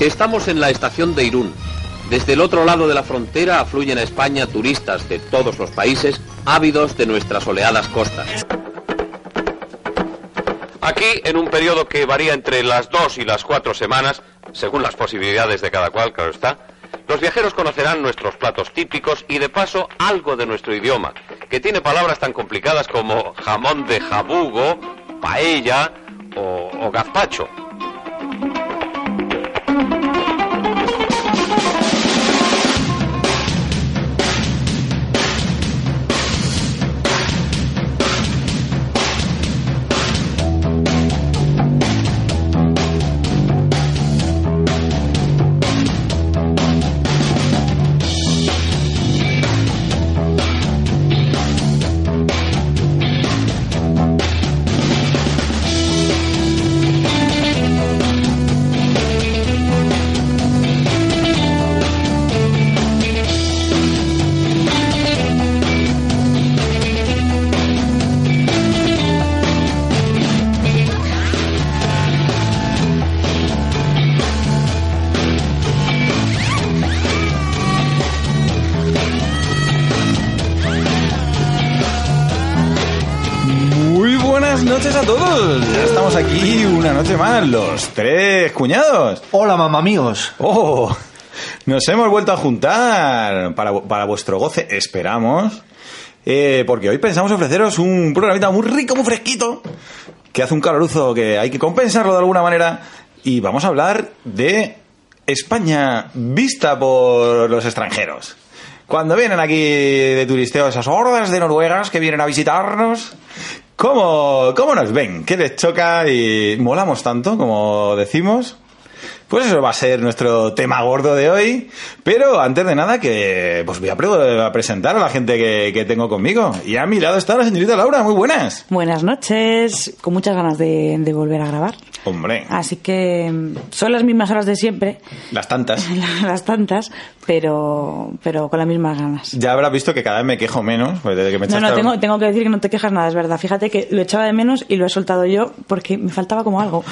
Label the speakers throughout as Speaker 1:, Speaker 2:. Speaker 1: Estamos en la estación de Irún. Desde el otro lado de la frontera afluyen a España turistas de todos los países ávidos de nuestras oleadas costas.
Speaker 2: Aquí, en un periodo que varía entre las dos y las cuatro semanas, según las posibilidades de cada cual, claro está, los viajeros conocerán nuestros platos típicos y de paso algo de nuestro idioma, que tiene palabras tan complicadas como jamón de jabugo, paella o, o gazpacho.
Speaker 3: Muy buenas noches a todos. Ya estamos aquí una noche más, los tres cuñados.
Speaker 4: Hola, mamá amigos.
Speaker 3: ¡Oh! Nos hemos vuelto a juntar para, vu- para vuestro goce, esperamos. Eh, porque hoy pensamos ofreceros un programita muy rico, muy fresquito, que hace un caloruzo que hay que compensarlo de alguna manera. Y vamos a hablar de España vista por los extranjeros. Cuando vienen aquí de turisteo esas hordas de noruegas que vienen a visitarnos, ¿cómo, cómo nos ven? ¿Qué les choca? Y molamos tanto, como decimos. Pues eso va a ser nuestro tema gordo de hoy. Pero antes de nada, que pues voy a, pre- a presentar a la gente que, que tengo conmigo. Y a mi lado está la señorita Laura, muy buenas.
Speaker 5: Buenas noches, con muchas ganas de, de volver a grabar.
Speaker 3: Hombre,
Speaker 5: Así que mm, son las mismas horas de siempre,
Speaker 3: las tantas.
Speaker 5: las tantas, pero, pero con las mismas ganas.
Speaker 3: Ya habrás visto que cada vez me quejo menos. pues, desde que me
Speaker 5: No,
Speaker 3: echaste
Speaker 5: no,
Speaker 3: a-
Speaker 5: tengo, tengo que decir que no te quejas nada, es verdad. Fíjate que lo echaba de menos y lo he soltado yo porque me faltaba como algo.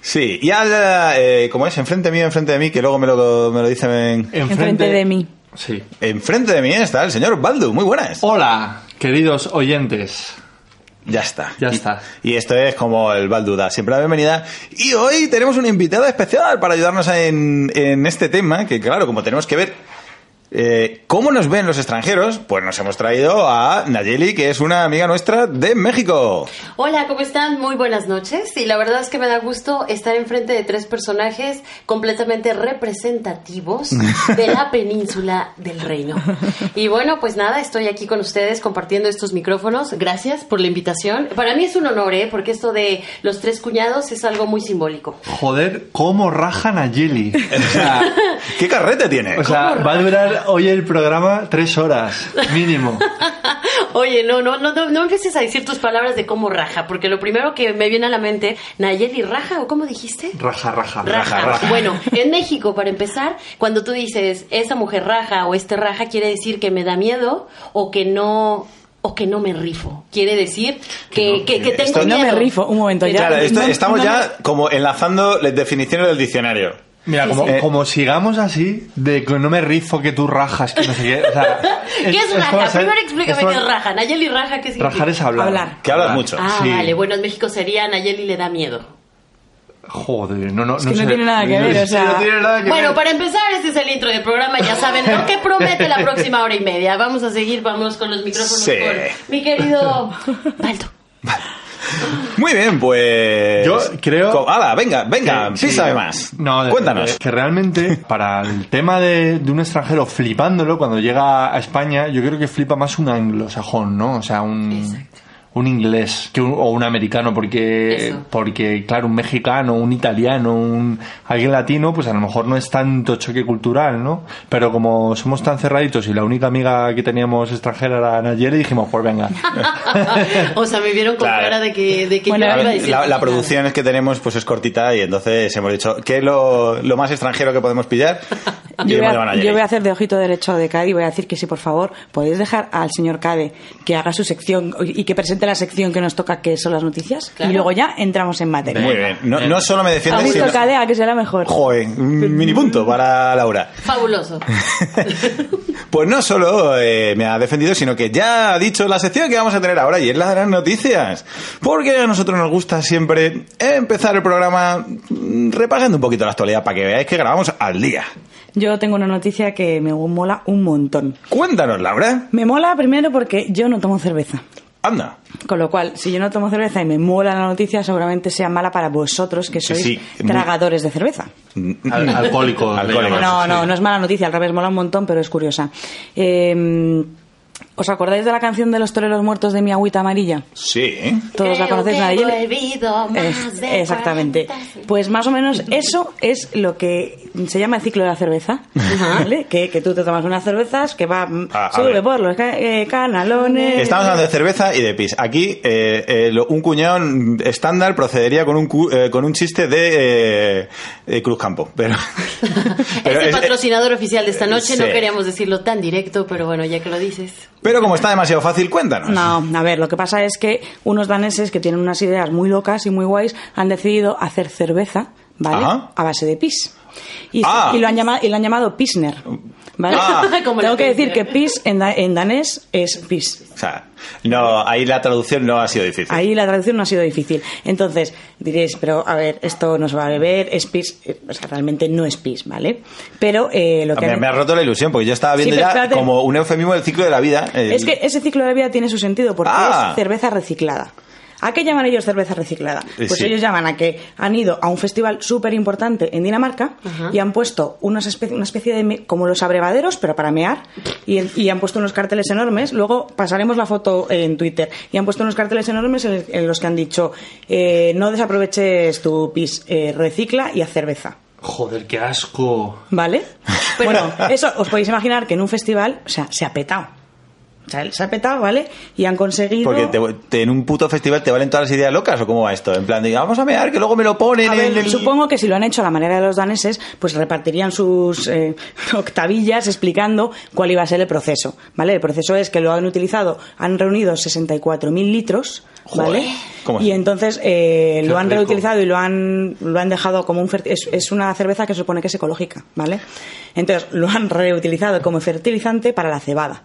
Speaker 3: Sí, y al, eh, como es, enfrente mío, enfrente de mí, que luego me lo, me lo dicen...
Speaker 5: Enfrente de mí.
Speaker 4: Sí.
Speaker 3: Enfrente de mí está el señor Baldu, muy buenas.
Speaker 5: Oh.
Speaker 4: Hola, queridos oyentes.
Speaker 3: Ya está.
Speaker 4: Ya está.
Speaker 3: Y esto es como el Balduda, siempre la bienvenida. Y hoy tenemos una invitada especial para ayudarnos en, en este tema, que claro, como tenemos que ver eh, cómo nos ven los extranjeros, pues nos hemos traído a Nayeli, que es una amiga nuestra de México.
Speaker 6: Hola, ¿cómo están? Muy buenas noches. Y la verdad es que me da gusto estar enfrente de tres personajes completamente representativos de la península del reino. Y bueno, pues nada, estoy aquí con ustedes compartiendo estos micrófonos. Gracias por la invitación. Para mí es un honor, ¿eh? Porque esto de los tres cuñados es algo muy simbólico.
Speaker 4: Joder, cómo rajan a Jelly. O sea,
Speaker 3: ¿Qué carrete tiene?
Speaker 4: o sea, va a durar hoy el programa tres horas, mínimo.
Speaker 6: Oye, no, no, no, no, no empieces a decir tus palabras de cómo raja, porque lo primero que me viene a la mente, Nayeli, raja, ¿o cómo dijiste?
Speaker 4: Raja, raja.
Speaker 6: Raja.
Speaker 3: raja.
Speaker 6: Bueno, en México, para empezar, cuando tú dices esa mujer raja o este raja, quiere decir que me da miedo o que no o que no me rifo. Quiere decir que,
Speaker 3: no,
Speaker 6: que,
Speaker 3: que
Speaker 6: que tengo
Speaker 3: esto-
Speaker 6: miedo.
Speaker 3: No
Speaker 5: me rifo, un momento, ya.
Speaker 3: Claro, esto-
Speaker 5: no-
Speaker 3: estamos
Speaker 5: no-
Speaker 3: ya como enlazando las definiciones del diccionario.
Speaker 4: Mira, como,
Speaker 3: sí.
Speaker 4: como sigamos así, de que no me rizo que tú rajas, que no sé qué. O sea,
Speaker 6: ¿Qué
Speaker 4: es-
Speaker 6: es,
Speaker 4: esto va
Speaker 6: raja?
Speaker 4: a ser-
Speaker 6: Primero explícame
Speaker 4: esto va-
Speaker 6: qué es raja. Nayeli raja, ¿qué significa?
Speaker 4: Rajar es hablar.
Speaker 5: Hablar.
Speaker 3: Que hablas mucho.
Speaker 6: Ah,
Speaker 4: Sí.
Speaker 6: vale. Bueno, en México sería Nayeli le da miedo.
Speaker 4: Joder, no, no,
Speaker 5: que no
Speaker 4: sé.
Speaker 5: tiene nada que ver, o sea.
Speaker 4: No tiene nada que
Speaker 6: Bueno,
Speaker 4: ver.
Speaker 6: para empezar, este es el intro del programa. Ya saben lo que promete la próxima hora y media. Vamos a seguir, vamos con los micrófonos.
Speaker 3: Sí.
Speaker 6: Con mi querido Baldo.
Speaker 3: Muy bien, pues.
Speaker 4: Yo creo-
Speaker 3: Co- hala, venga, venga,
Speaker 4: Sí,
Speaker 3: sí,
Speaker 4: sí.
Speaker 3: sabe más.
Speaker 4: No, de-
Speaker 3: Cuéntanos.
Speaker 4: de- Que realmente, para el tema de, de un extranjero flipándolo cuando llega a España, yo creo que flipa más un anglosajón, ¿no? O sea, un.
Speaker 6: Exacto.
Speaker 4: Un inglés que un- o un americano, porque,
Speaker 6: Eso.
Speaker 4: porque, claro, un mexicano, un italiano, un alguien latino, pues a lo mejor no es tanto choque cultural, ¿no? Pero como somos tan cerraditos y la única amiga que teníamos extranjera era Nayeli, dijimos, pues venga.
Speaker 6: o sea, me vieron con
Speaker 3: Claro.
Speaker 6: cara de que, de que
Speaker 5: Bueno,
Speaker 6: yo
Speaker 3: A
Speaker 6: iba a
Speaker 3: ver,
Speaker 6: decir.
Speaker 3: la, la
Speaker 6: nada.
Speaker 3: producción es que tenemos pues es cortita y entonces hemos dicho que lo, lo más extranjero que podemos pillar Y
Speaker 5: Yo voy,
Speaker 3: hemos llamado
Speaker 5: a,
Speaker 3: Nayeli.
Speaker 5: yo voy a hacer de ojito derecho de Cade y voy a decir que si por favor podéis dejar al señor Cade que haga su sección y que presente directamente a la sección que nos toca, que son las noticias.
Speaker 7: Claro.
Speaker 5: Y luego ya entramos en materia.
Speaker 3: Muy bien. No, no solo me
Speaker 5: A
Speaker 3: defiendes,
Speaker 5: gusto,
Speaker 3: sino...
Speaker 5: Calea, que será mejor.
Speaker 3: Joder, un mini punto para Laura.
Speaker 7: Fabuloso.
Speaker 3: Pues no solo eh, me ha defendido, sino que ya ha dicho la sección que vamos a tener ahora y es la de las noticias. Porque a nosotros nos gusta siempre empezar el programa mm, repasando un poquito la actualidad para que veáis que grabamos al día.
Speaker 5: Yo tengo una noticia que me mola un montón.
Speaker 3: Cuéntanos, Laura.
Speaker 5: Me mola primero porque yo no tomo cerveza.
Speaker 3: Anda.
Speaker 5: Con lo cual, si yo no tomo cerveza y me mola la noticia, seguramente sea mala para vosotros que sois
Speaker 3: sí, muy-
Speaker 5: tragadores de cerveza.
Speaker 4: Al- alcohólico. le
Speaker 3: Alcohólico.
Speaker 4: llaman.
Speaker 5: No, no, no es mala noticia, al revés, mola un montón, pero es curiosa. Eh, ¿Os acordáis de la canción de los toreros muertos de mi agüita amarilla?
Speaker 3: Sí.
Speaker 5: Todos la
Speaker 7: Creo
Speaker 5: conocéis,
Speaker 7: que
Speaker 5: nadie.
Speaker 7: he bebido más
Speaker 5: Es-
Speaker 7: de
Speaker 5: exactamente.
Speaker 7: 40.
Speaker 5: Pues más o menos eso es lo que se llama el ciclo de la cerveza. ¿vale? Que, que tú te tomas unas cervezas, que va, mm,
Speaker 3: Ah, a
Speaker 5: sube
Speaker 3: ver.
Speaker 5: por los ca- eh, canalones.
Speaker 3: Estamos hablando de cerveza y de pis. Aquí eh, eh, lo- un cuñón estándar procedería con un, cu- eh, con un chiste de, eh, eh, Cruz Campo. Pero, pero
Speaker 7: es el
Speaker 3: es- eh,
Speaker 7: patrocinador oficial de esta noche, no
Speaker 3: sí.
Speaker 7: queríamos decirlo tan directo, pero bueno, ya que lo dices.
Speaker 3: pero como está demasiado fácil, cuéntanos.
Speaker 5: No, a ver, lo que pasa es que unos daneses que tienen unas ideas muy locas y muy guays han decidido hacer cerveza, ¿vale?
Speaker 3: Ajá.
Speaker 5: A base de pis. Y,
Speaker 3: Ah.
Speaker 5: y lo han llamado, y lo han llamado Pisner. ¿Vale?
Speaker 3: Ah.
Speaker 7: Como la
Speaker 5: Tengo que decir
Speaker 7: Pilsner.
Speaker 5: que pis en, da- en danés es pis.
Speaker 3: O sea, no, ahí la traducción no ha sido difícil.
Speaker 5: Ahí la traducción no ha sido difícil. Entonces, diréis, pero a ver, esto no se va a beber, es pis, eh, o sea, realmente no es pis, ¿vale? Pero eh, lo que...
Speaker 3: Me,
Speaker 5: han-
Speaker 3: me ha roto la ilusión porque yo estaba viendo
Speaker 5: Sí, pero
Speaker 3: ya
Speaker 5: espérate.
Speaker 3: como un eufemismo del ciclo de la vida. eh, el-
Speaker 5: Es que ese ciclo de la vida tiene su sentido porque
Speaker 3: Ah.
Speaker 5: es cerveza reciclada. ¿A qué llaman ellos cerveza reciclada?
Speaker 3: Eh,
Speaker 5: Pues
Speaker 3: sí.
Speaker 5: ellos llaman a que han ido a un festival súper importante en Dinamarca y han puesto unas espe- una especie de... me- como los abrevaderos, pero para mear, y, en- y han puesto unos carteles enormes, luego pasaremos la foto en Twitter, y han puesto unos carteles enormes en, en los que han dicho eh, no desaproveches tu pis, eh, recicla y haz cerveza.
Speaker 4: Joder, qué asco.
Speaker 5: ¿Vale?
Speaker 7: Pero-
Speaker 5: bueno, eso os podéis imaginar que en un festival, o sea, se ha petado. O sea, se ha petado, ¿vale? Y han conseguido.
Speaker 3: Porque te- te- en un puto festival te valen todas las ideas locas o cómo va esto. En plan, de, vamos a mear que luego me lo ponen
Speaker 5: A ver,
Speaker 3: en el...
Speaker 5: Supongo que si lo han hecho a la manera de los daneses, pues repartirían sus eh, octavillas explicando cuál iba a ser el proceso. ¿Vale? El proceso es que lo han utilizado, han reunido 64.000 litros, ¿vale?
Speaker 3: Joder, ¿cómo
Speaker 5: y
Speaker 3: es?
Speaker 5: entonces eh,
Speaker 4: Qué
Speaker 5: lo han
Speaker 4: rico.
Speaker 5: reutilizado y lo han, lo han dejado como un ferti- es, es una cerveza que se supone que es ecológica, ¿vale? Entonces lo han reutilizado como fertilizante para la cebada.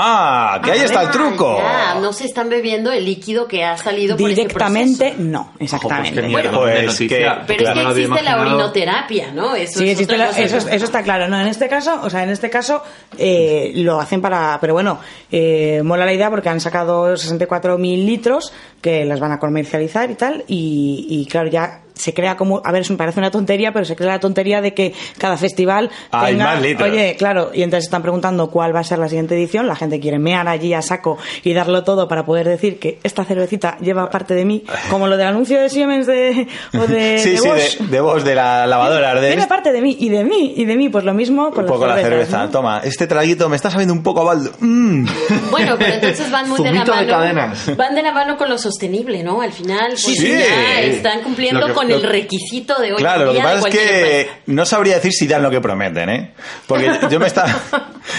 Speaker 3: Ah, que ahí está el
Speaker 7: Ah,
Speaker 3: truco.
Speaker 7: ya, no se están bebiendo el líquido que ha salido por este
Speaker 5: Directamente
Speaker 7: proceso.
Speaker 5: no, exactamente.
Speaker 4: Joder, qué mierda
Speaker 3: Bueno,
Speaker 4: de
Speaker 3: pues
Speaker 4: noticia.
Speaker 3: que-
Speaker 7: Pero es
Speaker 4: Claro, no
Speaker 7: que
Speaker 4: había
Speaker 7: existe la
Speaker 4: imaginado.
Speaker 7: orinoterapia, ¿no? Eso,
Speaker 5: Sí,
Speaker 7: es
Speaker 5: existe
Speaker 7: otra
Speaker 5: la-
Speaker 7: cosa
Speaker 5: eso,
Speaker 7: que-
Speaker 5: eso está claro. No, en este caso, o sea, en este caso eh, lo hacen para, pero bueno, eh, mola la idea porque han sacado 64.000 litros que las van a comercializar y tal, y, y claro ya se crea como, a ver, eso me parece una tontería, pero se crea la tontería de que cada festival
Speaker 3: Hay
Speaker 5: tenga-
Speaker 3: más litros.
Speaker 5: oye, claro, y entonces están preguntando cuál va a ser la siguiente edición, la gente quiere mear allí a saco y darlo todo para poder decir que esta cervecita lleva parte de mí, como lo del anuncio de Siemens de, o de,
Speaker 3: sí,
Speaker 5: de
Speaker 3: sí,
Speaker 5: Bosch.
Speaker 3: de, de vos, de la lavadora. de
Speaker 5: Tiene
Speaker 3: este-
Speaker 5: parte de mí y de mí y de mí, pues lo mismo con
Speaker 3: un poco la
Speaker 5: las cervezas,
Speaker 3: cerveza.
Speaker 5: ¿no?
Speaker 3: Toma, este traguito me está sabiendo un poco a baldo. Mm.
Speaker 7: Bueno, pero entonces van muy de la
Speaker 4: Zumito de
Speaker 7: mano.
Speaker 4: cadenas.
Speaker 7: Van de la mano con lo sostenible, ¿no? Al final, pues,
Speaker 3: Sí.
Speaker 7: ya están cumpliendo
Speaker 4: Lo que-
Speaker 7: con
Speaker 4: lo-
Speaker 7: el requisito de hoy.
Speaker 3: Claro,
Speaker 7: en
Speaker 3: lo que
Speaker 7: día de
Speaker 3: pasa es
Speaker 7: cualquier
Speaker 3: que
Speaker 7: empresa.
Speaker 3: no sabría decir si dan lo que prometen, ¿eh? Porque yo me estaba,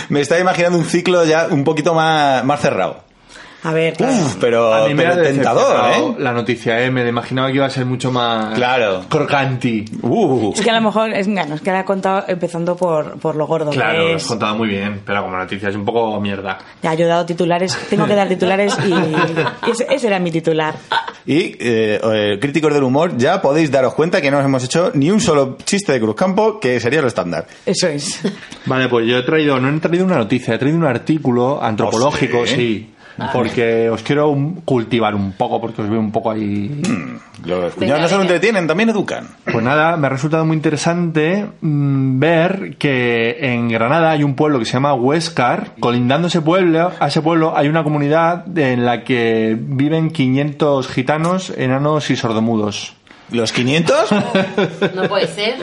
Speaker 3: me estaba imaginando un ciclo ya un poquito más, más cerrado.
Speaker 5: A ver, claro.
Speaker 3: Uf, pero,
Speaker 4: A mí me
Speaker 3: pero
Speaker 4: ha
Speaker 3: tentador,
Speaker 4: decepcionado
Speaker 3: ¿eh?
Speaker 4: La noticia, ¿eh? Me la imaginaba que iba a ser mucho más...
Speaker 3: Claro.
Speaker 4: Crocanti.
Speaker 3: Uh.
Speaker 5: Es que a lo mejor es, bueno, es que la he contado empezando por, por lo gordo.
Speaker 4: Claro,
Speaker 5: que
Speaker 4: lo has
Speaker 5: es.
Speaker 4: contado muy bien, pero como noticia es un poco mierda.
Speaker 5: Ya, yo he dado titulares, tengo que dar titulares y ese, ese era mi titular.
Speaker 3: Y eh, eh, críticos del humor, ya podéis daros cuenta que no os hemos hecho ni un solo chiste de Cruzcampo, que sería lo estándar.
Speaker 5: Eso es.
Speaker 4: Vale, pues yo he traído, no he traído una noticia, he traído un artículo antropológico,
Speaker 3: Oh, sí.
Speaker 4: sí. Ah. Porque os quiero un- cultivar un poco, porque os veo un poco ahí
Speaker 3: Los
Speaker 7: Mm, Venga,
Speaker 3: cuñados no solo
Speaker 7: venga.
Speaker 3: entretienen, también educan.
Speaker 4: Pues nada, me ha resultado muy interesante mm, ver que en Granada hay un pueblo que se llama Huescar. Colindando ese pueblo, a ese pueblo hay una comunidad en la que viven 500 gitanos, enanos y sordomudos.
Speaker 3: Los 500
Speaker 7: No puede ser.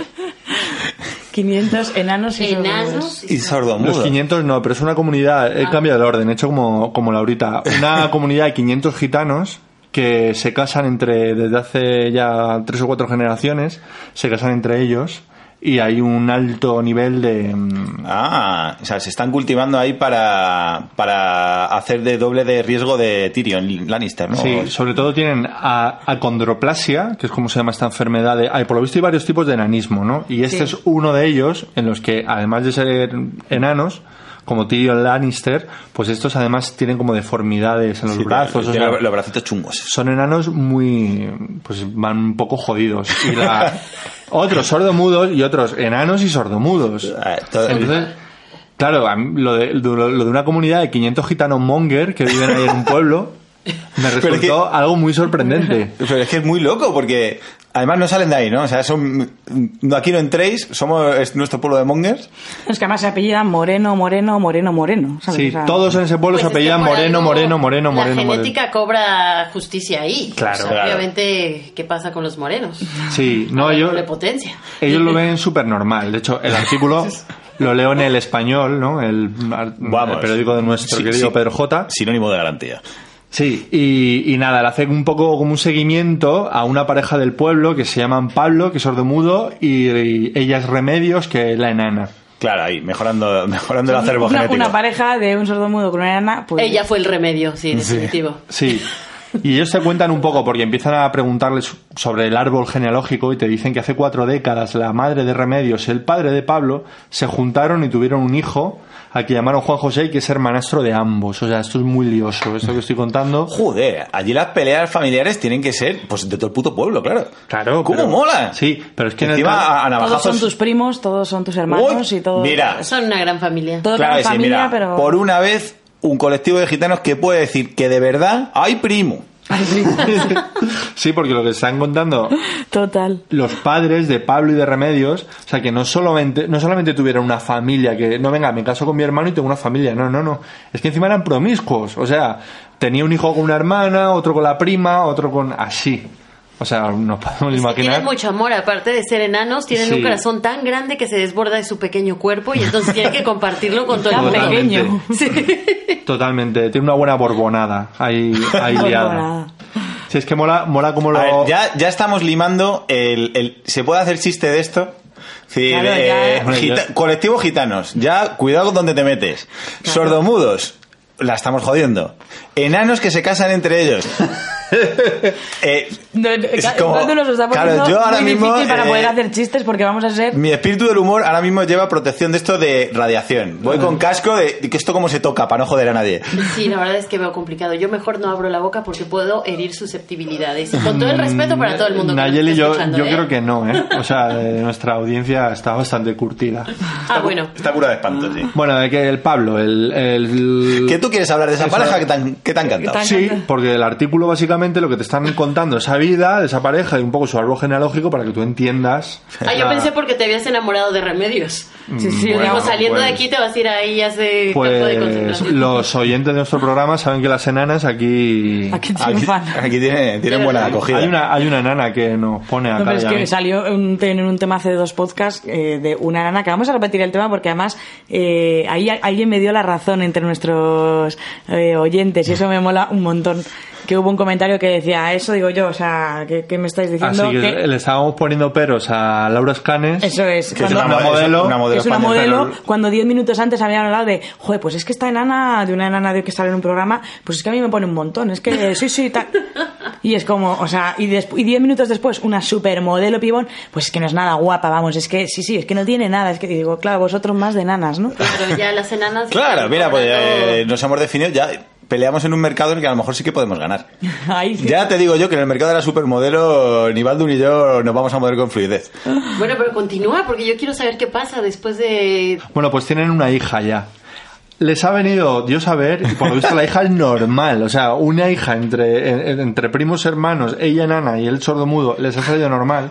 Speaker 5: 500 enanos y
Speaker 7: Enanos.
Speaker 3: y sordomudos.
Speaker 4: Los 500 no, pero es una comunidad, he cambiado el orden, he hecho como, como Laurita. Una comunidad de 500 gitanos que se casan entre, desde hace ya tres o cuatro generaciones, se casan entre ellos y hay un alto nivel de... mm,
Speaker 3: Ah, o sea, se están cultivando ahí para, para hacer de doble de riesgo de Tyrion Lannister, ¿no?
Speaker 4: Sí, sobre todo tienen a- acondroplasia, que es como se llama esta enfermedad. De, ay, por lo visto hay varios tipos de enanismo, ¿no? Y este
Speaker 7: Sí.
Speaker 4: es uno de ellos en los que, además de ser enanos, como Tyrion Lannister, pues estos además tienen como deformidades en los
Speaker 3: Sí,
Speaker 4: brazos. o
Speaker 3: tiene
Speaker 4: sea,
Speaker 3: los bracitos chungos.
Speaker 4: son enanos muy pues van un poco jodidos y la- otros sordomudos y otros enanos y sordomudos
Speaker 3: Ah, todo-
Speaker 4: entonces claro a mí lo de, lo- lo de una comunidad de 500 gitanos monger que viven ahí en un pueblo me
Speaker 3: Pero
Speaker 4: resultó
Speaker 3: es que-
Speaker 4: algo muy sorprendente
Speaker 3: Pero es que es muy loco porque además no salen de ahí, ¿no? O sea, son no, aquí no entréis, somos es nuestro pueblo de mongers.
Speaker 5: Es que además se apellidan Moreno, Moreno, Moreno, Moreno. ¿sabes?
Speaker 4: sí
Speaker 5: O sea,
Speaker 4: todos en ese pueblo
Speaker 7: Pues
Speaker 4: se
Speaker 7: es que
Speaker 4: apellidan
Speaker 7: por
Speaker 4: moreno,
Speaker 7: algo
Speaker 4: moreno moreno
Speaker 7: La
Speaker 4: moreno moreno
Speaker 7: genética cobra justicia ahí.
Speaker 4: Claro,
Speaker 7: O sea,
Speaker 4: claro.
Speaker 7: obviamente, ¿qué pasa con los morenos?
Speaker 4: sí no yo
Speaker 7: De potencia.
Speaker 4: ellos lo ven súper normal. De hecho, el artículo lo leo en el español, ¿no? El, ar-
Speaker 3: Vamos.
Speaker 4: el periódico de nuestro
Speaker 3: Sí,
Speaker 4: querido
Speaker 3: sí.
Speaker 4: Pedro J.
Speaker 3: Sinónimo de garantía.
Speaker 4: Sí, y, y nada, le hace un poco como un seguimiento a una pareja del pueblo que se llaman Pablo, que es sordomudo, y, y ella es Remedios, que es la enana.
Speaker 3: Claro, ahí, mejorando, mejorando el acervo
Speaker 5: una,
Speaker 3: genético.
Speaker 5: una pareja de un sordomudo con una enana, pues.
Speaker 7: Ella fue el remedio, sí, definitivo.
Speaker 4: Sí. Y ellos te cuentan un poco porque empiezan a preguntarles sobre el árbol genealógico y te dicen que hace cuatro décadas la madre de Remedios y el padre de Pablo se juntaron y tuvieron un hijo al que llamaron Juan José y que es hermanastro de ambos. O sea, esto es muy lioso, esto que estoy contando.
Speaker 3: Joder, allí las peleas familiares tienen que ser pues de todo el puto pueblo, claro.
Speaker 4: Claro,
Speaker 3: ¿Cómo
Speaker 4: pero-
Speaker 3: mola?
Speaker 4: Sí, pero es que en el
Speaker 3: encima
Speaker 4: tal-
Speaker 3: a, a
Speaker 5: todos
Speaker 3: navajazos-
Speaker 5: son tus primos, todos son tus hermanos
Speaker 3: Uy,
Speaker 5: y todos.
Speaker 4: Ah.
Speaker 3: mira.
Speaker 7: Son una gran familia.
Speaker 5: Todo
Speaker 3: Claro,
Speaker 5: cada
Speaker 3: sí,
Speaker 5: familia,
Speaker 3: mira,
Speaker 5: pero.
Speaker 3: por una vez un colectivo de gitanos que puede decir que de verdad hay primo.
Speaker 4: sí, porque lo que están contando
Speaker 5: Total.
Speaker 4: los padres de Pablo y de Remedios, o sea, que no solamente, no solamente tuvieron una familia, que no, venga, me caso con mi hermano y tengo una familia, no, no, no, es que encima eran promiscuos, o sea, tenía un hijo con una hermana, otro con la prima, otro con así, o sea, nos podemos
Speaker 7: Es que
Speaker 4: imaginar.
Speaker 7: tienen mucho amor, aparte de ser enanos, tienen
Speaker 4: Sí.
Speaker 7: un corazón tan grande que se desborda de su pequeño cuerpo y entonces tienen que compartirlo con todo el
Speaker 5: Tan
Speaker 7: mundo.
Speaker 5: pequeño.
Speaker 4: Totalmente. Totalmente, tiene una buena borbonada ahí, ahí liada.
Speaker 5: Borbonada.
Speaker 4: Si es que mola, mola como lo...
Speaker 3: A ver, ya, ya estamos limando el, el- ¿Se puede hacer chiste de esto? Sí,
Speaker 5: Claro,
Speaker 3: de-
Speaker 5: ya,
Speaker 3: eh,
Speaker 5: eh.
Speaker 4: Bueno,
Speaker 3: gita-
Speaker 4: ya.
Speaker 3: colectivo gitanos. Ya, cuidado con donde te metes. Sordomudos. La estamos jodiendo. Enanos que se casan entre ellos. Eh,
Speaker 5: No, no,
Speaker 3: es
Speaker 5: ca-
Speaker 3: como-
Speaker 5: Eduardo nos lo está
Speaker 3: claro,
Speaker 5: poniendo
Speaker 3: yo ahora
Speaker 5: muy
Speaker 3: mismo,
Speaker 5: difícil para
Speaker 3: eh,
Speaker 5: poder hacer chistes porque vamos a ser
Speaker 3: mi espíritu del humor ahora mismo lleva protección de esto de radiación. Voy con casco de que esto como se toca para no joder a nadie.
Speaker 7: Sí, la verdad es que veo complicado. Yo mejor no abro la boca porque puedo herir susceptibilidades. Y con todo el respeto para todo el mundo. que nos
Speaker 4: Nayeli,
Speaker 7: está
Speaker 4: yo,
Speaker 7: escuchando,
Speaker 4: yo
Speaker 7: ¿eh?
Speaker 4: creo que no, ¿eh? O sea, de nuestra audiencia está bastante curtida.
Speaker 7: Ah, bueno.
Speaker 3: Está cura de espanto, sí.
Speaker 4: Bueno, de que el Pablo, el... el-
Speaker 3: ¿Qué tú quieres hablar de esa pareja que te han, que te han cantado?
Speaker 5: tan-
Speaker 4: Sí,
Speaker 5: encanta.
Speaker 4: porque el artículo básicamente lo que te están contando esa vida de esa pareja y un poco su árbol genealógico para que tú entiendas.
Speaker 7: Ah, yo
Speaker 4: la-
Speaker 7: pensé porque te habías enamorado de remedios.
Speaker 5: Sí, sí,
Speaker 7: Luego
Speaker 5: digamos,
Speaker 7: saliendo de
Speaker 4: Mm, pues-
Speaker 7: aquí te vas a ir ahí a ese campo de
Speaker 4: Pues
Speaker 7: concentración.
Speaker 4: los oyentes de nuestro programa saben que las enanas aquí...
Speaker 5: aquí
Speaker 3: Aquí,
Speaker 5: triunfan.
Speaker 3: aquí tiene, tienen buena acogida.
Speaker 4: Hay una, hay una enana que nos pone a
Speaker 5: No, pero
Speaker 4: cada
Speaker 5: es que salió un, en un tema hace dos podcasts eh, de una nana que vamos a repetir el tema porque además eh, ahí a- alguien me dio la razón entre nuestros eh, oyentes y eso me mola un montón. Que hubo un comentario que decía, eso digo yo, o sea, ¿qué, qué me estáis diciendo?
Speaker 3: Ah,
Speaker 4: Así que
Speaker 5: Que-
Speaker 4: le estábamos poniendo peros a Laura Escanes.
Speaker 5: Eso es.
Speaker 3: Que es
Speaker 5: cuando-
Speaker 3: una modelo,
Speaker 4: una
Speaker 5: que es una
Speaker 3: española,
Speaker 5: modelo
Speaker 3: pero-
Speaker 5: cuando diez minutos antes habían hablado de joder pues es que esta enana de una enana de que sale en un programa pues es que a mí me pone un montón es que eh, sí sí tal y es como o sea y, desp- y diez minutos después una supermodelo pibón pues es que no es nada guapa vamos es que sí sí es que no tiene nada es que y digo claro vosotros más de enanas ¿no?
Speaker 7: Claro, ya las enanas.
Speaker 3: Claro,
Speaker 7: están
Speaker 3: mira, pues
Speaker 7: cobrando-
Speaker 3: eh, nos hemos definido, ya peleamos en un mercado en el que a lo mejor sí que podemos ganar.
Speaker 5: Ahí sí.
Speaker 3: Ya te digo yo que en el mercado de la supermodelo, ni Baldu ni yo nos vamos a mover con fluidez.
Speaker 7: Bueno, pero continúa porque yo quiero saber qué pasa después de.
Speaker 4: Bueno, pues tienen una hija ya. Les ha venido Dios a ver, y por lo visto la hija es normal, o sea, una hija entre, en- entre primos hermanos, ella enana y el sordomudo, les ha salido normal.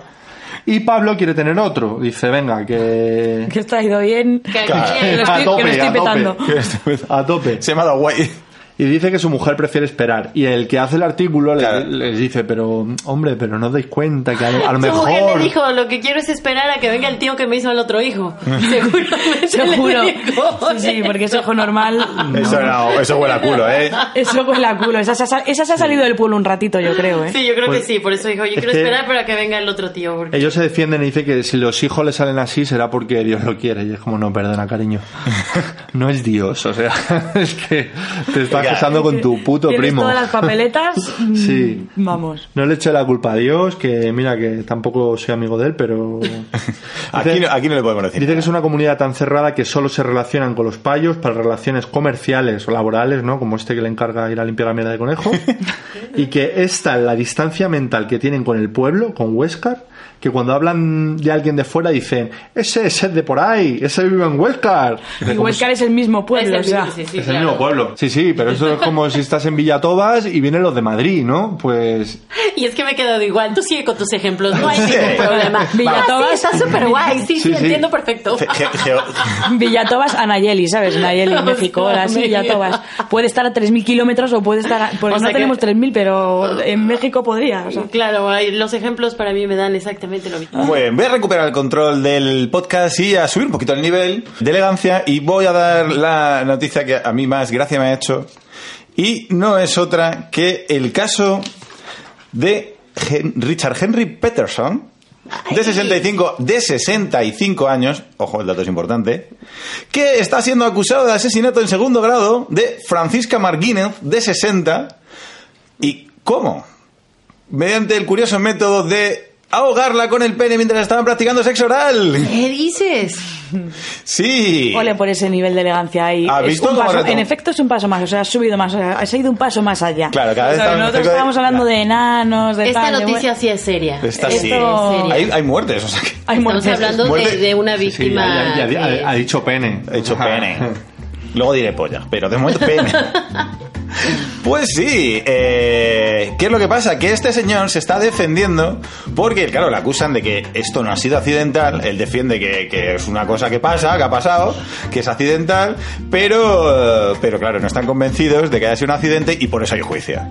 Speaker 4: Y Pablo quiere tener otro, dice, venga, que...
Speaker 5: que está ido bien
Speaker 7: Que-
Speaker 5: que lo
Speaker 7: que-
Speaker 5: estoy, que lo estoy petando
Speaker 4: a tope.
Speaker 3: Se me ha dado guay.
Speaker 4: y dice que su mujer prefiere esperar. Y el que hace el artículo le-
Speaker 3: Claro.
Speaker 4: les dice, pero hombre, pero no os dais cuenta que a lo, a lo
Speaker 6: Su mujer
Speaker 4: mejor...
Speaker 6: le dijo, lo que quiero es esperar a que venga el tío que me hizo al otro hijo. Seguramente le
Speaker 5: Seguro.
Speaker 6: dijo.
Speaker 5: Sí, sí, porque ese ojo normal. no.
Speaker 3: Eso, era- eso huele a culo, ¿eh?
Speaker 5: Eso huele a culo. Esa se ha, sal- esa se ha salido del pueblo un ratito, yo creo, ¿eh?
Speaker 6: Sí, yo creo
Speaker 4: Pues-
Speaker 6: que sí, por eso dijo, yo
Speaker 4: Es
Speaker 6: quiero
Speaker 4: que-
Speaker 6: esperar para que venga el otro tío. Porque...
Speaker 4: Ellos se defienden y dicen que si los hijos le salen así será porque Dios lo quiere. Y es como, no, perdona, cariño. No es Dios, o sea, es que te estás
Speaker 3: Ya.
Speaker 4: casando con tu puto
Speaker 5: Tienes
Speaker 4: primo.
Speaker 5: todas las papeletas. mm,
Speaker 4: Sí.
Speaker 5: Vamos.
Speaker 4: No le eche la culpa a Dios, que mira que tampoco soy amigo de él, pero...
Speaker 3: Aquí, no- aquí no le podemos decir.
Speaker 4: Dice que es una comunidad tan cerrada que solo se relacionan con los payos para relaciones comerciales o laborales, ¿no? Como este que le encarga ir a limpiar la mierda de conejo. y que esta la distancia mental que tienen con el pueblo, con Huescar, que cuando hablan de alguien de fuera dicen, ese es el de por ahí, ese vive en Huescar.
Speaker 5: Y Huescar es el mismo pueblo, o
Speaker 6: Es el
Speaker 5: sea.
Speaker 6: mismo, sí, sí,
Speaker 4: es el
Speaker 6: claro.
Speaker 4: mismo pueblo. Sí, sí, pero eso es como si estás en Villatobas y vienen los de Madrid, ¿no? Pues
Speaker 6: Y es que me he quedado igual, tú sigue con tus ejemplos, no hay ningún problema.
Speaker 5: Villatobas.
Speaker 6: Ah, sí, está súper guay, sí, sí,
Speaker 4: Sí, sí.
Speaker 6: entiendo perfecto.
Speaker 3: Ge- ge- geo-
Speaker 5: Villatobas a Nayeli, ¿sabes? Nayeli, México,
Speaker 6: Hostia,
Speaker 5: hola, sí,
Speaker 6: amiga.
Speaker 5: Villatobas. Puede estar a 3.000 kilómetros o puede estar a... Porque no
Speaker 6: O sea que-
Speaker 5: tenemos 3.000, pero en México podría, o sea.
Speaker 6: Claro, ay, los ejemplos para mí me dan exactamente lo mismo.
Speaker 3: Muy bien, voy a recuperar el control del podcast y a subir un poquito el nivel de elegancia y voy a dar la noticia que a mí más gracia me ha hecho y no es otra que el caso de Hen- Richard Henry Peterson de 65 de 65 años, ojo, el dato es importante, que está siendo acusado de asesinato en segundo grado de Francisca Marguínez de 60 y cómo mediante el curioso método de ahogarla con el pene mientras estaban practicando sexo oral.
Speaker 6: ¿Qué dices?
Speaker 3: Sí.
Speaker 5: Ole por ese nivel de elegancia ahí.
Speaker 3: ¿Has
Speaker 5: Es
Speaker 3: visto
Speaker 5: un
Speaker 3: cómo
Speaker 5: paso-
Speaker 3: reto?
Speaker 5: en efecto es un paso más, o sea, has subido más, o sea, has ido un paso más allá.
Speaker 3: Claro, cada vez
Speaker 5: O sea,
Speaker 3: estamos-
Speaker 5: nosotros estábamos hablando de enanos, de
Speaker 6: Esta
Speaker 5: tal, de
Speaker 6: noticia sí es seria.
Speaker 3: Está
Speaker 6: pues, Esto
Speaker 3: así.
Speaker 6: es seria.
Speaker 3: Hay, hay muertes, o sea que...
Speaker 5: Hay
Speaker 6: Estamos
Speaker 5: muertes.
Speaker 6: hablando de,
Speaker 3: Muerte.
Speaker 6: de una
Speaker 4: sí, sí,
Speaker 6: víctima.
Speaker 4: ya- ya- ya-
Speaker 6: que-
Speaker 4: ha, ha dicho pene.
Speaker 3: He dicho pene. Luego diré polla, pero de momento pene. Pues sí, eh, ¿qué es lo que pasa? Que este señor se está defendiendo porque, claro, le acusan de que esto no ha sido accidental, él defiende que, que es una cosa que pasa, que ha pasado, que es accidental, pero, eh, pero claro, no están convencidos de que haya sido un accidente y por eso hay juicio.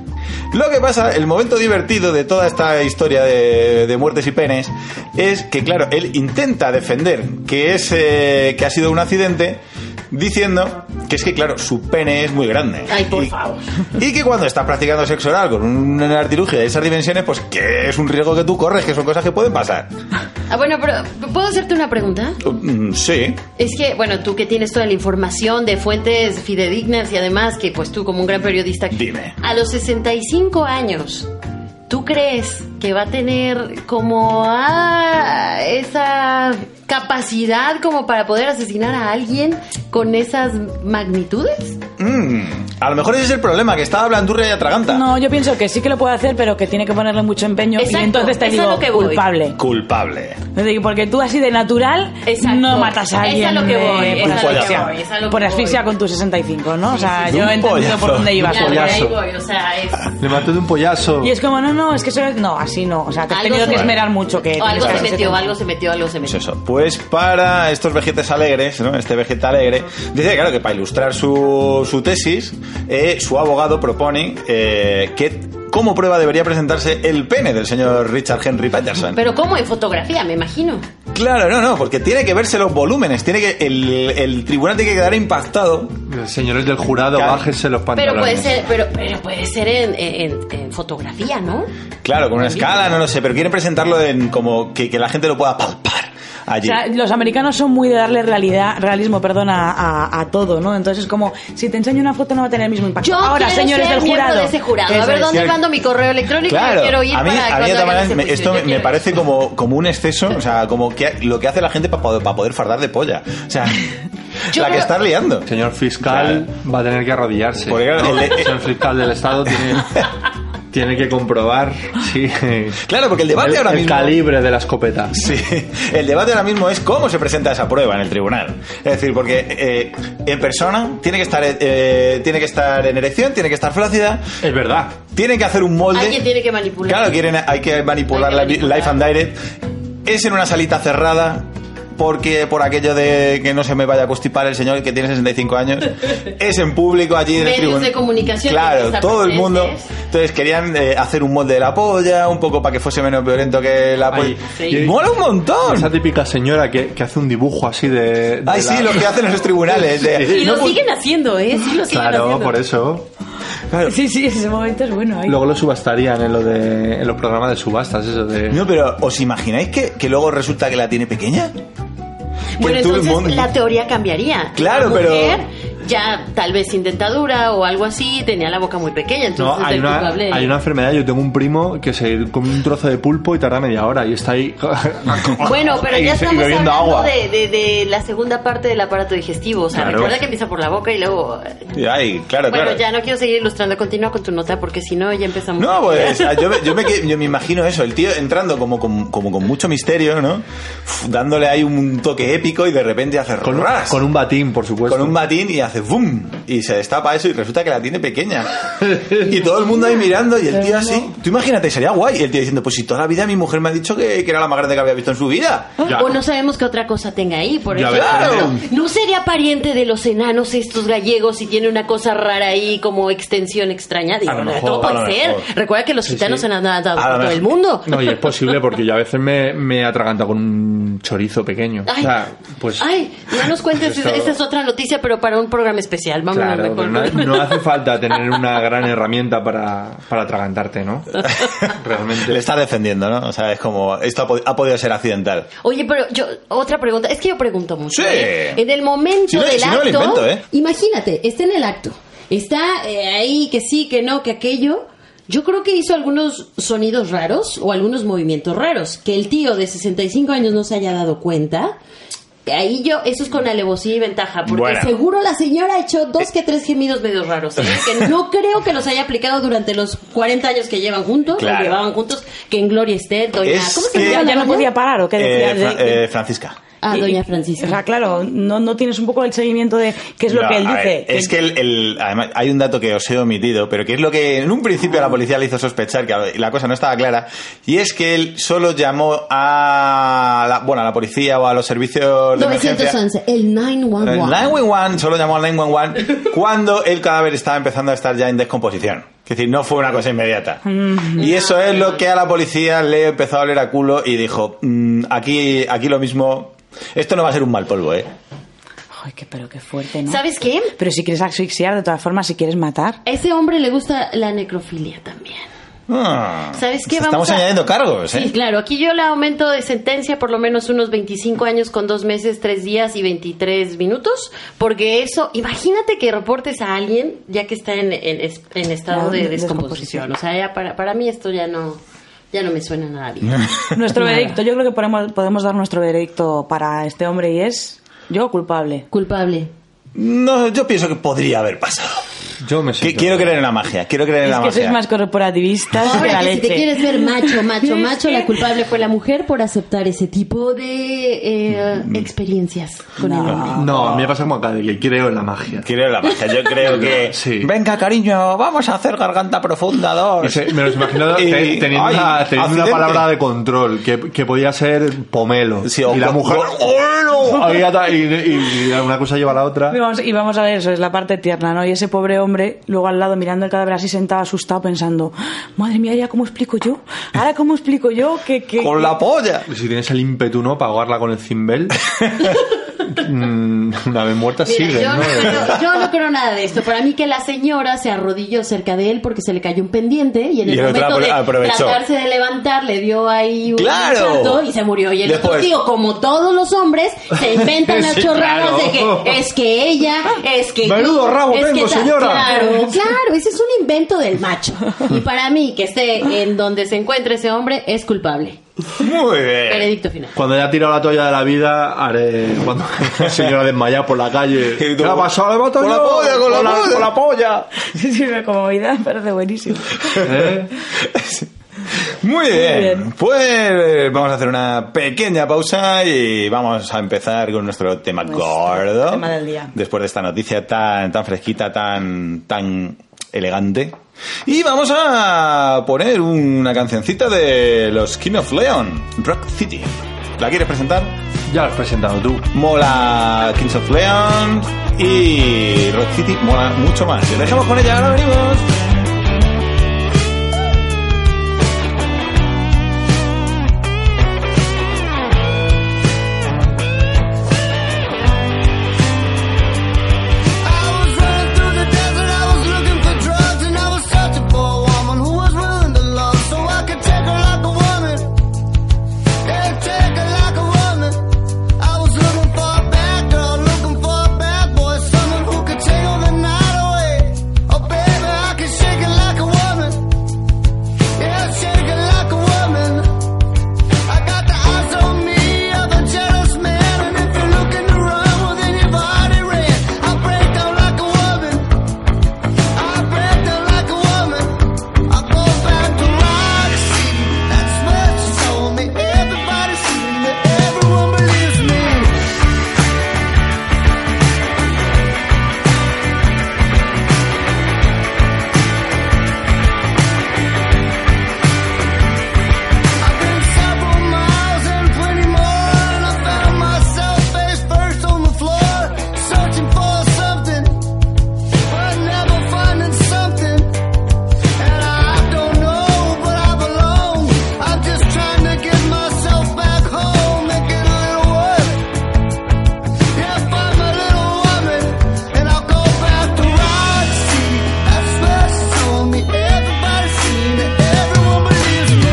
Speaker 3: Lo que pasa, el momento divertido de toda esta historia de, de muertes y penes es que, claro, él intenta defender que, es, eh, que ha sido un accidente diciendo que es que, claro, su pene es muy grande.
Speaker 6: Ay, por
Speaker 3: Y-
Speaker 6: favor.
Speaker 3: y que cuando estás practicando sexo oral con un artilugio de esas dimensiones, pues que es un riesgo que tú corres, que son cosas que pueden pasar.
Speaker 6: Ah, bueno, pero ¿puedo hacerte una pregunta?
Speaker 3: Mm, Sí.
Speaker 6: Es que, bueno, tú que tienes toda la información de fuentes fidedignas y además que, pues tú como un gran periodista...
Speaker 3: Dime.
Speaker 6: A los 65 años, ¿tú crees que va a tener como ah, esa capacidad como para poder asesinar a alguien con esas magnitudes?
Speaker 3: Mm, A lo mejor ese es el problema, que está blandurria y atraganta.
Speaker 5: No, yo pienso que sí que lo puede hacer, pero que tiene que ponerle mucho empeño
Speaker 6: Exacto,
Speaker 5: y entonces te
Speaker 6: eso es
Speaker 5: digo
Speaker 6: lo que voy.
Speaker 5: culpable.
Speaker 3: Culpable.
Speaker 5: Es decir, Porque tú así de natural
Speaker 6: Exacto.
Speaker 5: no matas a
Speaker 6: Es a
Speaker 5: alguien
Speaker 6: lo que
Speaker 5: de-
Speaker 6: voy, es
Speaker 5: por
Speaker 3: a lo que
Speaker 5: asfixia,
Speaker 6: voy, es a lo que
Speaker 5: por asfixia
Speaker 6: voy.
Speaker 5: con tus 65, ¿no? O sea,
Speaker 3: sí.
Speaker 5: yo
Speaker 3: Un
Speaker 5: he entendido
Speaker 3: pollazo.
Speaker 5: por dónde ibas.
Speaker 6: Ya,
Speaker 4: Un
Speaker 6: de ahí
Speaker 4: pollazo.
Speaker 6: voy, o sea, es...
Speaker 4: Le maté de un pollazo.
Speaker 5: Y es como, no, no, es que eso no, así no. O sea, te has
Speaker 6: Algo
Speaker 5: tenido que
Speaker 6: se-
Speaker 5: esmerar mucho. Que
Speaker 6: O
Speaker 5: tienes
Speaker 6: algo se
Speaker 5: casi
Speaker 6: metió,
Speaker 5: 70.
Speaker 6: algo se metió, algo se
Speaker 3: Pues
Speaker 6: metió.
Speaker 3: eso. Pues para estos vejetes alegres, ¿no? Este vejete alegre, dice que, claro, que para ilustrar su, su tesis, eh, su abogado propone eh, que como prueba debería presentarse el pene del señor Richard Henry Patterson.
Speaker 6: Pero ¿cómo? En fotografía, me imagino.
Speaker 3: Claro, no, no, porque tiene que verse los volúmenes, tiene que el, el tribunal tiene que quedar impactado.
Speaker 4: Señores del jurado,
Speaker 3: Claro.
Speaker 4: bájense los pantalones.
Speaker 6: Pero puede ser, pero, pero puede ser en, en- en fotografía, ¿no?
Speaker 3: Claro, con una escala, no lo sé, pero quieren presentarlo en como que, que la gente lo pueda palpar
Speaker 5: O
Speaker 3: allí.
Speaker 5: sea, los americanos son muy de darle realidad, realismo, perdón, a, a- a todo, ¿no? Entonces es como, si te enseño una foto no va a tener el mismo impacto.
Speaker 6: Yo
Speaker 5: Ahora,
Speaker 6: quiero
Speaker 5: señores
Speaker 6: ser
Speaker 5: del
Speaker 6: miembro
Speaker 5: jurado.
Speaker 6: de ese jurado. A
Speaker 5: Eso
Speaker 6: ver
Speaker 5: es.
Speaker 6: dónde
Speaker 3: Claro.
Speaker 6: mando mi correo electrónico. Yo
Speaker 3: Claro,
Speaker 6: quiero ir
Speaker 3: a mí,
Speaker 6: para
Speaker 3: a mí de
Speaker 6: cuando
Speaker 3: todas
Speaker 6: hagan
Speaker 3: maneras,
Speaker 6: ese
Speaker 3: me-
Speaker 6: juicio.
Speaker 3: esto
Speaker 6: Yo
Speaker 3: me, me
Speaker 6: quiero ir.
Speaker 3: parece como, como un exceso, o sea, como que lo que hace la gente para poder, para poder fardar de polla. O sea,
Speaker 6: Yo
Speaker 3: la que
Speaker 6: creo-
Speaker 3: estás liando.
Speaker 4: El señor fiscal va a tener que arrodillarse.
Speaker 3: Porque, claro,
Speaker 4: ¿no?
Speaker 3: el-
Speaker 4: El señor fiscal del Estado tiene, tiene que comprobar sí,
Speaker 3: Claro, porque el debate
Speaker 4: el,
Speaker 3: ahora
Speaker 4: el
Speaker 3: mismo...
Speaker 4: calibre de la escopeta.
Speaker 3: Sí, el debate ahora mismo es cómo se presenta esa prueba en el tribunal. Es decir, porque eh, en persona tiene que estar eh, tiene que estar en erección, tiene que estar flácida,
Speaker 4: Es verdad.
Speaker 3: tienen que hacer un molde.
Speaker 6: Alguien tiene que manipular.
Speaker 3: Claro, quieren, hay que manipular
Speaker 6: Hay que
Speaker 3: la-
Speaker 6: manipular.
Speaker 3: Life and Direct. Es en una salita cerrada. porque por aquello de que no se me vaya a constipar el señor que tiene 65 años, es en público allí en el
Speaker 6: Medios
Speaker 3: tribunal.
Speaker 6: de comunicación tienen que
Speaker 3: Claro,
Speaker 6: estar
Speaker 3: todo el mundo.
Speaker 6: presentes.
Speaker 3: Entonces querían eh, hacer un molde de la polla, un poco para que fuese menos violento que la polla.
Speaker 4: Ay, sí.
Speaker 3: ¡Mola un
Speaker 4: Esa
Speaker 3: montón!
Speaker 4: típica señora que, que hace un dibujo así de. de
Speaker 3: Ay, sí, lo
Speaker 4: la-
Speaker 3: que hacen en esos tribunales. eh. de-
Speaker 6: Y
Speaker 3: no pues-
Speaker 6: lo
Speaker 3: pu-
Speaker 6: siguen haciendo, ¿eh? Sí, lo siguen
Speaker 4: Claro,
Speaker 6: haciendo.
Speaker 4: por eso.
Speaker 3: claro.
Speaker 5: Sí, sí, ese momento es bueno ahí.
Speaker 4: Luego lo subastarían en, lo de, en los programas de subastas, eso de.
Speaker 3: No, pero ¿os imagináis que, que luego resulta que la tiene pequeña?
Speaker 6: Bueno,
Speaker 3: Que todo el
Speaker 6: entonces
Speaker 3: mundo-
Speaker 6: la teoría cambiaría.
Speaker 3: Claro,
Speaker 6: La
Speaker 3: pero-
Speaker 6: mujer ya tal vez sin dentadura o algo así, tenía la boca muy pequeña, entonces
Speaker 4: No, hay
Speaker 6: el
Speaker 4: una,
Speaker 6: culpable-
Speaker 4: hay una enfermedad. Yo tengo un primo que se come un trozo de pulpo y tarda media hora y está ahí.
Speaker 6: Bueno, pero
Speaker 4: y- y
Speaker 6: ya estamos
Speaker 4: bebiendo
Speaker 6: hablando
Speaker 4: agua.
Speaker 6: De, de- de la segunda parte del aparato digestivo. O sea,
Speaker 4: Claro.
Speaker 6: recuerda que empieza por la boca y luego...
Speaker 3: Ay, claro,
Speaker 6: Bueno,
Speaker 3: claro.
Speaker 6: ya no quiero seguir ilustrando. Continúa con tu nota porque si no ya empezamos...
Speaker 3: No, pues yo, me- yo me, que- yo me imagino eso, el tío entrando como, con- como, con mucho misterio, ¿no? Uf, dándole ahí un toque épico y de repente hace
Speaker 4: Con, un-
Speaker 3: ras,
Speaker 4: con un batín, por supuesto.
Speaker 3: con un batín y hace boom y se destapa eso y resulta que la tiene pequeña. Y todo el mundo ahí mirando y el tío así. Tú imagínate, sería guay. Y el tío diciendo, pues si toda la vida mi mujer me ha dicho que, que era la más grande que había visto en su vida.
Speaker 4: Ya.
Speaker 6: O no sabemos qué otra cosa tenga ahí, por
Speaker 4: Ya
Speaker 6: ejemplo.
Speaker 3: ves, claro.
Speaker 6: ¿No sería pariente de los enanos estos gallegos y tiene una cosa rara ahí como extensión extraña? Digo,
Speaker 3: A lo
Speaker 6: no,
Speaker 3: mejor,
Speaker 6: todo
Speaker 3: a lo
Speaker 6: puede ser.
Speaker 3: mejor.
Speaker 6: Recuerda que los gitanos
Speaker 4: sí.
Speaker 6: se han dado
Speaker 3: A lo
Speaker 6: por todo
Speaker 3: mejor.
Speaker 6: el mundo.
Speaker 4: No, y es posible porque yo a veces me, me atraganta con un chorizo pequeño.
Speaker 6: Ay,
Speaker 4: o sea, pues.
Speaker 6: ay, no nos cuentes,
Speaker 4: esto-
Speaker 6: esa es otra noticia, pero para un programa especial. Vamos
Speaker 4: Claro,
Speaker 6: a mejor.
Speaker 4: pero no, no hace falta tener una gran herramienta para, para atragantarte, ¿no? Realmente.
Speaker 3: Le está defendiendo, ¿no? O sea, es como, esto ha, pod- ha podido ser accidental.
Speaker 6: Oye, pero yo, otra pregunta, es que yo pregunto mucho.
Speaker 3: Sí.
Speaker 6: ¿eh? En el momento
Speaker 3: Si no-
Speaker 6: del
Speaker 3: si no me
Speaker 6: acto,
Speaker 3: lo invento, ¿eh?
Speaker 6: imagínate, está en el acto, está eh, ahí que sí, que no, que aquello. Yo creo que hizo algunos sonidos raros o algunos movimientos raros. Que el tío de 65 años no se haya dado cuenta. que Ahí yo, eso es con alevosía y ventaja, porque
Speaker 3: Bueno. Eh.
Speaker 6: seguro la señora ha hecho dos que tres gemidos medio raros, ¿eh? que no creo que los haya aplicado durante los 40 años que llevan juntos,
Speaker 3: Claro.
Speaker 6: que llevaban juntos, que en Gloria Esther, doña...
Speaker 3: Es
Speaker 6: ¿Cómo se
Speaker 3: que-
Speaker 5: Ya,
Speaker 6: llama?
Speaker 5: ya no
Speaker 6: doña?
Speaker 5: podía parar o qué decía.
Speaker 3: Eh,
Speaker 5: De-
Speaker 3: Fra-
Speaker 5: de-
Speaker 3: eh, Francisca.
Speaker 6: Ah,
Speaker 5: y-
Speaker 6: doña
Speaker 5: O sea,
Speaker 6: Francisca.
Speaker 5: claro, no, no tienes un poco el seguimiento de qué es lo
Speaker 3: No,
Speaker 5: que él
Speaker 3: a
Speaker 5: dice.
Speaker 3: ver, es que el, el- además hay un dato que os he omitido, pero que es lo que en un principio a la policía le hizo sospechar, que la cosa no estaba clara, y es que él solo llamó a la, bueno, a la policía o a los servicios de emergencia. Eh,
Speaker 8: 911, el 911.
Speaker 3: El 911 solo llamó al 911 cuando el cadáver estaba empezando a estar ya en descomposición. Es decir, no fue una cosa inmediata.
Speaker 5: Mm.
Speaker 3: Y eso es lo que a la policía le empezó a oler a culo y dijo, "Mm, aquí, aquí lo mismo, esto no va a ser un mal polvo, ¿eh?
Speaker 5: Ay, qué, pero qué fuerte, ¿no?
Speaker 6: ¿Sabes qué?
Speaker 5: Pero si quieres asfixiar, de todas formas, si quieres matar.
Speaker 6: A ese hombre le gusta la necrofilia también.
Speaker 3: Ah,
Speaker 6: ¿Sabes qué?
Speaker 3: Estamos
Speaker 6: Vamos a-
Speaker 3: añadiendo cargos, ¿eh?
Speaker 6: Sí, claro, aquí yo le aumento de sentencia por lo menos unos 25 años con dos meses, tres días y 23 minutos, porque eso, imagínate que reportes a alguien ya que está en, en- es- en estado
Speaker 5: Claro,
Speaker 6: de
Speaker 5: de
Speaker 6: descomposición.
Speaker 5: descomposición.
Speaker 6: O sea, ya para, para mí esto ya no, ya no me suena nada bien.
Speaker 5: Nuestro veredicto, yo creo que podemos, podemos dar nuestro veredicto para este hombre y es yo culpable.
Speaker 6: Culpable.
Speaker 3: No, yo pienso que podría haber pasado.
Speaker 4: Yo me
Speaker 3: Que-
Speaker 4: siento.
Speaker 3: quiero creer en la magia, quiero creer en
Speaker 5: Es
Speaker 3: la
Speaker 5: que
Speaker 3: magia.
Speaker 5: sois más corporativistas que
Speaker 8: Ahora
Speaker 5: la
Speaker 8: que si te
Speaker 5: leche.
Speaker 8: quieres ver macho, macho, macho, la culpable fue la mujer por aceptar ese tipo
Speaker 6: Tipo de eh, experiencias con el hombre.
Speaker 4: No, a mí me pasa como acá, de que creo en la magia.
Speaker 3: Creo en la magia, yo creo que...
Speaker 4: Sí.
Speaker 3: Venga, cariño, vamos a hacer garganta profunda
Speaker 4: No
Speaker 3: 2.
Speaker 4: sé, me los imagino
Speaker 3: Y-
Speaker 4: te- teniendo,
Speaker 3: ay,
Speaker 4: una, teniendo una
Speaker 3: accidente.
Speaker 4: palabra de control que, que podía ser pomelo.
Speaker 3: Sí, o
Speaker 4: y la
Speaker 3: co-
Speaker 4: mujer.
Speaker 3: co-
Speaker 4: Ahí ata- y, y- y una cosa lleva a la otra.
Speaker 5: Y vamos, y vamos a ver, eso es la parte tierna, ¿no? Y ese pobre hombre, luego al lado, mirando el cadáver así sentado, asustado, pensando, madre mía, ¿ya cómo explico yo? ¿Ahora cómo explico yo que...? que
Speaker 3: Con la polla.
Speaker 4: Si tienes el ímpetu, ¿no? Para ahogarla con el cimbel. Mm, una vez muerta
Speaker 6: Mira,
Speaker 4: sigue,
Speaker 6: yo,
Speaker 4: ¿no?
Speaker 6: no creo, yo no creo nada de esto. Para mí que la señora se arrodilló cerca de él porque se le cayó un pendiente y en
Speaker 3: Y
Speaker 6: el,
Speaker 3: el otro
Speaker 6: momento de
Speaker 3: apro- aprovechó.
Speaker 6: tratarse de levantar le dio ahí un
Speaker 3: ¡Claro!
Speaker 6: salto y se murió. Y el otro
Speaker 3: Después.
Speaker 6: tío, como todos los hombres, se inventan las
Speaker 4: Sí,
Speaker 6: chorradas
Speaker 4: claro.
Speaker 6: de que es que ella, es que
Speaker 4: Menudo
Speaker 6: yo,
Speaker 4: rabo
Speaker 6: es que
Speaker 4: tengo,
Speaker 6: tal".
Speaker 4: señora.
Speaker 6: Claro, claro, ese es un invento del macho. Y para mí que esté en donde se encuentre ese hombre es culpable.
Speaker 3: Muy bien.
Speaker 6: Veredicto final.
Speaker 4: Cuando haya tirado la toalla de la vida, haré. Cuando la señora desmayada por la calle.
Speaker 3: Y tú,
Speaker 4: ¿Qué ha pasado? ¿Le he matado
Speaker 3: con la
Speaker 4: yo?
Speaker 3: polla, con la polla.
Speaker 4: con la polla.
Speaker 5: Sí, sí, me como vida, me parece buenísimo.
Speaker 4: ¿Eh?
Speaker 3: Muy bien.
Speaker 5: bien.
Speaker 3: Pues vamos a hacer una pequeña pausa y vamos a empezar con nuestro tema
Speaker 5: Nuestro
Speaker 3: gordo.
Speaker 5: tema del día.
Speaker 3: Después de esta noticia tan, tan fresquita, tan, tan elegante. Y vamos a poner una cancioncita de los King of Leon, Rock City. ¿La quieres presentar?
Speaker 4: Ya lo has presentado tú.
Speaker 3: Mola Kings of Leon y Rock City mola mucho más. Os dejamos con ella, ahora venimos.
Speaker 9: I was running through the desert, I was looking for drugs, and I was searching for a woman who was willing to love, so I could take her like a woman. Yeah, take her like a woman. I was looking for a bad girl, looking for a bad boy, someone who could take all the night away. Oh baby, I can shake it like a woman. Yeah, shake it like a woman. I got the eyes on me of a jealous man, and if you're looking to run, well then you've already ran. I break down like a woman. I break down like a woman. I go back to rock city. That's what she told me. Everybody's seeing me. Everyone believes me. I've been several miles and plenty more, and I found myself face first on the floor, searching for something, but never finding something. And I don't know where I belong. I'm just trying to get myself back home, make it a little work. Yeah, find my little woman, and I'll go back to Roxy. That's where she told me everybody's seen it, everyone believes me.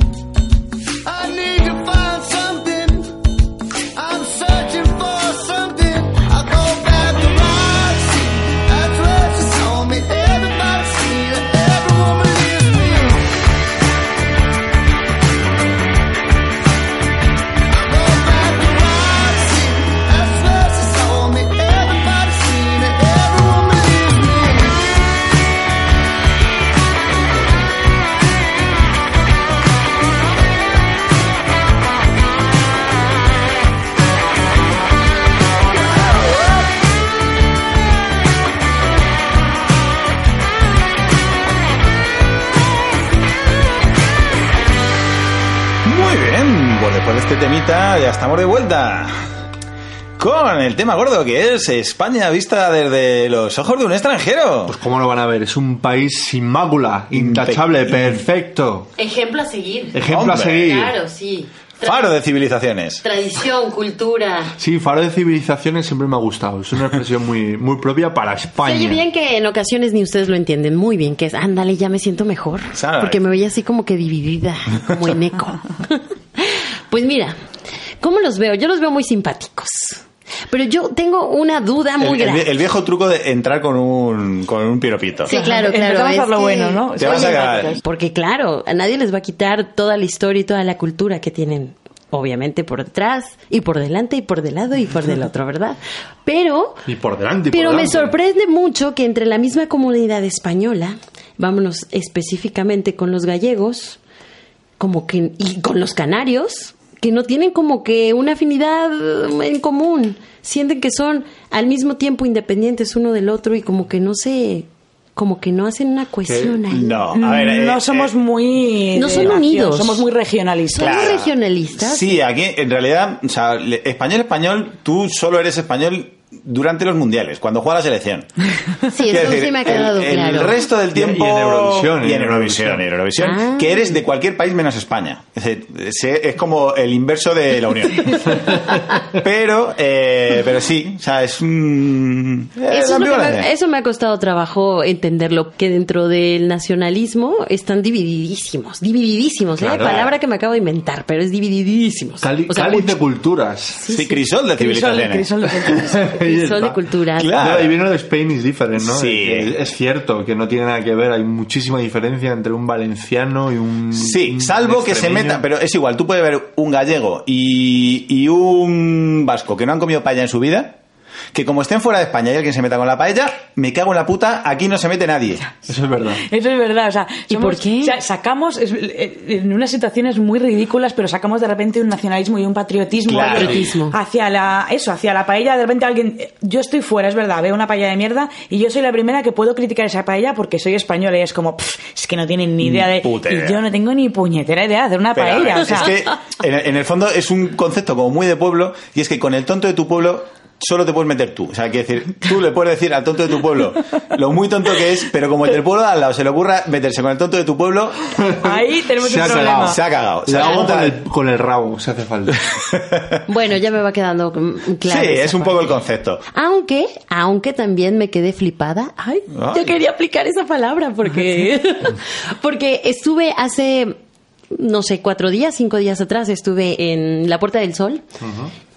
Speaker 9: I need to find something. I'm searching for something. I go back to Roxy. That's where she told me everybody's seen it. Everyone believes me. I go back to Roxy. That's where she told me everybody's seen it. Everyone believes me.
Speaker 3: Muy bien, pues después de este temita ya estamos de vuelta. Con el tema gordo que es España vista desde los ojos de un extranjero.
Speaker 4: Pues cómo lo van a ver, es un país sin mácula, intachable,
Speaker 3: Impe-
Speaker 4: perfecto.
Speaker 6: Ejemplo a seguir.
Speaker 4: Ejemplo a
Speaker 3: Hombre.
Speaker 4: seguir.
Speaker 6: Claro, sí. Tra-
Speaker 3: Faro de civilizaciones.
Speaker 6: Tradición, cultura.
Speaker 4: Sí, faro de civilizaciones siempre me ha gustado. Es una expresión muy, muy propia para
Speaker 6: Se
Speaker 4: España.
Speaker 6: oye bien que en ocasiones ni ustedes lo entienden muy bien, que es, ándale, ya me siento mejor.
Speaker 3: Sabe.
Speaker 6: Porque me veía así como que dividida, como en eco. pues mira, ¿cómo los veo? Yo los veo muy simpáticos. Pero yo tengo una duda muy
Speaker 3: El, el
Speaker 6: grande.
Speaker 3: vie- el viejo truco de entrar con un, con un piropito.
Speaker 6: Sí, claro,
Speaker 5: Intentamos
Speaker 6: claro. es
Speaker 5: hacer lo
Speaker 6: que-
Speaker 5: bueno, ¿no?
Speaker 3: Te vas a
Speaker 5: Oye,
Speaker 3: cagar.
Speaker 5: Marcos,
Speaker 6: Porque claro, a nadie les va a quitar toda la historia y toda la cultura que tienen, obviamente, por detrás y por delante y por del lado y por del otro, ¿verdad? Pero
Speaker 4: Y por delante. y por
Speaker 6: Pero me
Speaker 4: delante.
Speaker 6: sorprende mucho que entre la misma comunidad española, vámonos específicamente con los gallegos, como que y con los canarios, que no tienen como que una afinidad eh, en común, sienten que son al mismo tiempo independientes uno del otro y como que no se como que no hacen una cohesión ahí.
Speaker 3: No, a ver. eh,
Speaker 5: no
Speaker 3: eh,
Speaker 5: somos muy.
Speaker 6: No
Speaker 5: de
Speaker 6: son
Speaker 5: nación,
Speaker 6: unidos.
Speaker 5: Somos muy regionalistas.
Speaker 6: Claro. ¿Somos regionalistas?
Speaker 3: Sí, aquí en realidad, o sea, le- español, español, tú solo eres español durante los mundiales, cuando juega la selección.
Speaker 6: Sí,
Speaker 3: Quiero
Speaker 6: eso
Speaker 3: decir,
Speaker 6: sí me ha
Speaker 3: el-
Speaker 6: quedado
Speaker 3: el,
Speaker 6: claro.
Speaker 3: resto del tiempo.
Speaker 4: Y en Eurovisión,
Speaker 3: Y en
Speaker 4: en
Speaker 3: Eurovisión, y en Eurovisión,
Speaker 6: Ah.
Speaker 3: Que eres de cualquier país menos España. Es, decir, se- es como el inverso de la Unión. pero, eh, pero sí, o sea, es un. eh,
Speaker 6: Eso,
Speaker 3: la
Speaker 6: es lo que
Speaker 3: ambivalencia.
Speaker 6: me, eso me ha costado trabajo entenderlo, que dentro del nacionalismo están divididísimos, divididísimos.
Speaker 4: Claro.
Speaker 6: Es la palabra que me acabo de inventar, pero es divididísimos.
Speaker 4: Cali-
Speaker 6: O sea,
Speaker 4: cáliz
Speaker 6: mucho.
Speaker 4: de culturas.
Speaker 3: Sí, crisol de
Speaker 5: Crisol,
Speaker 3: civilizaciones.
Speaker 5: crisol de culturas.
Speaker 4: Ahí
Speaker 6: Son
Speaker 4: está.
Speaker 6: ¿eh? de culturas.
Speaker 3: Claro.
Speaker 4: No, y vino de Spain is different, ¿no?
Speaker 3: Sí.
Speaker 4: Es, es cierto que no tiene nada que ver, hay muchísima diferencia entre un valenciano y un.
Speaker 3: Sí,
Speaker 4: un
Speaker 3: salvo que se
Speaker 4: Mm, extremeño.
Speaker 3: meta, pero es igual, tú puedes ver un gallego y, y un vasco que no han comido paella en su vida Que como estén fuera de España y alguien se meta con la paella, me cago en la puta, aquí no se mete nadie.
Speaker 4: Eso es verdad.
Speaker 5: Eso es verdad, o sea,
Speaker 10: ¿Y
Speaker 5: somos-
Speaker 10: por qué?
Speaker 5: o sea, sacamos es- eh, en unas situaciones muy ridículas, pero sacamos de repente un nacionalismo y un patriotismo,
Speaker 3: Claro.
Speaker 5: hacia-
Speaker 10: Patriotismo.
Speaker 5: hacia la eso, hacia la paella, de repente alguien eh, yo estoy fuera, es verdad, veo una paella de mierda y yo soy la primera que puedo criticar esa paella porque soy española y es como, "Pff, es que no tienen ni idea de
Speaker 3: puta idea.
Speaker 5: y yo no tengo ni puñetera idea de hacer una
Speaker 3: Pero, a ver,
Speaker 5: paella, o sea,
Speaker 3: es que en, en el fondo es un concepto como muy de pueblo y es que con el tonto de tu pueblo solo te puedes meter tú. O sea, quiero decir, tú le puedes decir al tonto de tu pueblo lo muy tonto que es, pero como el del pueblo de al lado se le ocurra meterse con el tonto de tu pueblo,
Speaker 5: ahí tenemos
Speaker 4: Se
Speaker 5: un
Speaker 4: ha
Speaker 5: problema.
Speaker 4: cagado.
Speaker 3: se ha cagado. Se
Speaker 4: La
Speaker 3: ha
Speaker 4: hago
Speaker 3: cagado
Speaker 4: con
Speaker 3: tal.
Speaker 4: el, con el rabo, si hace falta.
Speaker 6: Bueno, ya me va quedando mm, claro.
Speaker 3: sí,
Speaker 6: esa
Speaker 3: es un poco el
Speaker 6: parte.
Speaker 3: concepto.
Speaker 6: Aunque, aunque también me quedé flipada. Ay,
Speaker 3: Ay.
Speaker 6: yo quería aplicar esa palabra porque, porque estuve hace, no sé, cuatro días, cinco días atrás, estuve en la Puerta del Sol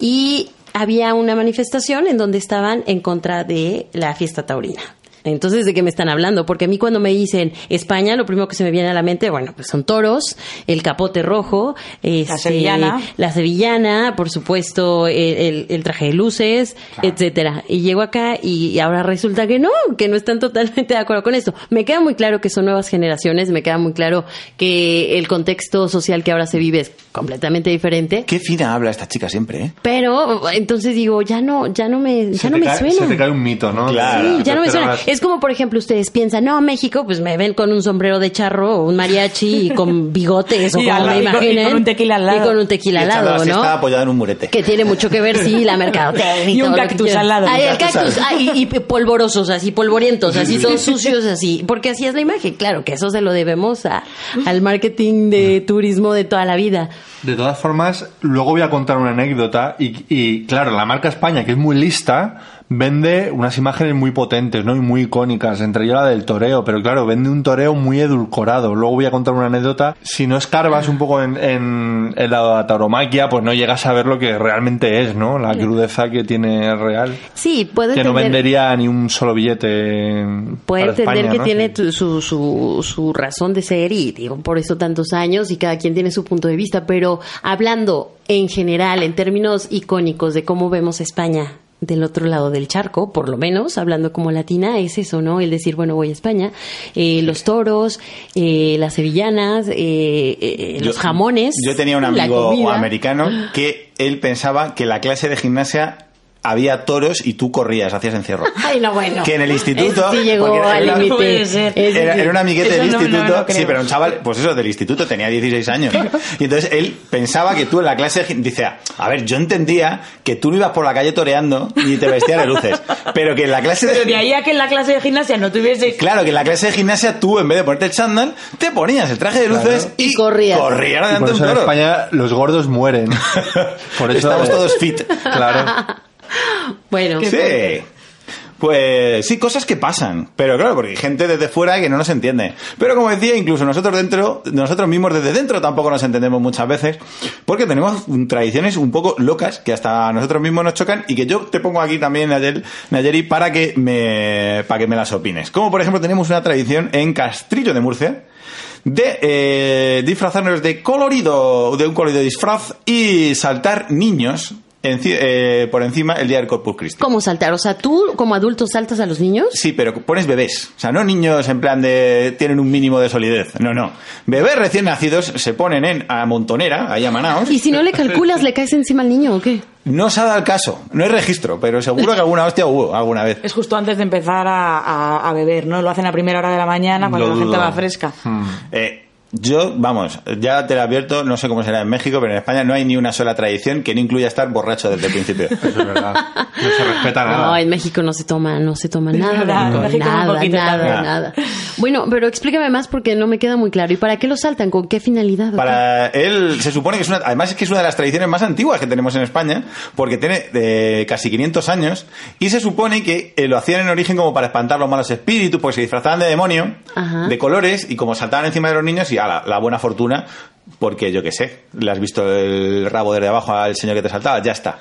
Speaker 6: y había una manifestación en donde estaban en contra de la fiesta taurina. Entonces, ¿de qué me están hablando? Porque a mí cuando me dicen España, lo primero que se me viene a la mente, bueno, pues son toros, el capote rojo, este,
Speaker 5: sevillana.
Speaker 6: la sevillana, por supuesto, el, el- el traje de luces, etcétera. Y llego acá y, y ahora resulta que no, que no están totalmente de acuerdo con esto. Me queda muy claro que son nuevas generaciones, me queda muy claro que el contexto social que ahora se vive es completamente diferente.
Speaker 3: Qué fina habla esta chica siempre, ¿eh?
Speaker 6: Pero entonces digo, ya no, ya no me, ya
Speaker 4: Se
Speaker 6: no
Speaker 4: te
Speaker 6: me
Speaker 4: cae-
Speaker 6: suena.
Speaker 4: Se te cae un mito, ¿no?
Speaker 3: Claro.
Speaker 6: Sí, ya no me
Speaker 4: Te
Speaker 6: suena.
Speaker 4: esperabas-
Speaker 6: Es como, por ejemplo, ustedes piensan, no, México, pues me ven con un sombrero de charro o un mariachi y con bigotes o
Speaker 5: Y
Speaker 6: como
Speaker 5: al-
Speaker 6: me
Speaker 5: y con- y con
Speaker 6: imaginen.
Speaker 5: un tequila al lado.
Speaker 6: Y con un tequila al
Speaker 3: Echando la
Speaker 6: lado,
Speaker 3: siesta
Speaker 6: ¿no?
Speaker 3: apoyada en un murete.
Speaker 6: Que tiene mucho que ver, sí, la mercadotecnia.
Speaker 5: Y un
Speaker 6: todo lo que
Speaker 5: cactus
Speaker 6: quieras.
Speaker 5: al lado.
Speaker 6: Ah,
Speaker 5: Un
Speaker 6: el cactus. Ah, y, y polvorosos, así, polvorientos, así, todos sucios, así. Porque así es la imagen. Claro que eso se lo debemos a- al marketing de turismo de toda la vida.
Speaker 4: De todas formas, luego voy a contar una anécdota y, y, claro, la marca España, que es muy lista, vende unas imágenes muy potentes, ¿no? Y muy icónicas, entre ellas la del toreo, pero claro, vende un toreo muy edulcorado. Luego voy a contar una anécdota. Si no escarbas un poco en, en, en la tauromaquia, pues no llegas a ver lo que realmente es, ¿no? La crudeza que tiene real.
Speaker 6: Sí, puedo
Speaker 4: Que no
Speaker 6: entender-
Speaker 4: vendería ni un solo billete. en-
Speaker 6: Puede
Speaker 4: para
Speaker 6: entender
Speaker 4: España,
Speaker 6: que
Speaker 4: ¿no?
Speaker 6: tiene
Speaker 4: Sí.
Speaker 6: tu- su, su, su razón de ser y digo, por eso tantos años y cada quien tiene su punto de vista, pero hablando en general, en términos icónicos de cómo vemos España del otro lado del charco, por lo menos, hablando como latina, es eso, ¿no? El decir, bueno, voy a España, eh, los toros, eh, las sevillanas, eh, eh, los
Speaker 3: Yo-
Speaker 6: jamones.
Speaker 3: Yo tenía un
Speaker 6: la
Speaker 3: amigo
Speaker 6: comida.
Speaker 3: americano que él pensaba que la clase de gimnasia había toros y tú corrías, hacías encierro.
Speaker 6: Ay, no, bueno.
Speaker 3: Que en el instituto-
Speaker 6: Ese sí llegó
Speaker 3: porque era-
Speaker 6: al
Speaker 3: era-
Speaker 6: límite.
Speaker 5: Puede ser.
Speaker 6: Ese
Speaker 3: Era,
Speaker 6: sí.
Speaker 3: era un amiguete
Speaker 5: Eso
Speaker 3: del
Speaker 5: no- no me lo
Speaker 3: instituto. sí,
Speaker 5: creo.
Speaker 3: pero un chaval, pues eso, del instituto, tenía 16 años. Y entonces él pensaba que tú en la clase. Dice, a ver, yo entendía que tú no ibas por la calle toreando ni te vestías de luces. Pero que en la clase de.
Speaker 5: De ahí a que en la clase de gimnasia no tuviese
Speaker 3: Claro, que en la clase de gimnasia tú, en vez de ponerte el chándal, te ponías el traje de luces
Speaker 4: Claro.
Speaker 3: y,
Speaker 6: Y corrías.
Speaker 3: corrías
Speaker 4: Y
Speaker 3: delante
Speaker 4: Por
Speaker 3: de un
Speaker 4: eso en
Speaker 3: toro.
Speaker 4: España los gordos mueren. Por eso
Speaker 3: Estamos todos fit.
Speaker 4: Claro.
Speaker 6: Bueno.
Speaker 3: Sí. Pues sí, cosas que pasan. Pero claro, porque hay gente desde fuera que no nos entiende. Pero como decía, incluso nosotros dentro, nosotros mismos desde dentro tampoco nos entendemos muchas veces, porque tenemos mm, tradiciones un poco locas que hasta a nosotros mismos nos chocan y que yo te pongo aquí también, Nayel- Nayeli, para que me, para que me las opines. Como por ejemplo tenemos una tradición en Castrillo de Murcia, de eh, disfrazarnos de colorido, de un colorido disfraz y saltar niños enci- eh, por encima el día del Corpus Christi.
Speaker 6: ¿Cómo saltar? O sea, tú como adulto saltas a los niños.
Speaker 3: Sí, pero pones bebés. O sea, no niños en plan de tienen un mínimo de solidez. No, no. Bebés recién nacidos se ponen en a montonera, ahí a Manaos.
Speaker 6: Y si no le calculas, le caes encima al niño o qué?
Speaker 3: No se ha dado el caso. No hay registro, pero seguro que alguna hostia hubo alguna vez.
Speaker 5: Es justo antes de empezar a, a- a beber, ¿no? Lo hacen a primera hora de la mañana cuando
Speaker 4: Lo
Speaker 5: la gente
Speaker 4: dudo.
Speaker 5: va fresca.
Speaker 4: Hmm.
Speaker 3: Eh, yo, vamos, ya te lo advierto, no sé cómo será en México, pero en España no hay ni una sola tradición que no incluya estar borracho desde el principio.
Speaker 4: Eso es verdad. No se respeta nada.
Speaker 6: No, en México no se toma, no se toma
Speaker 5: Es
Speaker 6: nada, de
Speaker 5: verdad, en
Speaker 6: alcohol,
Speaker 5: México un
Speaker 6: nada,
Speaker 5: poquito
Speaker 6: nada,
Speaker 3: también.
Speaker 6: nada. Bueno, pero explícame más porque no me queda muy claro. ¿Y para qué lo saltan? ¿Con qué finalidad? o qué?
Speaker 3: Para él se supone que es una, además es que es una de las tradiciones más antiguas que tenemos en España, porque tiene eh, casi 500 años y se supone que eh, lo hacían en origen como para espantar los malos espíritus, porque se disfrazaban de demonio,
Speaker 6: Ajá.
Speaker 3: de colores y como saltaban encima de los niños y a la, buena fortuna, porque yo qué sé, le has visto el rabo desde abajo al señor que te saltaba, ya está.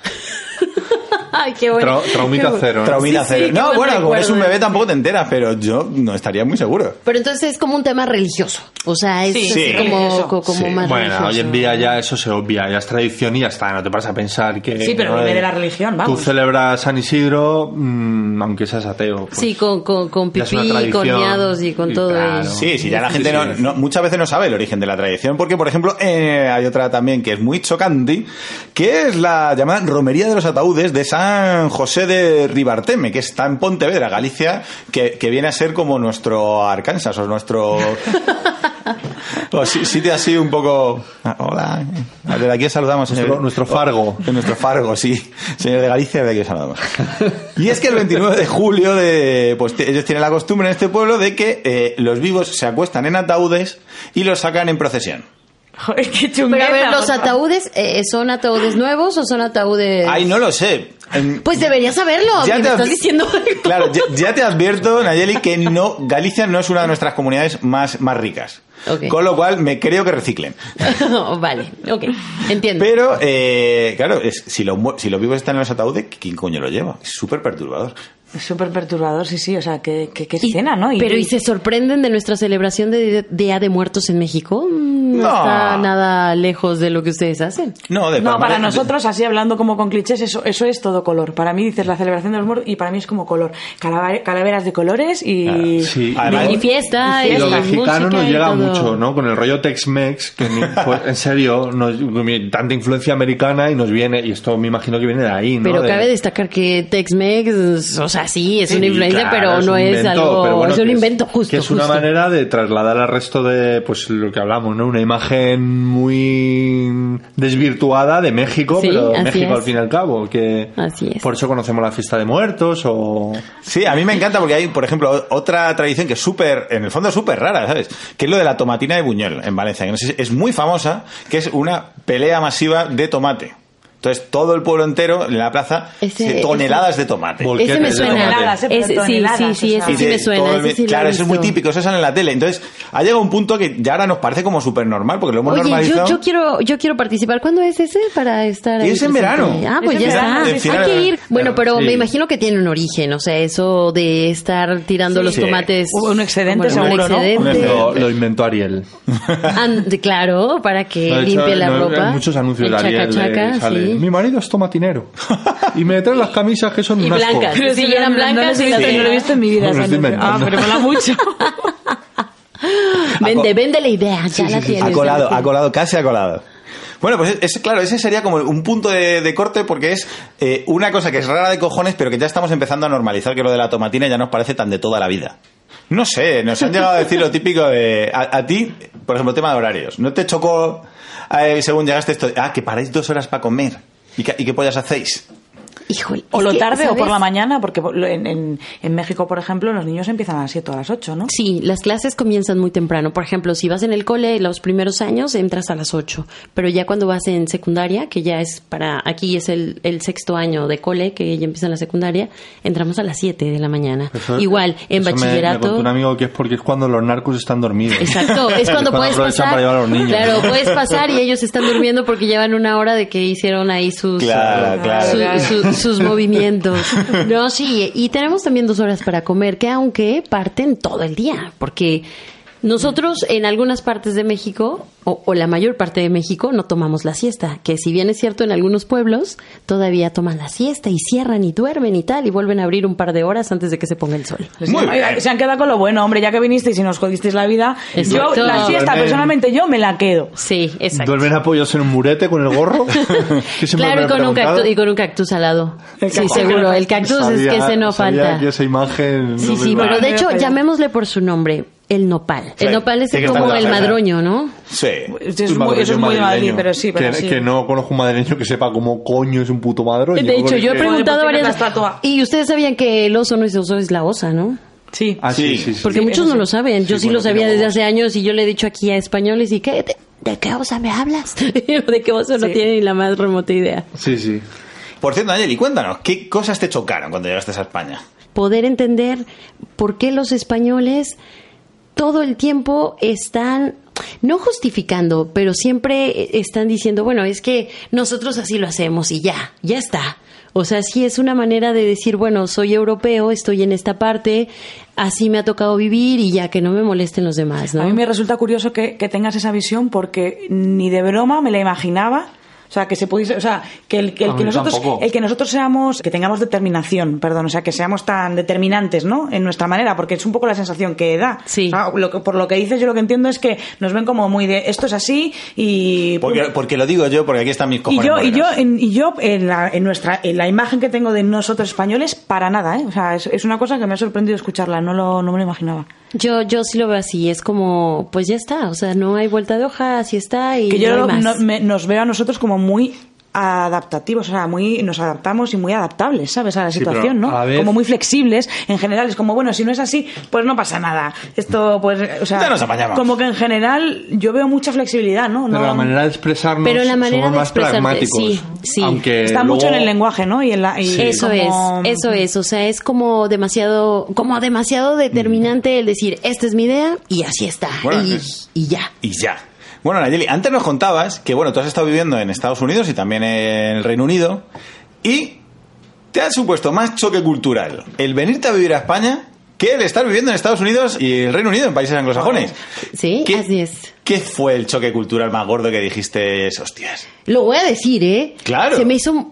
Speaker 7: Ay, qué bueno.
Speaker 4: Tra- traumita
Speaker 7: Qué bueno.
Speaker 4: cero, ¿no?
Speaker 3: Traumita
Speaker 7: Sí, sí,
Speaker 3: cero.
Speaker 7: qué
Speaker 3: no,
Speaker 7: buen
Speaker 3: bueno, como eres un
Speaker 7: recuerdo. eh.
Speaker 3: bebé tampoco te enteras, pero yo no estaría muy seguro.
Speaker 6: Pero entonces es como un tema religioso. O sea, es
Speaker 5: Sí,
Speaker 6: así
Speaker 3: sí.
Speaker 6: como,
Speaker 5: religioso.
Speaker 6: co- como
Speaker 3: Sí.
Speaker 6: más
Speaker 4: Bueno,
Speaker 6: religioso.
Speaker 4: hoy en día ya eso se obvia, ya es tradición y ya está, no te paras a pensar que...
Speaker 5: Sí, pero
Speaker 4: no,
Speaker 5: viene de
Speaker 4: eh,
Speaker 5: la religión, vamos.
Speaker 4: Tú celebras San Isidro, mm, aunque seas ateo. pues,
Speaker 6: Sí, con, con, con
Speaker 4: ya es una
Speaker 6: pipí, con
Speaker 4: tradición.
Speaker 6: miados y con todo
Speaker 4: claro.
Speaker 6: eso.
Speaker 3: Sí, sí, ya la
Speaker 4: Sí,
Speaker 3: gente
Speaker 4: sí.
Speaker 3: no, no- muchas veces no sabe el origen de la tradición, porque por ejemplo eh, hay otra también que es muy chocante, que es la llamada Romería de los Ataúdes de San José de Ribarteme, que está en Pontevedra, Galicia, que, que viene a ser como nuestro Arkansas o nuestro... o si- sitio así un poco... ah, Hola, desde aquí os saludamos, señor.
Speaker 4: Nuestro- nuestro Fargo.
Speaker 3: De nuestro Fargo, sí. Señor de Galicia, de aquí os saludamos. Y es que el 29 de julio, de, pues te- ellos tienen la costumbre en este pueblo de que eh, los vivos se acuestan en ataúdes y los sacan en procesión.
Speaker 5: Joder, qué
Speaker 6: Pero
Speaker 5: chungueta.
Speaker 6: a ver, los
Speaker 5: por favor.
Speaker 6: ataúdes, eh, ¿son ataúdes nuevos o son ataúdes...?
Speaker 3: Ay, no lo sé. Em,
Speaker 6: Pues deberías saberlo,
Speaker 3: Ya
Speaker 6: me
Speaker 3: te-
Speaker 6: estás diciendo algo.
Speaker 3: Claro, ya, ya te advierto, Nayeli, que no Galicia no es una de nuestras comunidades más, más ricas.
Speaker 6: Ok.
Speaker 3: Con lo cual, me creo que reciclen.
Speaker 6: vale, ok, entiendo.
Speaker 3: Pero, eh, claro, es- si, los, mu- si los vivos están en los ataúdes, ¿quién coño lo lleva? Es súper perturbador.
Speaker 5: Es súper perturbador, sí, sí. O sea, qué, qué, qué
Speaker 6: Y-
Speaker 5: escena, ¿no?
Speaker 6: Pero ¿y se sorprenden de nuestra celebración de Día de Muertos en México? Mm, No,
Speaker 3: No.
Speaker 6: está nada lejos de lo que ustedes hacen.
Speaker 3: No, de
Speaker 5: No,
Speaker 3: palma-
Speaker 5: para
Speaker 3: de-
Speaker 5: nosotros, así hablando como con clichés, eso, eso es todo color. Para mí dices la celebración de los muertos y para mí es como color. Calava- calaveras de colores y...
Speaker 3: Claro,
Speaker 4: Ah, sí.
Speaker 3: Además-
Speaker 6: y fiesta,
Speaker 4: Y
Speaker 6: y,
Speaker 4: lo
Speaker 6: música
Speaker 4: mexicano nos
Speaker 6: y
Speaker 4: llega
Speaker 6: todo.
Speaker 4: mucho, ¿no? Con el rollo Tex-Mex, que ni- fue- en serio, nos- tanta influencia americana y nos viene, y esto me imagino que viene de ahí, ¿no?
Speaker 6: Pero
Speaker 4: De-
Speaker 6: cabe destacar que Tex-Mex, o sea, sí, es
Speaker 4: Sí,
Speaker 6: una influencia,
Speaker 4: claro,
Speaker 6: pero no
Speaker 4: un
Speaker 6: es
Speaker 4: invento,
Speaker 6: algo,
Speaker 4: pero bueno,
Speaker 6: es un
Speaker 4: que
Speaker 6: invento justo.
Speaker 4: Que es una
Speaker 6: justo.
Speaker 4: manera de trasladar al resto de, pues lo que hablamos, ¿no? Una imagen muy desvirtuada de México,
Speaker 6: Sí,
Speaker 4: pero
Speaker 6: así
Speaker 4: México
Speaker 6: es.
Speaker 4: al fin y al cabo, que
Speaker 6: Así es.
Speaker 4: por eso conocemos la fiesta de muertos o...
Speaker 3: Sí, a mí me encanta porque hay, por ejemplo, o- otra tradición que es súper, en el fondo es súper rara, ¿sabes? Que es lo de la tomatina de Buñuel en Valencia, que no sé si- es muy famosa, que es una pelea masiva de tomate. Entonces, todo el pueblo entero en la plaza,
Speaker 6: Ese-
Speaker 3: eh, toneladas de tomate.
Speaker 4: Vol-
Speaker 6: Ese me
Speaker 4: Volquetes de
Speaker 6: suena.
Speaker 5: tomate.
Speaker 6: Ese- sí, sí, sí, ese
Speaker 5: Y
Speaker 6: sí
Speaker 3: de
Speaker 6: me
Speaker 3: todo
Speaker 6: suena.
Speaker 3: el-
Speaker 6: ese sí lo he
Speaker 3: claro, eso es muy
Speaker 6: visto.
Speaker 3: típico, eso sale en la tele. Entonces, ha llegado un punto que ya ahora nos parece como súper normal, porque lo hemos
Speaker 6: Oye, yo,
Speaker 3: normalizado.
Speaker 6: yo quiero yo quiero participar. ¿Cuándo es ese para estar ahí?
Speaker 3: Es en
Speaker 6: presente?
Speaker 3: verano.
Speaker 6: Ah, pues
Speaker 5: Es
Speaker 6: ya
Speaker 5: en verano,
Speaker 3: sí, sí.
Speaker 6: está. Hay que ir. Bueno, pero
Speaker 4: Sí.
Speaker 6: me imagino que tiene un origen, o sea, eso de estar tirando
Speaker 5: Sí.
Speaker 6: los
Speaker 5: Sí.
Speaker 6: tomates.
Speaker 5: Un excedente
Speaker 6: Bueno,
Speaker 5: seguro,
Speaker 6: un
Speaker 5: ¿no?
Speaker 6: excedente.
Speaker 4: Lo, lo inventó Ariel.
Speaker 6: Ande, claro, para que
Speaker 4: Lo ha hecho-
Speaker 6: limpie la
Speaker 4: no,
Speaker 6: ropa.
Speaker 4: Hay muchos anuncios
Speaker 6: El
Speaker 4: de Ariel. de-
Speaker 6: chaca-chaca,
Speaker 4: sale,
Speaker 6: sí.
Speaker 4: Mi marido es tomatinero. Y me trae las camisas que son
Speaker 6: Y
Speaker 4: un asco".
Speaker 6: blancas. Pero si eran blancas,
Speaker 5: no,
Speaker 6: sí.
Speaker 5: no, no, lo he visto en mi vida.
Speaker 4: No, lo
Speaker 5: esa
Speaker 4: estoy
Speaker 5: noche. ah,
Speaker 4: inventando.
Speaker 5: pero mola mucho.
Speaker 6: Vende, vende la idea, ya la tienes.
Speaker 3: Ha
Speaker 6: ya la
Speaker 3: colado,
Speaker 6: tienes.
Speaker 3: ha colado, casi ha colado. Bueno, pues es, es- claro, ese sería como un punto de, de corte porque es eh, una cosa que es rara de cojones, pero que ya estamos empezando a normalizar que lo de la tomatina ya nos parece tan de toda la vida. No sé, nos han llegado a decir lo típico de... A, a ti, por ejemplo, tema de horarios. ¿No te chocó eh, según llegaste esto? Ah, que paráis dos horas para comer. ¿Y qué, y qué pollas hacéis?
Speaker 6: Híjole.
Speaker 5: O
Speaker 6: es
Speaker 5: lo
Speaker 6: que,
Speaker 5: tarde o por
Speaker 6: ¿sabes?
Speaker 5: la mañana, porque lo- en, en, en México, por ejemplo, los niños empiezan a las 7 o a las 8, ¿no?
Speaker 6: Sí, las clases comienzan muy temprano. Por ejemplo, si vas en el cole los primeros años, entras a las 8. Pero ya cuando vas en secundaria, que ya es para. Aquí es el, el sexto año de cole, que ya empieza la secundaria, entramos a las 7 de la mañana.
Speaker 4: Eso-
Speaker 6: Igual, en
Speaker 4: eso me- Me,
Speaker 6: bachillerato.
Speaker 4: contó un amigo que es porque es cuando los narcos están dormidos.
Speaker 6: Exacto, es cuando puedes
Speaker 4: aprovechan
Speaker 6: pasar.
Speaker 4: para llevar a los niños.
Speaker 6: Claro, puedes pasar y ellos están durmiendo porque llevan una hora de que hicieron ahí sus
Speaker 3: Claro,
Speaker 6: su-
Speaker 3: claro,
Speaker 6: su-
Speaker 5: claro.
Speaker 6: su- sus movimientos. No, sí, y tenemos también dos horas para comer, que aunque parten todo el día, porque nosotros en algunas partes de México, o, o la mayor parte de México, no tomamos la siesta, que si bien es cierto en algunos pueblos, todavía toman la siesta y cierran y duermen y tal, y vuelven a abrir un par de horas antes de que se ponga el sol.
Speaker 5: Les-
Speaker 3: Muy
Speaker 5: Ay,
Speaker 3: bien.
Speaker 5: Se han quedado con lo bueno, hombre, ya que vinisteis y nos jodisteis la vida.
Speaker 6: Exacto.
Speaker 5: Yo, la siesta,
Speaker 4: Duermen.
Speaker 5: personalmente, yo me la quedo.
Speaker 6: Sí, exacto.
Speaker 4: Duermen apoyados en un murete con el gorro. que siempre
Speaker 6: Claro,
Speaker 4: me
Speaker 6: y
Speaker 4: he
Speaker 6: con, un
Speaker 4: preguntado.
Speaker 6: cactus, y con un cactus al lado.
Speaker 5: El
Speaker 6: Sí,
Speaker 5: cactus.
Speaker 6: seguro. El cactus
Speaker 4: Sabía-
Speaker 6: es que ese no
Speaker 4: sabía
Speaker 6: falta.
Speaker 4: que esa imagen.
Speaker 6: Sí,
Speaker 4: no
Speaker 6: sí,
Speaker 4: me iba.
Speaker 6: pero de
Speaker 5: no
Speaker 6: hecho,
Speaker 5: me falla.
Speaker 6: llamémosle por su nombre. El nopal. El
Speaker 3: Sí,
Speaker 6: nopal es
Speaker 3: sí que está
Speaker 6: como
Speaker 3: en la
Speaker 6: el
Speaker 3: cena.
Speaker 6: madroño, ¿no?
Speaker 3: Sí.
Speaker 4: Eh,
Speaker 5: Eso es muy, eso es muy de Madrid, pero sí, pero
Speaker 4: que,
Speaker 5: sí.
Speaker 4: que no conozco un madrileño que sepa cómo coño es un puto madroño.
Speaker 6: De hecho,
Speaker 4: porque-
Speaker 6: yo he preguntado
Speaker 5: Porque tiene
Speaker 6: varias
Speaker 5: una estatua.
Speaker 6: Y ustedes sabían que el oso no es oso, es la osa, ¿no?
Speaker 5: Sí.
Speaker 4: Ah,
Speaker 3: Sí.
Speaker 4: sí, sí, sí.
Speaker 6: Porque
Speaker 5: Sí,
Speaker 6: muchos
Speaker 5: eso
Speaker 6: no
Speaker 5: sí.
Speaker 6: lo saben. Yo sí,
Speaker 4: bueno,
Speaker 6: lo sabía
Speaker 4: pero-
Speaker 6: desde hace años y yo le he dicho aquí a españoles y que... ¿De, de qué osa me hablas? de qué oso no
Speaker 5: Sí.
Speaker 6: tiene ni la más remota idea.
Speaker 4: Sí, sí.
Speaker 3: Por cierto, Angeli, cuéntanos, ¿qué cosas te chocaron cuando llegaste a España?
Speaker 6: poder entender por qué los españoles todo el tiempo están no justificando, pero siempre están diciendo, bueno, es que nosotros así lo hacemos y ya, ya está. O sea, sí es una manera de decir, bueno, soy europeo, estoy en esta parte, así me ha tocado vivir y ya que no me molesten los demás, ¿no?
Speaker 5: A mí me resulta curioso que, que tengas esa visión porque ni de broma me la imaginaba. O sea, que se pudiese, o sea, que el, que, el
Speaker 4: A
Speaker 5: que
Speaker 4: mí
Speaker 5: nosotros,
Speaker 4: tampoco.
Speaker 5: el que nosotros seamos, que tengamos determinación, perdón, o sea, que seamos tan determinantes, ¿no? En nuestra manera, porque es un poco la sensación que da.
Speaker 6: Sí.
Speaker 5: O sea, lo que- por lo que dices, yo lo que entiendo es que nos ven como muy de esto es así y. pues-
Speaker 3: Porque, porque lo digo yo, porque aquí están mis
Speaker 5: Y
Speaker 3: cojones.
Speaker 5: yo, y yo,
Speaker 3: morenos.
Speaker 5: en, y yo en, la, en nuestra, en la imagen que tengo de nosotros españoles, para nada, ¿eh? O sea, es, es una cosa que me ha sorprendido escucharla, no, lo, no me lo imaginaba.
Speaker 6: Yo, yo sí lo veo así, es como, pues ya está, o sea, no hay vuelta de hoja, así está y
Speaker 5: que yo
Speaker 6: no hay
Speaker 5: lo-
Speaker 6: más.
Speaker 5: no- me- nos veo a nosotros como muy adaptativos, o sea, muy, nos adaptamos y muy adaptables, ¿sabes? A la
Speaker 4: Sí,
Speaker 5: situación,
Speaker 4: pero
Speaker 5: ¿no?
Speaker 4: a la vez-
Speaker 5: Como muy flexibles, en general, es como, bueno, si no es así, pues no pasa nada. Esto, pues, eh, o sea,
Speaker 3: Ya nos apañamos.
Speaker 5: como que en general yo veo mucha flexibilidad, ¿no?
Speaker 4: Pero
Speaker 5: No-
Speaker 4: la manera de expresarnos
Speaker 6: Pero la manera
Speaker 4: somos
Speaker 6: de
Speaker 4: más
Speaker 6: expresarte,
Speaker 4: pragmáticos.
Speaker 6: sí, sí.
Speaker 4: Aunque
Speaker 5: Está mucho en
Speaker 4: luego-
Speaker 5: el lenguaje, ¿no? Y en la, y
Speaker 4: Sí.
Speaker 6: Eso
Speaker 5: como-
Speaker 6: es, eso es, o sea, es como demasiado, como
Speaker 3: Mm.
Speaker 6: demasiado determinante el decir, esta es mi idea y así está,
Speaker 3: Bueno,
Speaker 6: y,
Speaker 3: es-
Speaker 6: y ya.
Speaker 3: Y ya. Bueno, Nayeli, antes nos contabas que, bueno, tú has estado viviendo en Estados Unidos y también en el Reino Unido y te ha supuesto más choque cultural el venirte a vivir a España que el estar viviendo en Estados Unidos y el Reino Unido, en países anglosajones.
Speaker 6: Sí,
Speaker 3: ¿Qué,
Speaker 6: así es.
Speaker 3: ¿Qué fue el choque cultural más gordo que dijiste, hostias?
Speaker 6: Lo voy a decir, ¿eh?
Speaker 3: Claro.
Speaker 6: Se me hizo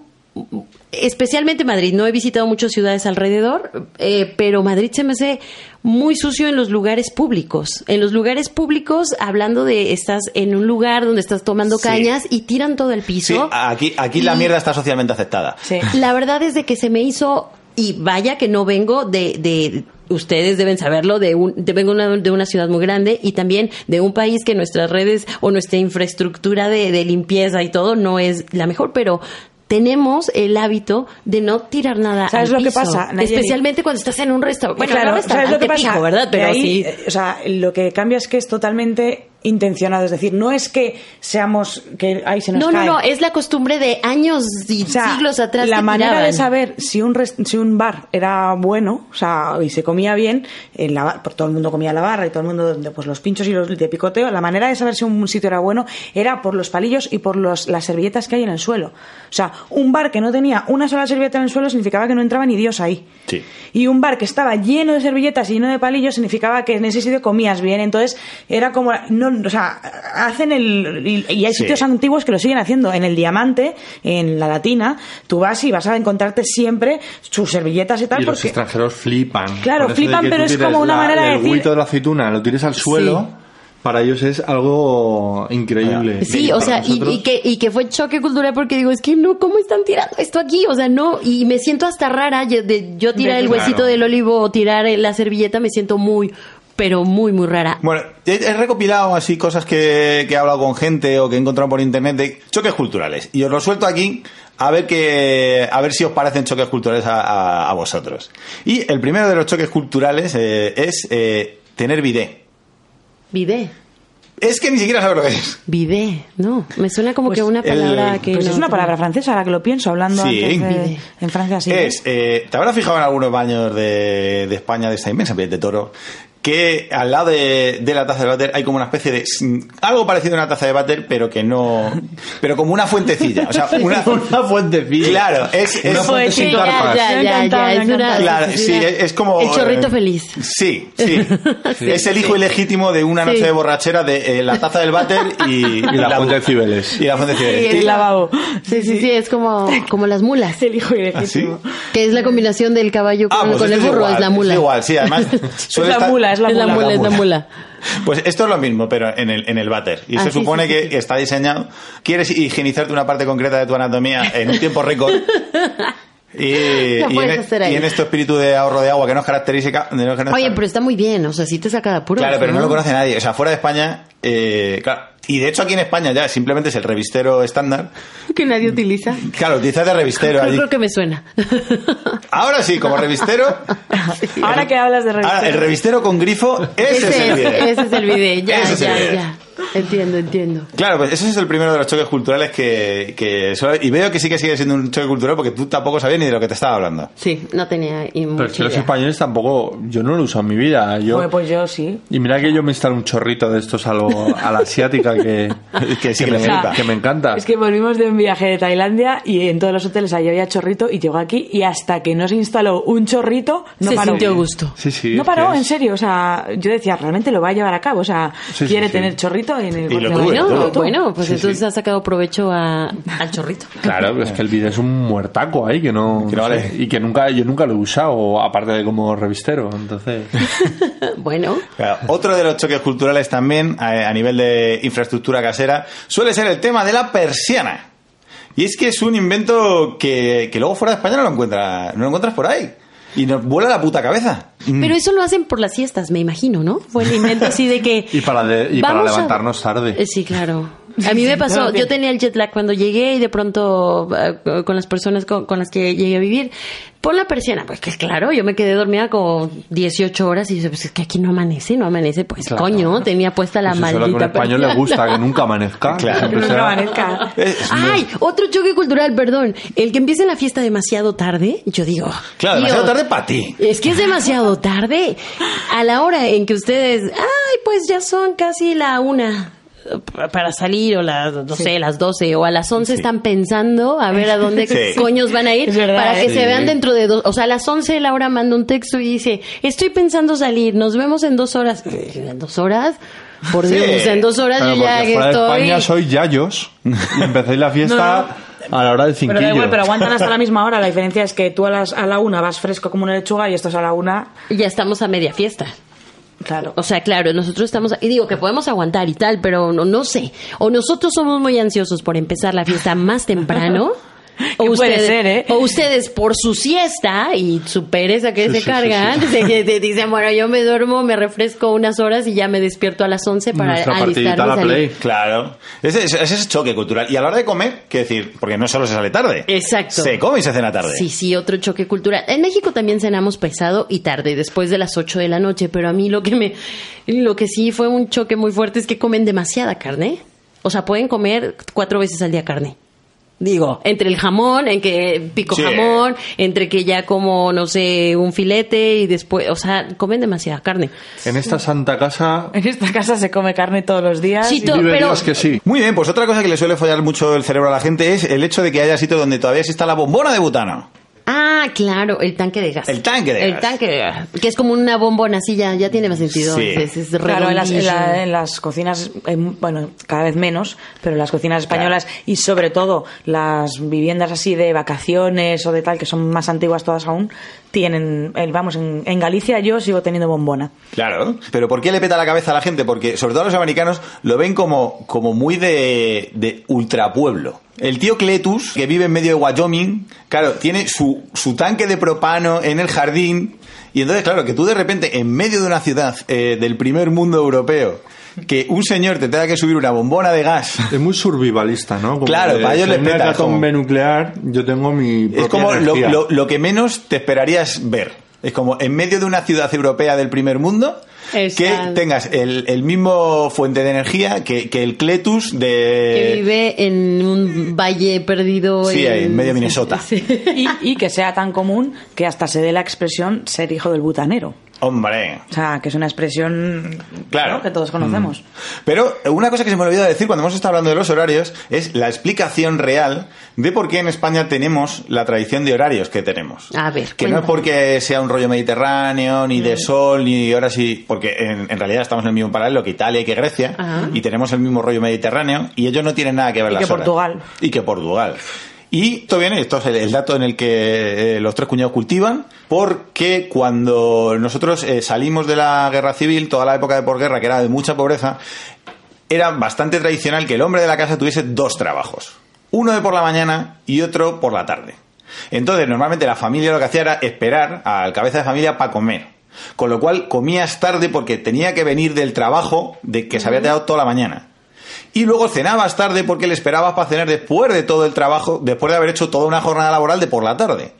Speaker 6: especialmente Madrid. No he visitado muchas ciudades alrededor, eh, pero Madrid se me hace muy sucio en los lugares públicos. En los lugares públicos, hablando de estás en un lugar donde estás tomando
Speaker 3: Sí.
Speaker 6: cañas y tiran todo el
Speaker 3: Sí,
Speaker 6: piso.
Speaker 3: aquí, aquí la
Speaker 6: Y-
Speaker 3: mierda está socialmente aceptada.
Speaker 5: Sí.
Speaker 6: La verdad es de que se me hizo, y vaya que no vengo de, de ustedes deben saberlo, de un, de, vengo una- de una ciudad muy grande y también de un país que nuestras redes o nuestra infraestructura de, de limpieza y todo no es la mejor, pero tenemos el hábito de no tirar nada
Speaker 5: ¿Sabes
Speaker 6: al
Speaker 5: lo que
Speaker 6: piso,
Speaker 5: pasa, Nayeli?
Speaker 6: especialmente cuando estás en un restaurante bueno
Speaker 5: claro,
Speaker 6: no
Speaker 5: ¿sabes
Speaker 6: restaurante
Speaker 5: lo que pasa?
Speaker 6: pijo, verdad
Speaker 5: Que
Speaker 6: pero
Speaker 5: ahí,
Speaker 6: sí
Speaker 5: eh, O sea, lo que cambia es que es totalmente intencionado, es decir, no es que seamos que ahí se nos
Speaker 6: no no
Speaker 5: cae.
Speaker 6: no es la costumbre de años y
Speaker 5: O sea,
Speaker 6: siglos atrás
Speaker 5: la
Speaker 6: que
Speaker 5: manera de
Speaker 6: tiraban.
Speaker 5: saber si un rest- si un bar era bueno, o sea, y se comía bien, en la bar- por todo el mundo comía en la barra y todo el mundo de- pues los pinchos y los de picoteo, la manera de saber si un sitio era bueno era por los palillos y por los las servilletas que hay en el suelo. O sea, un bar que no tenía una sola servilleta en el suelo significaba que no entraba ni Dios ahí.
Speaker 3: Sí.
Speaker 5: Y un bar que estaba lleno de servilletas y lleno de palillos significaba que en ese sitio comías bien. Entonces, era como. No, o sea, hacen el. Y, y hay
Speaker 3: Sí.
Speaker 5: sitios antiguos que lo siguen haciendo. En el Diamante, en la Latina, tú vas y vas a encontrarte siempre sus servilletas y tal.
Speaker 4: Y los
Speaker 5: porque,
Speaker 4: extranjeros flipan.
Speaker 5: Claro,
Speaker 4: Con eso de
Speaker 5: flipan,
Speaker 4: que
Speaker 5: pero
Speaker 4: tú
Speaker 5: es
Speaker 4: tires
Speaker 5: como una
Speaker 4: la-
Speaker 5: manera de
Speaker 4: El
Speaker 5: decir-
Speaker 4: huito de la aceituna lo tires al suelo, para ellos es algo increíble.
Speaker 6: Sí, o
Speaker 4: Para
Speaker 6: sea, y,
Speaker 4: nosotros-
Speaker 6: y que, y que fue choque cultural porque digo, es que no, ¿cómo están tirando esto aquí? O sea, no, y me siento hasta rara yo, de yo tirar el huesito
Speaker 4: Claro.
Speaker 6: del olivo o tirar eh, la servilleta, me siento muy, pero muy, muy rara.
Speaker 3: Bueno, he, he recopilado así cosas que, que he hablado con gente o que he encontrado por internet de choques culturales. Y os lo suelto aquí a ver que, a ver si os parecen choques culturales a, a- a vosotros. Y el primero de los choques culturales eh, es eh, tener bidé.
Speaker 6: Vive,
Speaker 3: Es que ni siquiera sabes lo que es.
Speaker 6: vive, no, me suena como
Speaker 5: Pues
Speaker 6: que una
Speaker 3: el-
Speaker 6: palabra que...
Speaker 5: Pues
Speaker 6: no-
Speaker 5: es una palabra francesa, ahora que lo pienso, hablando
Speaker 3: Sí.
Speaker 5: antes de-
Speaker 6: Vive.
Speaker 5: en Francia ¿Ah, sí.
Speaker 3: Es, eh, ¿te habrás fijado en algunos baños de, de España, de esta inmensa piel de toro? Que al lado de, de la taza de váter hay como una especie de. mm, algo parecido a una taza de váter, pero que no. Pero como una fuentecilla. O sea, una,
Speaker 4: una fuentecilla.
Speaker 3: Claro, es- es-
Speaker 4: una fuente
Speaker 6: Pues Sí,
Speaker 4: sin
Speaker 6: ya,
Speaker 4: carpas.
Speaker 6: ya,
Speaker 5: Me ha
Speaker 6: ya,
Speaker 5: encantado,
Speaker 6: ya,
Speaker 5: me ha
Speaker 6: es una-
Speaker 5: encantado.
Speaker 3: Claro,
Speaker 6: es
Speaker 3: sí,
Speaker 6: una-
Speaker 3: es, es como...
Speaker 6: El chorrito
Speaker 3: eh,
Speaker 6: feliz.
Speaker 3: Sí, sí.
Speaker 6: Sí,
Speaker 3: es el hijo ilegítimo de una noche
Speaker 6: Sí.
Speaker 3: de borrachera de eh, la taza del váter y,
Speaker 4: Y la fuente de Cibeles.
Speaker 3: Y la fuente de Cibeles.
Speaker 6: Sí,
Speaker 5: El lavabo.
Speaker 6: Sí, sí, sí, es como, como las mulas,
Speaker 5: El hijo
Speaker 3: ¿Ah, sí?
Speaker 5: ilegítimo.
Speaker 6: que es la combinación del caballo con,
Speaker 3: Ah, pues
Speaker 6: con
Speaker 3: esto
Speaker 6: el burro, es, la mula.
Speaker 3: igual, sí, además...
Speaker 5: Es
Speaker 3: suele
Speaker 5: la
Speaker 3: estar-
Speaker 5: mula, es la
Speaker 6: Es la
Speaker 5: mula.
Speaker 6: mula, es la mula.
Speaker 3: Pues esto es lo mismo, pero en el, en el váter. Y
Speaker 6: Ah,
Speaker 3: se
Speaker 6: sí,
Speaker 3: supone
Speaker 6: sí,
Speaker 3: que
Speaker 6: sí, sí.
Speaker 3: está diseñado. Quieres higienizarte una parte concreta de tu anatomía en un tiempo récord. Y, y en,
Speaker 6: puedes hacer ahí.
Speaker 3: y en este espíritu de ahorro de agua que nos caracteriza. que nos
Speaker 6: Oye,
Speaker 3: caracteriza-
Speaker 6: pero está muy bien, o sea, sí te saca de apuros,
Speaker 3: Claro, pero no lo conoce nadie. O sea, fuera de España, eh, claro. Y de hecho aquí en España ya simplemente es el revistero estándar.
Speaker 6: Que nadie utiliza.
Speaker 3: Claro, utilizas de revistero.
Speaker 6: Yo
Speaker 3: allí.
Speaker 6: creo que me suena.
Speaker 3: Ahora sí, como revistero.
Speaker 5: Ahora que hablas de
Speaker 3: Ahora, Ah, el
Speaker 5: revista.
Speaker 3: revistero con grifo, ese,
Speaker 6: Ese
Speaker 3: es el
Speaker 6: es-
Speaker 3: video.
Speaker 6: ese es el bidet, ya,
Speaker 3: Ese es el
Speaker 6: ya,
Speaker 3: bidet.
Speaker 6: ya. Entiendo, entiendo.
Speaker 3: Claro, pues ese es el primero de los choques culturales que, que suele- Y veo que sí que sigue siendo un choque cultural porque tú tampoco sabías ni de lo que te estaba hablando.
Speaker 6: Sí, no tenía y mucha
Speaker 4: Pero es que los
Speaker 6: idea.
Speaker 4: españoles tampoco. Yo no lo uso en mi vida. Yo,
Speaker 5: Hombre, pues yo sí.
Speaker 4: Y mira que yo me instalo un chorrito de estos a, lo- a la asiática que,
Speaker 3: Que sí que
Speaker 4: me,
Speaker 3: le flipa.
Speaker 4: que me encanta.
Speaker 5: Es que volvimos de un viaje de Tailandia y en todos los hoteles allí había chorrito y llegó aquí y hasta que no se instaló un chorrito no
Speaker 6: Se
Speaker 5: paró.
Speaker 6: sintió gusto.
Speaker 4: Sí, sí, es
Speaker 5: no
Speaker 4: que
Speaker 5: paró,
Speaker 4: es-
Speaker 5: en serio. O sea, yo decía, realmente lo va a llevar a cabo. O sea,
Speaker 4: Sí, sí,
Speaker 5: quiere
Speaker 4: sí.
Speaker 5: tener chorrito en el
Speaker 3: Y lo
Speaker 5: golpe de
Speaker 3: tuve, lo
Speaker 5: baño, lo
Speaker 6: Bueno,
Speaker 5: tuvo.
Speaker 6: bueno, pues
Speaker 4: Sí,
Speaker 6: entonces
Speaker 4: sí.
Speaker 6: ha sacado provecho a- al chorrito.
Speaker 4: Claro, pero es que el vídeo es un muertaco ahí que no,
Speaker 3: Que no
Speaker 4: no sé,
Speaker 3: vale.
Speaker 4: y que nunca yo nunca lo he usado aparte de como revistero, entonces
Speaker 6: bueno,
Speaker 3: Claro, Otro de los choques culturales también a, a nivel de infraestructura casera suele ser el tema de la persiana. Y es que es un invento que, que luego fuera de España no lo encuentras, no lo encuentras por ahí. Y nos vuela la puta cabeza.
Speaker 6: pero eso lo hacen por las siestas, me imagino, ¿no? Fue el invento así de que...
Speaker 4: y para de- y para
Speaker 6: vamos a-
Speaker 4: levantarnos tarde.
Speaker 6: Eh, Sí, claro. A mí me pasó, yo tenía el jet lag cuando llegué y de pronto eh, con las personas con, con las que llegué a vivir, pon la persiana, pues que claro, yo me quedé dormida como 18 horas y dije, pues es que aquí no amanece, no amanece, pues
Speaker 4: Claro.
Speaker 6: coño, tenía puesta la
Speaker 4: Pues eso es lo que a un
Speaker 6: maldita
Speaker 4: español le
Speaker 6: persiana.
Speaker 4: gusta que Eh, nunca amanezca.
Speaker 3: Claro.
Speaker 4: siempre
Speaker 5: No
Speaker 4: sea-
Speaker 5: amanezca.
Speaker 3: Es-
Speaker 6: Ay, otro choque cultural, perdón. El que empiece la fiesta demasiado tarde, yo digo.
Speaker 3: Claro,
Speaker 6: tío,
Speaker 3: demasiado tarde para ti.
Speaker 6: Es que es demasiado tarde. A la hora en que ustedes, ay, pues ya son casi la una eh, para salir o las, no sé, las 12 o a las 11 están pensando a ver a dónde
Speaker 3: Sí.
Speaker 6: coños van a ir
Speaker 5: Es verdad,
Speaker 6: para
Speaker 5: ¿eh?
Speaker 6: que se vean dentro de dos, o sea, a las 11 Laura manda un texto y dice, estoy pensando salir, nos vemos en dos horas, Eh, en dos horas, por
Speaker 3: Sí.
Speaker 6: Dios, o sea, en dos horas
Speaker 4: Claro,
Speaker 6: yo ya
Speaker 4: porque fuera de
Speaker 6: estoy...
Speaker 4: España soy yayos y empecéis la fiesta a la hora del cinquillo.
Speaker 5: Pero da igual, pero aguantan hasta la misma hora. La diferencia es que tú a, las, a la una vas fresco como una lechuga y estos a la una,
Speaker 6: Ya estamos a media fiesta.
Speaker 5: claro.
Speaker 6: O sea, claro, nosotros estamos, y digo que podemos aguantar y tal, pero no, no sé. O nosotros somos muy ansiosos por empezar la fiesta más temprano. O
Speaker 5: Que puede
Speaker 6: ustedes,
Speaker 5: ser, ¿eh?
Speaker 6: o ustedes por su siesta y su pereza que
Speaker 4: Sí,
Speaker 6: se
Speaker 4: sí,
Speaker 6: cargan,
Speaker 4: sí,
Speaker 6: se- que te dicen, bueno, yo me duermo, me refresco unas horas y ya me despierto a las 11 para
Speaker 4: Nuestra
Speaker 6: alistarme.
Speaker 4: partidita a la
Speaker 6: y salir.
Speaker 4: play.
Speaker 3: Claro. Ese es ese es choque cultural. Y a la hora de comer, que decir, porque no solo se sale tarde.
Speaker 6: Exacto.
Speaker 3: Se come y se cena tarde.
Speaker 6: Sí, sí, otro choque cultural. En México también cenamos pesado y tarde, después de las 8 de la noche, pero a mí lo que me lo que sí fue un choque muy fuerte es que comen demasiada carne. O sea, pueden comer cuatro veces al día carne. Digo, entre el jamón, en que pico
Speaker 3: Sí.
Speaker 6: jamón, entre que ya como, no sé, un filete y después, o sea, comen demasiada carne.
Speaker 4: En esta santa casa
Speaker 5: En esta casa se come carne todos los días.
Speaker 6: Sí,
Speaker 5: y-
Speaker 6: to-
Speaker 4: vive
Speaker 6: pero-
Speaker 4: Dios que sí.
Speaker 3: Muy bien, pues otra cosa que le suele fallar mucho el cerebro a la gente es el hecho de que haya sitios donde todavía exista la bombona de butano.
Speaker 6: Ah, claro, el tanque de gas.
Speaker 3: El tanque de
Speaker 6: el
Speaker 3: gas.
Speaker 6: tanque de gas. Que es como una bombona, así ya, ya tiene más sentido.
Speaker 3: Sí.
Speaker 6: Es, es
Speaker 5: Claro, en las, en la-
Speaker 6: redondillo.
Speaker 5: en las cocinas, en- bueno, cada vez menos, pero en las cocinas españolas y sobre todo las viviendas así de vacaciones o de tal, que son más antiguas todas aún, tienen, el, vamos, en, en Galicia yo sigo teniendo bombona.
Speaker 3: Claro. Pero ¿por qué le peta la cabeza a la gente? Porque, sobre todo los americanos, lo ven como, como muy de, de ultrapueblo. El tío Cletus, que vive en medio de Wyoming, claro, tiene su, su tanque de propano en el jardín. Y entonces, claro, que tú de repente, en medio de una ciudad eh, del primer mundo europeo, que un señor te tenga que subir una bombona de gas
Speaker 4: Es muy survivalista, ¿no? Como
Speaker 3: Claro,
Speaker 4: de,
Speaker 3: para ellos
Speaker 4: si
Speaker 3: les
Speaker 4: hay una
Speaker 3: peta, es
Speaker 4: hecatombe
Speaker 3: como-
Speaker 4: nuclear, yo tengo mi propia
Speaker 3: Es como lo,
Speaker 4: energía.
Speaker 3: lo- lo que menos te esperarías ver. Es como en medio de una ciudad europea del primer mundo que
Speaker 6: Exacto.
Speaker 3: tengas el, el mismo fuente de energía que, que el Cletus
Speaker 6: que
Speaker 3: de...
Speaker 6: vive en un valle perdido.
Speaker 3: Eh, Sí, ahí, en medio Minnesota.
Speaker 6: Sí.
Speaker 5: Y, y que sea tan común que hasta se dé la expresión ser hijo del butanero.
Speaker 3: Hombre.
Speaker 5: O sea, que es una expresión
Speaker 3: Claro.
Speaker 5: ¿no? que todos conocemos.
Speaker 3: Pero una cosa que se me olvidó decir cuando hemos estado hablando de los horarios es la explicación real de por qué en España tenemos la tradición de horarios que tenemos.
Speaker 6: A ver,
Speaker 3: Que no es
Speaker 6: cuéntame. Mm.
Speaker 3: porque sea un rollo mediterráneo, ni de sol, ni horas y... Porque en, en realidad estamos en el mismo paralelo que Italia y que Grecia,
Speaker 6: Ajá.
Speaker 3: y tenemos el mismo rollo mediterráneo, y ellos no tienen nada que ver
Speaker 5: Y
Speaker 3: las
Speaker 5: que
Speaker 3: horas.
Speaker 5: Portugal.
Speaker 3: Y que Portugal. Y esto viene, esto es el, el dato en el que eh, los tres cuñados cultivan, porque cuando nosotros eh, salimos de la guerra civil, toda la época de posguerra, que era de mucha pobreza, era bastante tradicional que el hombre de la casa tuviese dos trabajos. Uno de por la mañana y otro por la tarde. Entonces, normalmente la familia lo que hacía era esperar al cabeza de familia para comer. Con lo cual, comías tarde porque tenía que venir del trabajo de que se había dado toda la mañana. Y luego cenabas tarde porque le esperabas para cenar después de todo el trabajo, después de haber hecho toda una jornada laboral de por la tarde.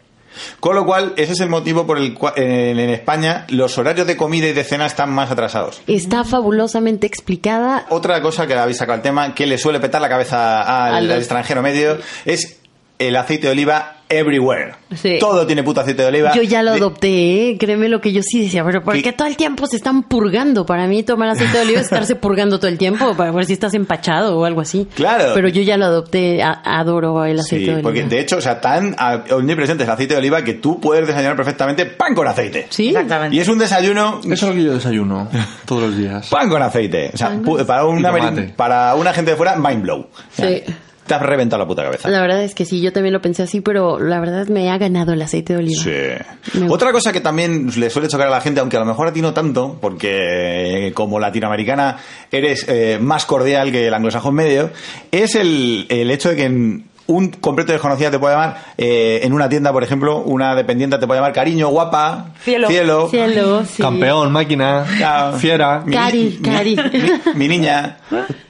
Speaker 3: Con lo cual, ese es el motivo por el cual en, en España los horarios de comida y de cena están más atrasados.
Speaker 6: Está fabulosamente explicada.
Speaker 3: Otra cosa que habéis sacado el tema, que le suele petar la cabeza al,
Speaker 6: Al-
Speaker 3: al extranjero medio, es el aceite de oliva everywhere.
Speaker 6: Sí.
Speaker 3: Todo tiene puto aceite de oliva.
Speaker 6: Yo ya lo
Speaker 3: De-
Speaker 6: adopté, ¿eh? créeme lo que yo sí decía, pero ¿por
Speaker 3: Sí.
Speaker 6: qué todo el tiempo se están purgando? Para mí tomar aceite de oliva es estarse purgando todo el tiempo para ver si estás empachado o algo así.
Speaker 3: Claro.
Speaker 6: Pero yo ya lo adopté, a- adoro el aceite
Speaker 3: Sí,
Speaker 6: de oliva.
Speaker 3: porque de hecho, o sea, tan ah, omnipresente es el aceite de oliva que tú puedes desayunar perfectamente pan con aceite.
Speaker 6: Sí.
Speaker 5: Exactamente.
Speaker 3: Y es un desayuno
Speaker 4: Eso es lo que yo desayuno todos los días.
Speaker 3: pan con aceite. O sea,
Speaker 6: Pan
Speaker 3: pu- para, una
Speaker 4: Y tomate.
Speaker 3: meri- para una gente de fuera, mind blow.
Speaker 6: Sí.
Speaker 3: Te has reventado la puta cabeza.
Speaker 6: La verdad es que sí, yo también lo pensé así, pero la verdad me ha ganado el aceite de oliva.
Speaker 3: Sí.
Speaker 6: Me gusta.
Speaker 3: Otra cosa que también le suele chocar a la gente, aunque a lo mejor a ti no tanto, porque eh, como latinoamericana eres eh, más cordial que el anglosajón medio, es el, el hecho de que en un completo desconocido te puede llamar, eh, en una tienda, por ejemplo, una dependiente te puede llamar cariño, guapa,
Speaker 5: Cielo.
Speaker 3: cielo,
Speaker 6: Cielo, sí.
Speaker 4: Campeón, máquina,
Speaker 3: Ah.
Speaker 4: fiera.
Speaker 3: mi-
Speaker 6: Cari, cari.
Speaker 3: mi- mi niña.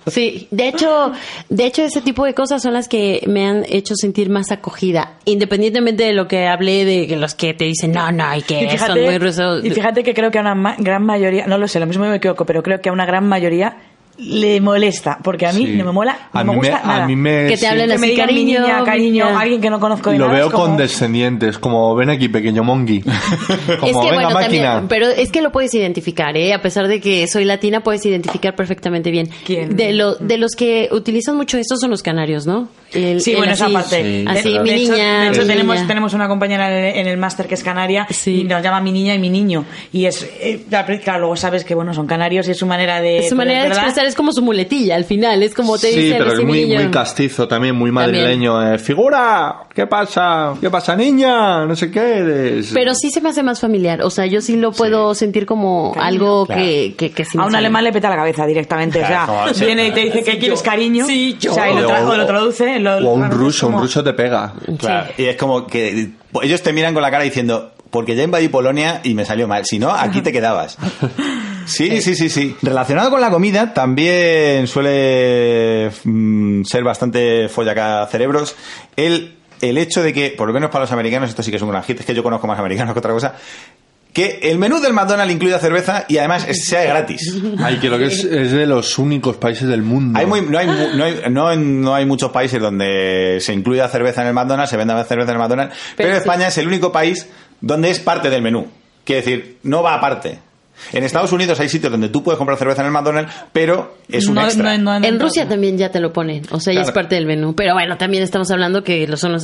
Speaker 6: Sí, de hecho, de hecho ese tipo de cosas son las que me han hecho sentir más acogida, independientemente de lo que hablé de los que te dicen no, no, y que
Speaker 5: Y
Speaker 6: son muy
Speaker 5: fíjate,
Speaker 6: rusos.
Speaker 5: y fíjate que creo que a una ma- gran mayoría, no lo sé, lo mismo me equivoco, pero creo que a una gran mayoría le molesta, porque a mí
Speaker 4: Sí.
Speaker 5: no me mola, no
Speaker 4: A
Speaker 5: me
Speaker 4: mí me-
Speaker 5: gusta nada.
Speaker 4: A mí me...
Speaker 6: Que te hablen
Speaker 5: que
Speaker 6: así,
Speaker 5: me digan mi
Speaker 6: "Cariño,
Speaker 5: niña, cariño,
Speaker 6: mira".
Speaker 5: alguien que no conozco de
Speaker 4: Lo
Speaker 5: nada. es
Speaker 4: veo
Speaker 5: como-
Speaker 4: condescendientes, como ven aquí, pequeño mongi.
Speaker 6: es
Speaker 4: Como
Speaker 6: que
Speaker 4: venga
Speaker 6: bueno,
Speaker 4: máquina.
Speaker 6: también, pero es que lo puedes identificar, ¿eh? A pesar de que soy latina, puedes identificar perfectamente bien.
Speaker 5: ¿Quién?
Speaker 6: De, lo, de los que utilizan mucho esto son los canarios, ¿no? El-
Speaker 5: Sí,
Speaker 6: el
Speaker 5: bueno, esa
Speaker 6: así,
Speaker 5: parte.
Speaker 4: Sí,
Speaker 5: De-
Speaker 6: Así,
Speaker 5: de,
Speaker 6: mi
Speaker 5: hecho,
Speaker 6: niña.
Speaker 5: de hecho,
Speaker 6: mi
Speaker 5: tenemos,
Speaker 6: niña.
Speaker 5: tenemos una compañera en el, en el máster que es canaria
Speaker 6: Sí.
Speaker 5: y nos llama mi niña y mi niño. Y es, eh, claro, luego sabes que, bueno, son canarios y es su manera de...
Speaker 6: Es su manera de
Speaker 5: eh, ¿verdad?
Speaker 6: expresar, es como su muletilla al final, es como te
Speaker 4: sí,
Speaker 6: dicen
Speaker 4: pero
Speaker 6: así,
Speaker 4: es muy,
Speaker 6: niño.
Speaker 4: muy castizo también, muy
Speaker 6: También.
Speaker 4: madrileño. eh, ¡Figura! ¿Qué pasa? ¿Qué pasa, niña? No sé qué. eres".
Speaker 6: Pero sí se me hace más familiar, o sea, yo sí lo puedo sentir como algo
Speaker 3: Claro.
Speaker 6: que, que, que sí me
Speaker 5: A un
Speaker 6: sale.
Speaker 5: alemán le peta la cabeza directamente.
Speaker 3: Claro,
Speaker 5: o sea,
Speaker 3: sí.
Speaker 5: viene y te dice que quieres cariño.
Speaker 6: Sí, yo.
Speaker 5: O sea, y lo, tra- o lo traduce. Lo,
Speaker 4: O a un
Speaker 5: lo-
Speaker 4: ruso,
Speaker 5: como-
Speaker 4: un ruso te pega.
Speaker 3: Claro. Y es como que pues, ellos te miran con la cara diciendo, porque ya invadí Polonia y me salió mal. Si no, aquí te quedabas. Sí, sí, sí, sí. Relacionado con la comida, también suele mm, ser bastante follaca cerebros. El, el hecho de que, por lo menos para los americanos, esto sí que es un gran hit, es que yo conozco más americanos que otra cosa, que el menú del McDonald's incluya cerveza y además es- sea gratis.
Speaker 4: Ay, que lo que es, es de los únicos países del mundo.
Speaker 3: Hay muy- no, hay, mu- no, hay, no, no hay muchos países donde se incluya cerveza en el McDonald's, se venda cerveza en el McDonald's, pero,
Speaker 6: Pero sí.
Speaker 3: España es el único país donde es parte del menú. Quiere decir, no va aparte. En Estados Unidos hay sitios donde tú puedes comprar cerveza en el McDonald's, pero es un
Speaker 5: No,
Speaker 3: extra.
Speaker 5: no, no, no,
Speaker 6: En
Speaker 5: no.
Speaker 6: Rusia también ya te lo ponen, o sea, ya es
Speaker 3: Claro.
Speaker 6: parte del menú. Pero bueno, también estamos hablando que los son los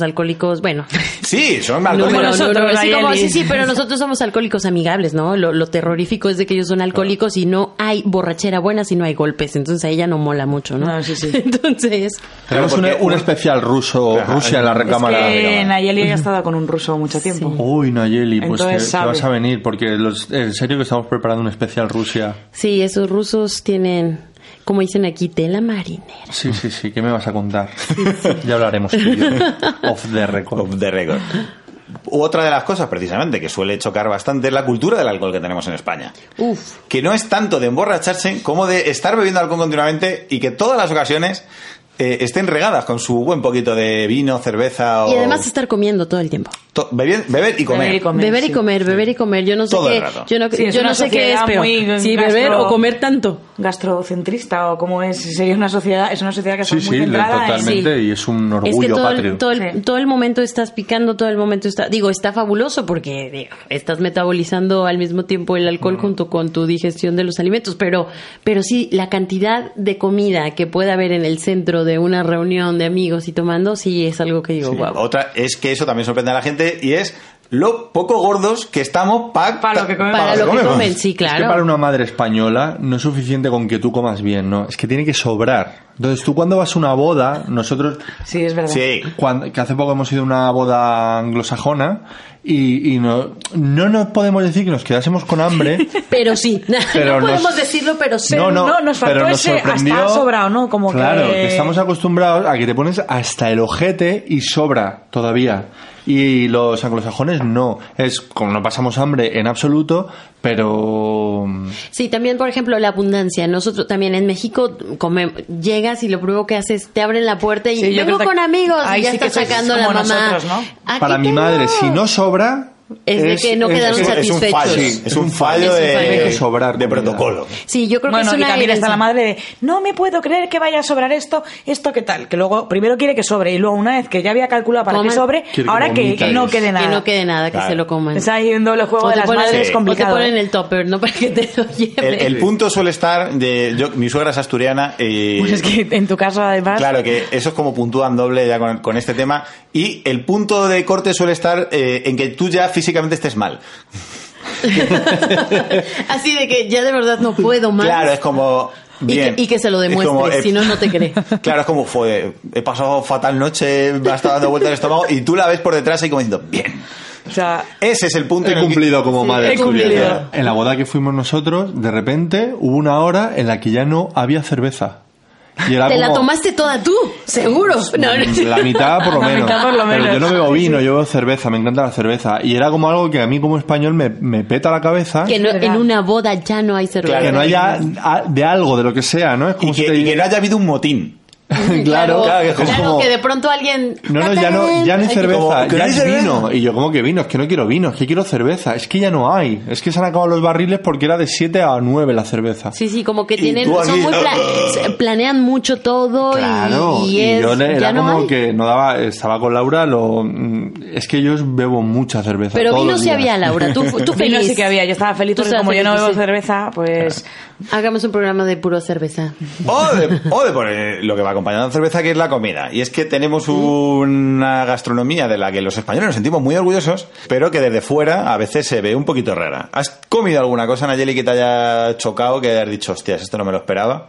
Speaker 6: alcohólicos, bueno,
Speaker 3: Sí, son
Speaker 6: No,
Speaker 3: alcohólicos.
Speaker 6: pero
Speaker 5: nosotros,
Speaker 6: no, no, sí,
Speaker 5: Nayeli.
Speaker 6: como- sí, sí, pero nosotros somos alcohólicos amigables, ¿no? Lo, lo terrorífico es de que ellos son alcohólicos y no hay borrachera buena si no hay golpes. Entonces a ella no mola mucho, ¿no?
Speaker 5: No, sí, sí.
Speaker 6: Entonces,
Speaker 4: Tenemos
Speaker 3: Claro, porque-
Speaker 4: un, un especial ruso,
Speaker 3: Claro,
Speaker 4: Rusia en la
Speaker 3: es
Speaker 5: Es
Speaker 4: recámara.
Speaker 5: que Nayeli ha estado con un ruso mucho tiempo.
Speaker 4: Uy, Nayeli, pues te,
Speaker 5: Entonces
Speaker 4: te
Speaker 5: sabe.
Speaker 4: vas a venir, porque los- en serio que estamos preparando un especial Rusia.
Speaker 6: sí, esos rusos tienen, como dicen aquí, tela marinera.
Speaker 4: Sí, sí, sí, ¿qué me vas a contar? Ya hablaremos tú y yo. Off the record.
Speaker 3: Off the record. Otra de las cosas, precisamente, que suele chocar bastante es la cultura del alcohol que tenemos en España.
Speaker 6: Uf.
Speaker 3: que no es tanto de emborracharse como de estar bebiendo alcohol continuamente y que todas las ocasiones eh, estén regadas con su buen poquito de vino, cerveza o...
Speaker 6: Y además estar comiendo todo el tiempo.
Speaker 3: to- beber, beber y comer.
Speaker 5: Beber y comer.
Speaker 6: beber y
Speaker 5: sí.
Speaker 6: comer, beber y comer. Yo no sé
Speaker 3: Todo el
Speaker 6: qué,
Speaker 3: rato.
Speaker 6: yo no,
Speaker 5: Sí, es
Speaker 6: yo
Speaker 5: una
Speaker 6: no sé qué es
Speaker 5: sociedad
Speaker 6: peor.
Speaker 5: muy
Speaker 6: Sí,
Speaker 5: gastro-
Speaker 6: beber o comer tanto.
Speaker 5: Gastrocentrista o como es. Sería una sociedad. Es una sociedad que está
Speaker 4: Sí,
Speaker 5: muy
Speaker 4: sí,
Speaker 5: centrada en-
Speaker 4: totalmente, y es un orgullo
Speaker 6: Es que todo
Speaker 4: patrio.
Speaker 6: el, todo, el,
Speaker 5: Sí.
Speaker 6: todo el momento estás picando, todo el momento está, digo, está fabuloso porque digo, estás metabolizando al mismo tiempo el
Speaker 5: Mm.
Speaker 6: alcohol junto con tu digestión de los alimentos, pero, pero sí, la cantidad de comida que puede haber en el centro de una reunión de amigos y tomando, sí es algo que digo,
Speaker 3: Sí.
Speaker 6: wow.
Speaker 3: Otra es que eso también sorprende a la gente y es lo poco gordos que estamos para
Speaker 5: Pa' lo que comemos.
Speaker 6: Para lo que
Speaker 3: comemos.
Speaker 6: comen, sí, claro.
Speaker 4: Es que para una madre española no es suficiente con que tú comas bien, ¿no? Es que tiene que sobrar. Entonces tú cuando vas a una boda, nosotros
Speaker 5: Sí, es verdad.
Speaker 3: Sí.
Speaker 4: cuando- que hace poco hemos ido a una boda anglosajona y, y no, no nos podemos decir que nos quedásemos con hambre.
Speaker 6: Pero sí,
Speaker 4: Pero
Speaker 6: no
Speaker 4: nos-
Speaker 6: podemos decirlo, pero sí.
Speaker 5: Pero no, nos faltó
Speaker 4: pero nos
Speaker 5: ese hasta
Speaker 4: sorprendió-
Speaker 5: ha sobrado, ¿no? Como que-
Speaker 4: claro, que estamos acostumbrados a que te pones hasta el ojete y sobra todavía. Y los anglosajones no. Es como no pasamos hambre en absoluto, pero.
Speaker 6: Sí, también, por ejemplo, la abundancia. Nosotros también en México come- llegas y lo primero que haces, te abren la puerta y
Speaker 11: Sí, yo
Speaker 6: vengo
Speaker 11: creo que
Speaker 6: con amigos y
Speaker 11: ahí
Speaker 6: ya
Speaker 11: sí que
Speaker 6: estás
Speaker 11: sois
Speaker 6: sacando a la
Speaker 11: como
Speaker 6: mamá.
Speaker 11: nosotros, ¿no?
Speaker 6: Aquí
Speaker 4: Para mi
Speaker 6: tengo.
Speaker 4: madre, si no sobra.
Speaker 6: Es de que no quedaron
Speaker 3: es, es un fallo,
Speaker 6: satisfechos.
Speaker 3: es un fallo
Speaker 6: Es un
Speaker 3: de,
Speaker 6: fallo.
Speaker 4: Tiene que sobrar
Speaker 3: de
Speaker 4: comida.
Speaker 3: protocolo.
Speaker 6: Sí, yo creo
Speaker 11: Bueno,
Speaker 6: que es
Speaker 11: y
Speaker 6: una
Speaker 11: también
Speaker 5: Está
Speaker 6: herencia.
Speaker 5: la madre de, no me puedo creer que vaya a sobrar esto, esto qué tal. Que luego primero quiere que sobre y luego una vez que ya había calculado para
Speaker 6: Coman.
Speaker 5: que sobre,
Speaker 4: Quiere que
Speaker 5: ahora que,
Speaker 4: vomites.
Speaker 5: no quede nada.
Speaker 6: Que no quede nada, que
Speaker 3: Claro.
Speaker 6: se lo coman.
Speaker 5: Está ahí un doble juego
Speaker 6: O
Speaker 5: de
Speaker 6: te
Speaker 5: las
Speaker 6: ponen-
Speaker 5: madres complicado.
Speaker 6: O te ponen
Speaker 5: ¿eh?
Speaker 6: el topper, no para que te lo
Speaker 3: El,
Speaker 6: lleves.
Speaker 3: el punto suele estar de yo- mi suegra es asturiana y
Speaker 5: Pues es que en tu caso además...
Speaker 3: Claro, que eso es como puntúan doble ya con, con este tema. Y el punto de corte suele estar eh, en que tú ya físicamente estés mal.
Speaker 6: Así de que ya de verdad no puedo más.
Speaker 3: Claro, es como.
Speaker 6: Y que-
Speaker 3: Bien.
Speaker 6: y que se lo
Speaker 3: Es
Speaker 6: demuestres,
Speaker 3: como, eh,
Speaker 6: si no, no te cree.
Speaker 3: Claro, es como, fue, he pasado fatal noche, me ha estado dando vueltas el estómago y tú la ves por detrás y como diciendo, bien.
Speaker 5: O sea,
Speaker 3: Ese es el punto. en
Speaker 4: He
Speaker 3: el que-
Speaker 4: cumplido como madre.
Speaker 5: he cumplido.
Speaker 4: asturiana. En la boda que fuimos nosotros, de repente hubo una hora en la que ya no había cerveza. Y era
Speaker 6: Te la
Speaker 4: como-
Speaker 6: tomaste toda tú, seguro. No, no.
Speaker 4: La mitad por lo
Speaker 5: La
Speaker 4: menos.
Speaker 5: mitad por lo menos.
Speaker 4: Pero yo no bebo vino, yo bebo cerveza, me encanta la cerveza. Y era como algo que a mí como español me, me peta la cabeza.
Speaker 6: Que no-
Speaker 5: Es verdad.
Speaker 6: en una boda ya no hay cerveza.
Speaker 4: que no haya a- de algo, de lo que sea, ¿no? Es como
Speaker 3: y,
Speaker 4: si
Speaker 3: que,
Speaker 4: te-
Speaker 3: y que no haya habido un motín.
Speaker 6: claro,
Speaker 3: claro, que es
Speaker 6: claro
Speaker 3: como-
Speaker 6: que de pronto alguien.
Speaker 4: No, no, ya no, ya no hay
Speaker 6: Ay, que-
Speaker 4: cerveza,
Speaker 3: como, ¿que no
Speaker 4: ya
Speaker 3: hay
Speaker 4: es
Speaker 3: cerveza?
Speaker 4: vino. Y yo, ¿cómo que vino? Es que no quiero vino, es que quiero cerveza. Es que ya no hay. Es que se han acabado los barriles porque era de 7 a 9 la cerveza.
Speaker 6: Sí, sí, como que
Speaker 3: Y
Speaker 6: tienen.
Speaker 3: tú
Speaker 6: Son
Speaker 3: aquí-
Speaker 6: muy pla- se- planean mucho todo y-
Speaker 4: Claro,
Speaker 6: y,
Speaker 4: y
Speaker 6: es.
Speaker 4: yo ne-
Speaker 6: ya
Speaker 4: era
Speaker 6: no
Speaker 4: como
Speaker 6: hay.
Speaker 4: que no daba, estaba con Laura, lo, mm, es que yo bebo mucha cerveza.
Speaker 6: Pero
Speaker 4: todos
Speaker 6: vino
Speaker 4: los
Speaker 6: sí
Speaker 4: días.
Speaker 6: había, Laura. Tú, fu- tú
Speaker 5: vino
Speaker 6: feliz.
Speaker 5: sí que había, yo estaba feliz
Speaker 6: Tú
Speaker 5: porque
Speaker 6: estabas
Speaker 5: como yo no
Speaker 6: feliz,
Speaker 5: bebo
Speaker 6: sí.
Speaker 5: cerveza, pues...
Speaker 6: Hagamos un programa de puro cerveza.
Speaker 3: O de, o de poner lo que va acompañando a la cerveza, que es la comida. Y es que tenemos una gastronomía de la que los españoles nos sentimos muy orgullosos, pero que desde fuera a veces se ve un poquito rara. ¿Has comido alguna cosa, Nayeli, que te haya chocado, que hayas dicho, hostias, esto no me lo esperaba?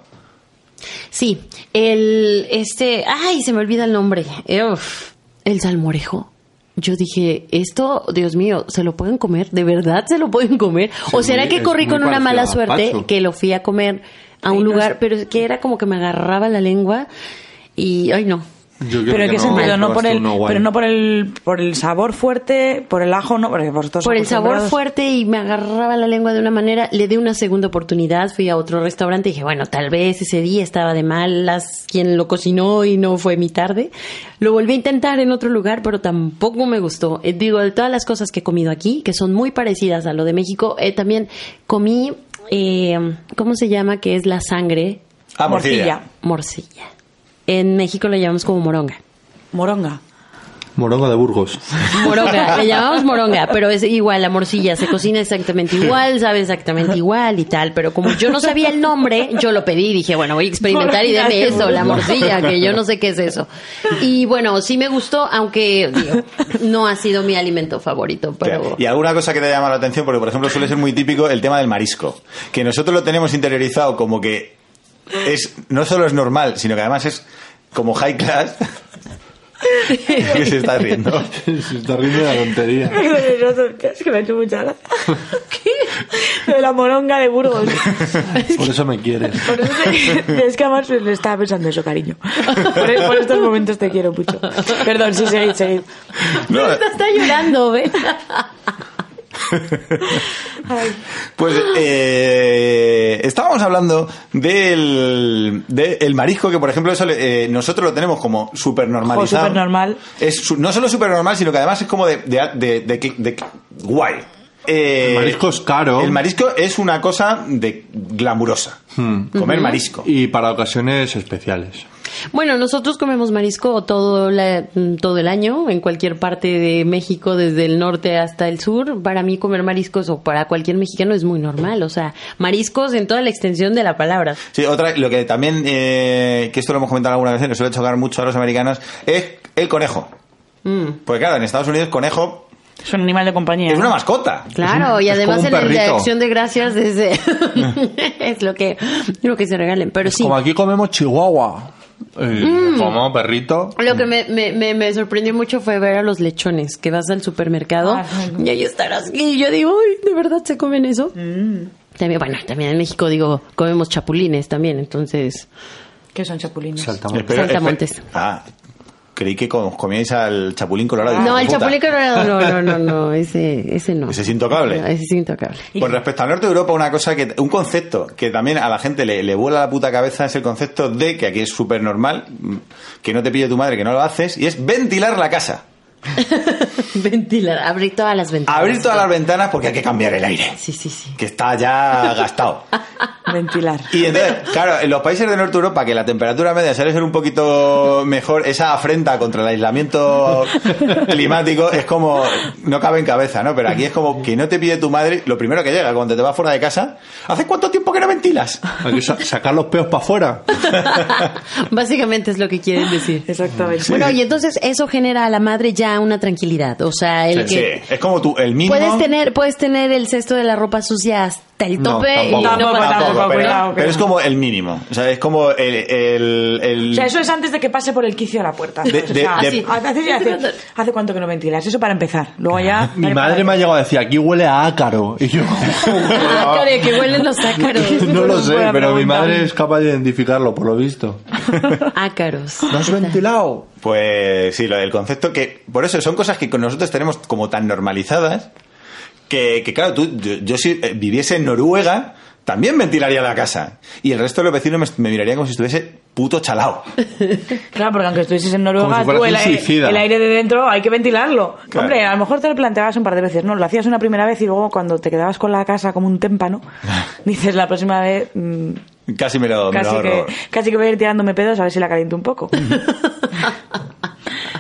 Speaker 6: Sí, el este, ay, se me olvida el nombre. Eh, uf, el salmorejo. Yo dije, esto, Dios mío, ¿se lo pueden comer? ¿De verdad se lo pueden comer? ¿O
Speaker 4: Sí,
Speaker 6: será que
Speaker 4: es
Speaker 6: corrí
Speaker 4: muy
Speaker 6: con una mala
Speaker 4: parecido a
Speaker 6: suerte
Speaker 4: gazpacho.
Speaker 6: que lo fui a comer a un lugar, pero es que era como que me agarraba la lengua y, ay, no.
Speaker 4: Yo creo
Speaker 5: Pero en
Speaker 4: que
Speaker 5: qué sentido, no por
Speaker 4: probaste
Speaker 5: el,
Speaker 4: uno guay.
Speaker 5: pero no por el, por el sabor fuerte, por el ajo, no, porque vosotros
Speaker 6: Por el sabor
Speaker 5: acostumbrados-
Speaker 6: fuerte y me agarraba la lengua de una manera, le di una segunda oportunidad, fui a otro restaurante y dije, bueno, tal vez ese día estaba de malas quien lo cocinó y no fue mi tarde. Lo volví a intentar en otro lugar, pero tampoco me gustó. Eh, Digo, de todas las cosas que he comido aquí, que son muy parecidas a lo de México, eh, también comí, eh, ¿cómo se llama? Que es la sangre
Speaker 3: Ah, morcilla.
Speaker 5: Morcilla.
Speaker 6: morcilla. En México lo llamamos como moronga.
Speaker 5: Moronga.
Speaker 4: Moronga de Burgos.
Speaker 6: Moronga, le llamamos moronga, pero es igual, la morcilla se cocina exactamente igual, sabe exactamente igual y tal, pero como yo no sabía el nombre, yo lo pedí y dije, bueno, voy a experimentar y deme eso, la morcilla, que yo no sé qué es eso. Y bueno, sí me gustó, aunque digo, no ha sido mi alimento favorito, pero...
Speaker 3: Y alguna cosa que te llama la atención, porque por ejemplo suele ser muy típico el tema del marisco, que nosotros lo tenemos interiorizado como que es no solo es normal, sino que además es como high class. que se está riendo.
Speaker 4: se está riendo de la tontería.
Speaker 5: es que me ha hecho mucha gracia. ¿Qué? Lo de la moronga de Burgos.
Speaker 4: Por eso me quieres.
Speaker 5: Por eso te- es que además le estaba pensando eso, cariño. Por, e-, por estos momentos te quiero mucho. Perdón, sí, seguid, seguid.
Speaker 3: No, eh.
Speaker 6: Está llorando, ¿ves?
Speaker 3: pues eh, estábamos hablando del, de- el marisco, que por ejemplo eso le- eh, nosotros lo tenemos como súper normalizado.
Speaker 5: Jo, supernormal.
Speaker 3: Es su- no solo súper normal, sino que además es como de, de- de- de- de- guay. Eh,
Speaker 4: El marisco es caro.
Speaker 3: El marisco es una cosa de glamurosa.
Speaker 4: Hmm.
Speaker 3: Comer marisco.
Speaker 4: Y para ocasiones especiales.
Speaker 6: Bueno, nosotros comemos marisco todo, la- todo el año, en cualquier parte de México, desde el norte hasta el sur. Para mí comer mariscos o para cualquier mexicano es muy normal, o sea, mariscos en toda la extensión de la palabra.
Speaker 3: Sí, otra, lo que también, eh, que esto lo hemos comentado alguna vez, nos suele chocar mucho a los americanos, es el conejo.
Speaker 6: Mm.
Speaker 3: Porque claro, en Estados Unidos conejo
Speaker 5: Es un animal de compañía.
Speaker 3: es
Speaker 5: ¿no?
Speaker 3: una mascota.
Speaker 6: Claro, y
Speaker 4: es
Speaker 6: además
Speaker 4: como
Speaker 6: en
Speaker 4: un
Speaker 6: el de
Speaker 4: perrito.
Speaker 6: acción de gracias desde es lo que lo que se regalen, pero sí.
Speaker 4: Como aquí comemos chihuahua. Eh,
Speaker 5: Mm.
Speaker 4: Como perrito.
Speaker 6: Lo que me, me, me, me sorprendió mucho fue ver a los lechones que vas al supermercado
Speaker 5: Ah, sí.
Speaker 6: y ahí estarás. Y yo digo, uy, ¿de verdad se comen eso? También, bueno, también en México digo, comemos chapulines también, entonces
Speaker 5: Que son chapulines.
Speaker 4: Saltamos.
Speaker 3: Espero-
Speaker 6: Saltamontes.
Speaker 3: espe- Ah, Creí que com- comíais al chapulín colorado.
Speaker 6: No,
Speaker 3: Hijo de
Speaker 6: el
Speaker 3: puta.
Speaker 6: chapulín colorado, no, no, no, no, ese, ese no.
Speaker 3: Ese es intocable.
Speaker 6: Ese es intocable.
Speaker 3: Con respecto al norte de Europa, una cosa que, un concepto que también a la gente le, le vuela la puta cabeza es el concepto de que aquí es súper normal, mm, que no te pille tu madre, que no lo haces, y es ventilar la casa.
Speaker 6: Ventilar, abrir todas las ventanas.
Speaker 3: Abrir todas las ventanas porque hay que cambiar el aire,
Speaker 6: Sí, sí, sí.
Speaker 3: que está ya gastado.
Speaker 5: Ventilar.
Speaker 3: Y entonces, claro, en los países de Norte Europa, que la temperatura media suele ser un poquito mejor, esa afrenta contra el aislamiento climático es como, no cabe en cabeza, ¿no? Pero aquí es como que no te pide tu madre, lo primero que llega cuando te vas fuera de casa, ¿hace cuánto tiempo que no ventilas?
Speaker 4: Hay que sa- sacar los peos para afuera.
Speaker 6: Básicamente es lo que quieren decir.
Speaker 5: Exactamente.
Speaker 6: Bueno, y entonces eso genera a la madre ya una tranquilidad. O sea, el
Speaker 3: Sí,
Speaker 6: que
Speaker 3: es como tú, el mínimo.
Speaker 6: puedes tener, puedes tener el cesto de la ropa sucia hasta el
Speaker 4: No,
Speaker 6: tope y
Speaker 4: tampoco.
Speaker 6: no
Speaker 5: Tampoco,
Speaker 6: pasa
Speaker 5: tampoco,
Speaker 6: nada.
Speaker 3: pero,
Speaker 5: cuidado,
Speaker 3: pero
Speaker 5: que-
Speaker 3: es como el mínimo. O sea, es como el. el- el-
Speaker 5: O sea, eso es antes de que pase por el quicio de la puerta.
Speaker 3: De-
Speaker 5: O
Speaker 3: de-
Speaker 5: sea,
Speaker 3: de-
Speaker 5: hace, hace- hace cuánto que no ventilas, eso para empezar. Luego ya...
Speaker 4: Mi madre me ha llegado a decir, aquí huele a ácaro. Y yo,
Speaker 6: Ah, caray, que huelen los ácaros.
Speaker 4: no lo sé,
Speaker 5: Buena
Speaker 4: pero mi
Speaker 5: pregunta.
Speaker 4: madre es capaz de identificarlo, por lo visto.
Speaker 6: Ácaros.
Speaker 4: ¿No has ventilado?
Speaker 3: Pues sí, lo- el concepto que. Por eso son cosas que con nosotros tenemos como tan normalizadas que, que, claro, tú, yo, yo si eh, viviese en Noruega también ventilaría la casa. Y el resto de los vecinos me, me mirarían como si estuviese puto chalao.
Speaker 5: Claro, porque aunque estuvieses en
Speaker 4: Como
Speaker 5: Noruega,
Speaker 4: si fueras
Speaker 5: tú
Speaker 4: un
Speaker 5: el, aire-
Speaker 4: suicida.
Speaker 5: el aire de dentro hay que ventilarlo.
Speaker 3: Claro.
Speaker 5: Hombre, a lo mejor te lo planteabas un par de veces, ¿no? Lo hacías una primera vez y luego cuando te quedabas con la casa como un témpano, dices la próxima vez mm,
Speaker 3: Casi me lo, me lo
Speaker 5: casi, que,
Speaker 3: ahorro.
Speaker 5: casi que voy a ir tirándome pedos a ver si la caliento un poco.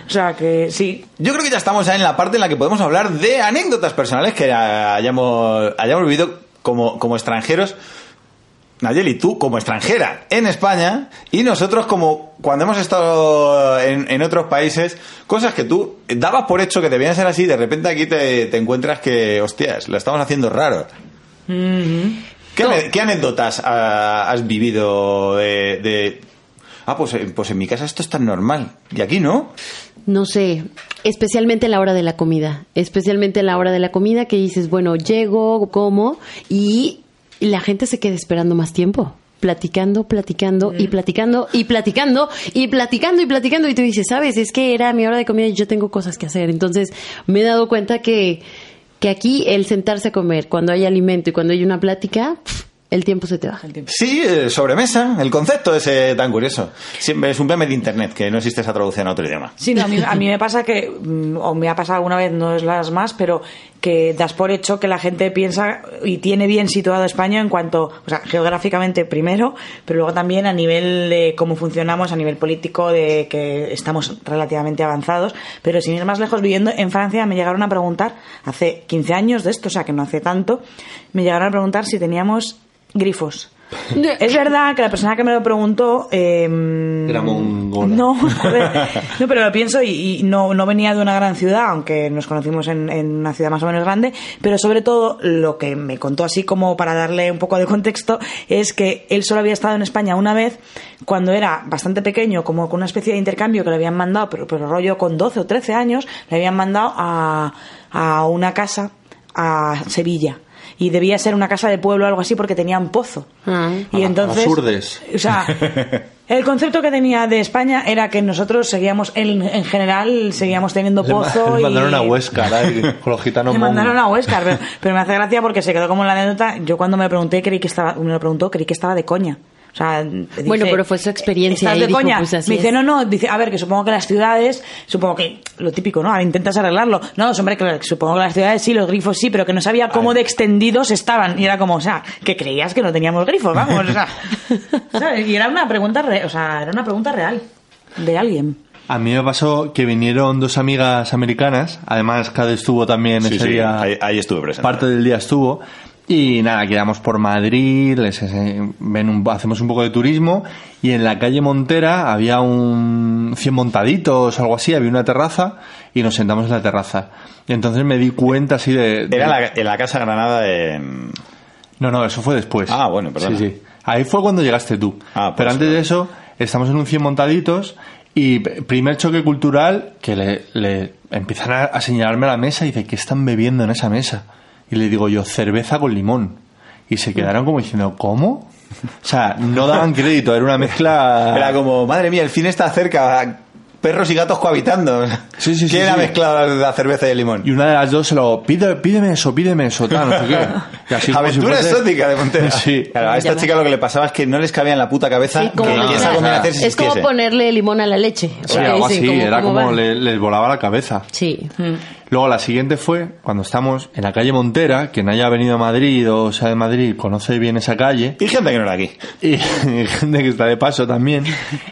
Speaker 5: o sea que sí.
Speaker 3: Yo creo que ya estamos ya en la parte en la que podemos hablar de anécdotas personales que ah, hayamos, hayamos vivido como, como extranjeros. Nayeli, tú como extranjera en España y nosotros como cuando hemos estado en, en otros países, cosas que tú dabas por hecho que debían ser así, de repente aquí te, te encuentras que, hostias, la estamos haciendo raro. ¿Qué, ane- qué anécdotas ah, has vivido de... de, ah, pues, eh, pues en mi casa esto es tan normal y aquí no?
Speaker 6: No sé, especialmente en la hora de la comida, especialmente en la hora de la comida que dices, bueno, llego, como y la gente se queda esperando más tiempo, platicando, platicando y platicando y platicando y platicando y platicando y tú dices, sabes, es que era mi hora de comida y yo tengo cosas que hacer, entonces me he dado cuenta que que aquí el sentarse a comer cuando hay alimento y cuando hay una plática, pf, el tiempo se te baja.
Speaker 3: Sí, eh, sobremesa, el concepto ese tan curioso. Siempre es un meme de internet, que no existe esa traducción a otro idioma.
Speaker 5: Sí, no, a, mí, a mí me pasa que, mm, o me ha pasado alguna vez, no es las más, pero que das por hecho que la gente piensa y tiene bien situado España en cuanto, o sea, geográficamente primero, pero luego también a nivel de cómo funcionamos, a nivel político, de que estamos relativamente avanzados. Pero sin ir más lejos, viviendo en Francia, me llegaron a preguntar, hace 15 años de esto, o sea, que no hace tanto, me llegaron a preguntar si teníamos grifos. Es verdad que la persona que me lo preguntó... em,
Speaker 4: Era mongola.
Speaker 5: No, joder. No, pero lo pienso y, y no, no venía de una gran ciudad, aunque nos conocimos en, en una ciudad más o menos grande, pero sobre todo lo que me contó así como para darle un poco de contexto es que él solo había estado en España una vez cuando era bastante pequeño, como con una especie de intercambio que le habían mandado, pero, pero rollo con 12 o 13 años, le habían mandado a, a una casa a Sevilla. Y debía ser una casa de pueblo o algo así porque tenían pozo.
Speaker 6: Ah.
Speaker 5: Y entonces...
Speaker 4: Absurdes.
Speaker 5: O sea, el concepto que tenía de España era que nosotros seguíamos, en, en general, seguíamos teniendo
Speaker 4: Le, ma-
Speaker 5: pozo
Speaker 4: le
Speaker 5: y...
Speaker 4: mandaron a Huesca, ¿verdad? con los gitanos
Speaker 5: Le mandaron
Speaker 4: mongos.
Speaker 5: a Huesca, pero, pero me hace gracia porque se quedó como en la anécdota. Yo cuando me lo pregunté, creí que estaba, me lo preguntó, creí que estaba de coña. O sea, dice,
Speaker 6: Bueno, pero fue su experiencia
Speaker 5: ¿Estás
Speaker 6: y
Speaker 5: de
Speaker 6: dijo,
Speaker 5: coña?
Speaker 6: pues, así
Speaker 5: me dice,
Speaker 6: es.
Speaker 5: no, no, dice, a ver, que supongo que las ciudades, supongo que, lo típico, ¿no? Ahora intentas arreglarlo. No, hombre, que supongo que las ciudades sí, los grifos sí, pero que no sabía cómo de extendidos estaban. Y era como, o sea, que creías que no teníamos grifos, vamos, o sea. ¿sabes? Y era una pregunta, re- o sea, era una pregunta real de alguien.
Speaker 4: A mí me pasó que vinieron dos amigas americanas, además Cade estuvo también
Speaker 3: Sí,
Speaker 4: ese
Speaker 3: sí,
Speaker 4: día.
Speaker 3: ahí- ahí estuve presente.
Speaker 4: Parte del día estuvo. Y nada, quedamos por Madrid, les ense- ven un- hacemos un poco de turismo y en la calle Montera había un 100 montaditos o algo así, había una terraza y nos sentamos en la terraza. Y entonces me di cuenta así de... de-
Speaker 3: Era en la, en la Casa Granada en...
Speaker 4: No, no, eso fue después.
Speaker 3: Ah, bueno, perdona.
Speaker 4: Sí, sí. Ahí fue cuando llegaste tú.
Speaker 3: Ah, pues,
Speaker 4: Pero antes
Speaker 3: claro.
Speaker 4: de eso, estamos en un 100 montaditos y p- primer choque cultural que le, le empiezan a, a señalarme a la mesa y dice, ¿qué están bebiendo en esa mesa? Y le digo yo, cerveza con limón. Y se quedaron como diciendo, ¿cómo? O sea, no daban crédito, era una mezcla...
Speaker 3: Era como, madre mía, el fin está cerca, perros y gatos cohabitando.
Speaker 4: Sí, sí, sí,
Speaker 3: ¿Quién ha
Speaker 4: sí.
Speaker 3: mezclado la cerveza y el limón?
Speaker 4: Y una de las dos se lo pide, pídeme eso, pídeme eso, tal, no sé qué. Y así como si
Speaker 3: Aventura
Speaker 4: fuese-
Speaker 3: exótica de Montero.
Speaker 4: Sí.
Speaker 3: Claro, a esta
Speaker 6: Llama.
Speaker 3: chica lo que le pasaba es que no les cabía en la puta cabeza
Speaker 6: Sí, como
Speaker 3: que
Speaker 6: mezclar.
Speaker 3: esa combinación se
Speaker 6: es como
Speaker 3: existiese.
Speaker 6: ponerle limón a la leche.
Speaker 4: Sí,
Speaker 6: Porque
Speaker 4: algo
Speaker 6: dicen,
Speaker 4: así,
Speaker 6: ¿cómo-
Speaker 4: era
Speaker 6: cómo
Speaker 4: como
Speaker 6: va?
Speaker 4: le- les volaba la cabeza.
Speaker 6: Sí.
Speaker 4: Luego la siguiente fue cuando estamos en la calle Montera, quien haya venido a Madrid o sea de Madrid conoce bien esa calle
Speaker 3: Y gente que no era aquí.
Speaker 4: y, y gente que está de paso también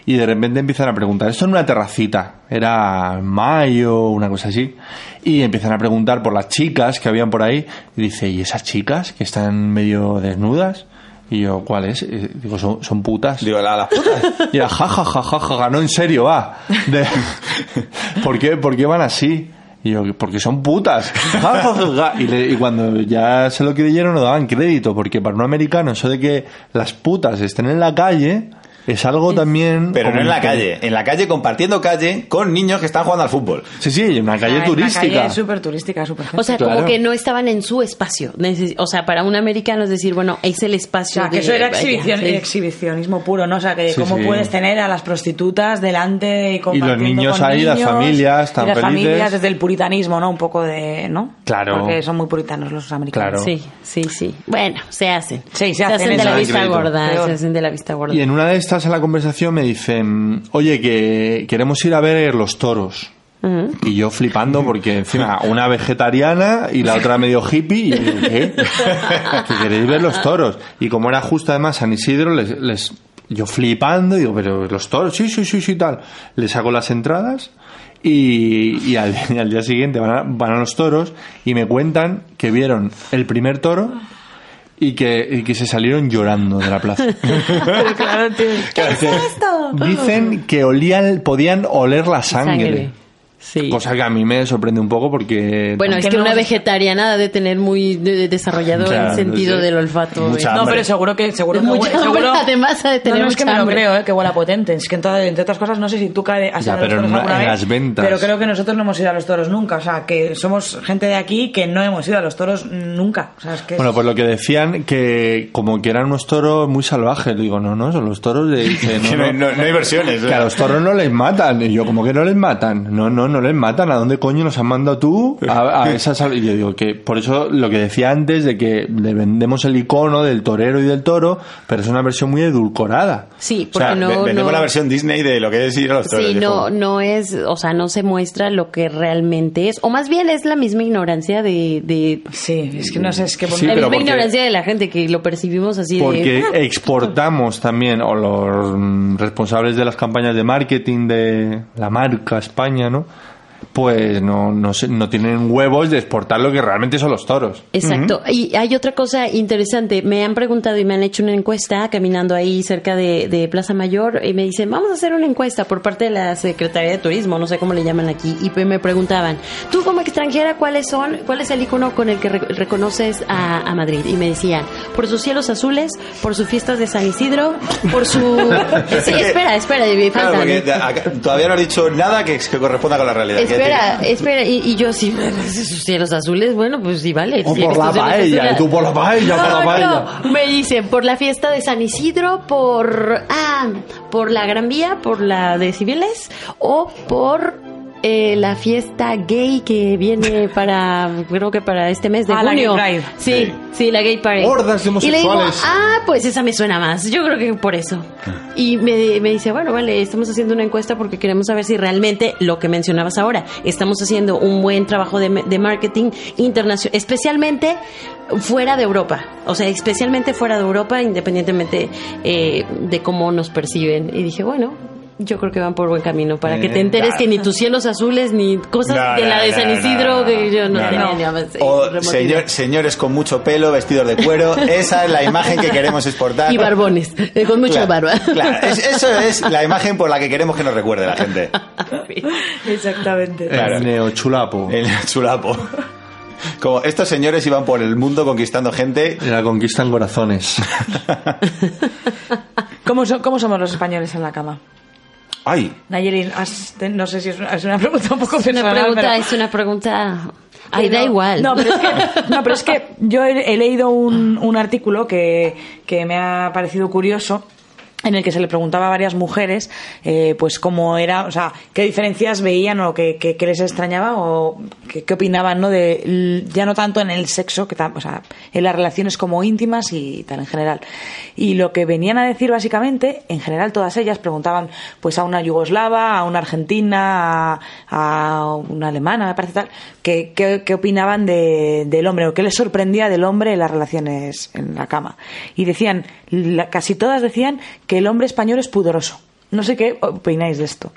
Speaker 4: y de repente empiezan a preguntar, esto en una terracita, era mayo, una cosa así, y empiezan a preguntar por las chicas que habían por ahí y dice, ¿y esas chicas que están medio desnudas? Y yo, ¿cuáles? Eh, Digo, son, son putas.
Speaker 3: Digo, la, las putas.
Speaker 4: Y era ja, ja, ja, ja, ja, ganó en serio, va. De- ¿por, qué, por qué van así? Y yo, porque son putas. Ja, ja, ja, ja. Y, le- y cuando ya se lo creyeron, no daban crédito, porque para un americano eso de que las putas estén en la calle es algo también...
Speaker 3: Pero no en la
Speaker 4: como-
Speaker 3: calle. En la calle compartiendo calle con niños que están jugando al fútbol.
Speaker 4: Sí, sí, en una calle
Speaker 5: Ah, es una
Speaker 4: turística.
Speaker 5: calle súper turística, súper.
Speaker 6: O sea,
Speaker 4: Claro.
Speaker 6: como que no estaban en su espacio. Neces- O sea, para un americano es decir, bueno, es el
Speaker 5: O
Speaker 6: espacio.
Speaker 5: sea, que
Speaker 6: de-
Speaker 5: eso era
Speaker 6: vaya,
Speaker 5: exhibición-
Speaker 6: sí.
Speaker 5: exhibicionismo puro, ¿no? O sea, que
Speaker 4: Sí,
Speaker 5: cómo
Speaker 4: sí.
Speaker 5: puedes tener a las prostitutas delante y compartiendo
Speaker 4: niños
Speaker 5: con
Speaker 4: ahí, las
Speaker 5: niños,
Speaker 4: familias tan
Speaker 5: y las
Speaker 4: felices.
Speaker 5: familias desde el puritanismo, ¿no? Un poco de, ¿no?
Speaker 4: Claro.
Speaker 5: Porque son muy puritanos los americanos.
Speaker 4: Claro.
Speaker 6: Sí, sí, sí. Bueno, se hacen.
Speaker 5: Sí, se
Speaker 6: se
Speaker 5: hacen,
Speaker 6: hacen de
Speaker 5: eso
Speaker 6: la
Speaker 5: da
Speaker 6: vista
Speaker 3: crédito.
Speaker 6: gorda.
Speaker 5: Peor.
Speaker 6: Se hacen de la vista
Speaker 4: Y
Speaker 6: gorda.
Speaker 4: en una de estas en la conversación me dicen, oye, que queremos ir a ver los toros. Y yo flipando porque encima una vegetariana y la otra medio hippie y yo digo, ¿qué? que queréis ver los toros. Y como era justo además San Isidro, les, les- yo flipando, digo, pero los toros, sí, sí, sí, sí, tal. Le saco las entradas y, y al, y al día siguiente van a- van a los toros y me cuentan que vieron el primer toro y que, y que se salieron llorando de la plaza. Dicen- Este, Dicen que olían, podían oler la sangre.
Speaker 6: Sí.
Speaker 4: Cosa que a mí me sorprende un poco porque...
Speaker 6: bueno, es
Speaker 5: Aunque
Speaker 6: que
Speaker 5: no-
Speaker 6: una vegetariana ha de tener muy de- de- desarrollado
Speaker 4: Claro,
Speaker 6: el sentido
Speaker 4: sí.
Speaker 6: del olfato.
Speaker 4: Mucha
Speaker 6: ¿eh?
Speaker 5: No,
Speaker 4: hambre.
Speaker 5: pero seguro que seguro que
Speaker 6: Mucha
Speaker 5: huele-
Speaker 6: hambre,
Speaker 5: seguro-
Speaker 6: además, ha de tener
Speaker 5: no, no es que
Speaker 6: mucha
Speaker 5: me lo
Speaker 6: hambre.
Speaker 5: creo, eh, que huela potente. Es que en toda- entre otras cosas no sé si tú cae- has
Speaker 4: Ya,
Speaker 5: ido a los
Speaker 4: pero
Speaker 5: toros
Speaker 4: no-
Speaker 5: alguna
Speaker 4: en
Speaker 5: vez,
Speaker 4: las ventas.
Speaker 5: Pero creo que nosotros no hemos ido a los toros nunca. O sea, que somos gente de aquí que no hemos ido a los toros nunca. O sea, es que
Speaker 4: Bueno, pues lo que decían que como que eran unos toros muy salvajes. Digo, no, no, son los toros de... que no,
Speaker 3: Que
Speaker 4: no,
Speaker 3: no, no- no hay versiones.
Speaker 4: que a los toros no les matan. Y yo, como que no les matan? No, no, no les matan. ¿A dónde coño nos han mandado tú? A, a esa sal- Y yo digo que por eso lo que decía antes de que le vendemos el icono del torero y del toro, pero es una versión muy edulcorada.
Speaker 6: Sí,
Speaker 3: O
Speaker 6: porque
Speaker 3: sea, ve-
Speaker 6: no.
Speaker 3: vendemos
Speaker 6: no-
Speaker 3: la versión Disney de lo que es ir a los toros.
Speaker 6: Sí,
Speaker 3: Yo
Speaker 6: no,
Speaker 3: como-
Speaker 6: no es, o sea, no se muestra lo que realmente es. O más bien es la misma ignorancia de. de
Speaker 5: sí, es que no sé, es que por-
Speaker 4: Sí,
Speaker 6: la
Speaker 4: pero
Speaker 6: misma
Speaker 4: porque-
Speaker 6: ignorancia de la gente que lo percibimos así
Speaker 4: Porque eh,
Speaker 6: de. "Ah,
Speaker 4: exportamos también, o los mm, responsables de las campañas de marketing de la marca España, ¿no? Pues no, no, se- no tienen huevos de exportar lo que realmente son los toros.
Speaker 6: Exacto. Y hay otra cosa interesante. Me han preguntado y me han hecho una encuesta caminando ahí cerca de, de Plaza Mayor y me dicen, vamos a hacer una encuesta por parte de la Secretaría de Turismo, no sé cómo le llaman aquí, y pues me preguntaban, tú como extranjera, ¿cuáles son, cuál es el icono con el que re- reconoces a, a Madrid? Y me decían, por sus cielos azules, por sus fiestas de San Isidro, por su... Sí, espera, espera,
Speaker 4: Ah,
Speaker 6: y me
Speaker 3: Claro,
Speaker 6: faltan.
Speaker 3: porque da- acá- todavía no has dicho nada que, que corresponda con la realidad.
Speaker 6: Espera, eh, espera, y, y yo sí, sus cielos azules, bueno, pues sí, vale.
Speaker 4: O
Speaker 6: sí,
Speaker 4: por la
Speaker 6: estos cielos
Speaker 4: paella,
Speaker 6: azules.
Speaker 4: y tú por la paella, por la paella.
Speaker 6: No, no, me dicen por la fiesta de San Isidro, por ah, por la Gran Vía, por la de civiles o por eh, la fiesta gay que viene para creo que para este mes de
Speaker 5: Ah, la Gay
Speaker 6: junio.
Speaker 5: Pride.
Speaker 6: sí,
Speaker 3: Sí.
Speaker 6: sí, la Gay Parade.
Speaker 4: Hordas de
Speaker 6: Y le digo,
Speaker 4: homosexuales.
Speaker 6: ah, pues esa me suena más. Yo creo que por eso.
Speaker 3: Ah.
Speaker 6: Y me, me dice, bueno, vale, estamos haciendo una encuesta porque queremos saber si realmente lo que mencionabas ahora, estamos haciendo un buen trabajo de, de marketing internacional, especialmente fuera de Europa. O sea, especialmente fuera de Europa, independientemente eh, de cómo nos perciben. Y dije, bueno. Yo creo que van por buen camino para que te
Speaker 3: Eh,
Speaker 6: enteres
Speaker 3: nah.
Speaker 6: que ni tus cielos azules ni cosas
Speaker 3: No,
Speaker 6: de la
Speaker 3: no,
Speaker 6: de
Speaker 3: no,
Speaker 6: San
Speaker 3: no,
Speaker 6: Isidro
Speaker 3: no,
Speaker 6: que yo no, pues,
Speaker 3: no,
Speaker 6: tenía
Speaker 3: no.
Speaker 6: ni la más-
Speaker 3: O
Speaker 6: remotidad.
Speaker 3: señor- señores con mucho pelo, vestidos de cuero, esa es la imagen que queremos exportar.
Speaker 6: y barbones, eh, con mucha
Speaker 3: Claro,
Speaker 6: barba.
Speaker 3: Claro, es- eso es la imagen por la que queremos que nos recuerde la gente.
Speaker 5: exactamente.
Speaker 3: Claro.
Speaker 4: El neochulapo.
Speaker 3: El chulapo. Como estos señores iban por el mundo conquistando gente.
Speaker 4: La conquistan corazones.
Speaker 5: ¿Cómo, so- ¿Cómo somos los españoles en la cama?
Speaker 3: ¡Ay!
Speaker 5: Nayeli, has- te- no sé si es una, es una pregunta un poco
Speaker 6: una
Speaker 5: personal.
Speaker 6: pregunta,
Speaker 5: pero-
Speaker 6: es una pregunta. Ay,
Speaker 5: pero-
Speaker 6: da igual.
Speaker 5: No, pero es que, no, pero es que yo he, he leído un, un artículo que, que me ha parecido curioso en el que se le preguntaba a varias mujeres eh, pues cómo era, o sea, qué diferencias veían o qué, qué- qué les extrañaba o qué, qué opinaban, ¿no? De, l- ya no tanto en el sexo, que tam- o sea, en las relaciones como íntimas y tal en general. Y lo que venían a decir básicamente, en general todas ellas preguntaban pues a una yugoslava, a una argentina, a, a una alemana, me parece tal, que, qué- qué opinaban de- del hombre o qué les sorprendía del hombre en las relaciones en la cama. Y decían, la- casi todas decían que el hombre español es pudoroso. No sé qué opináis de esto.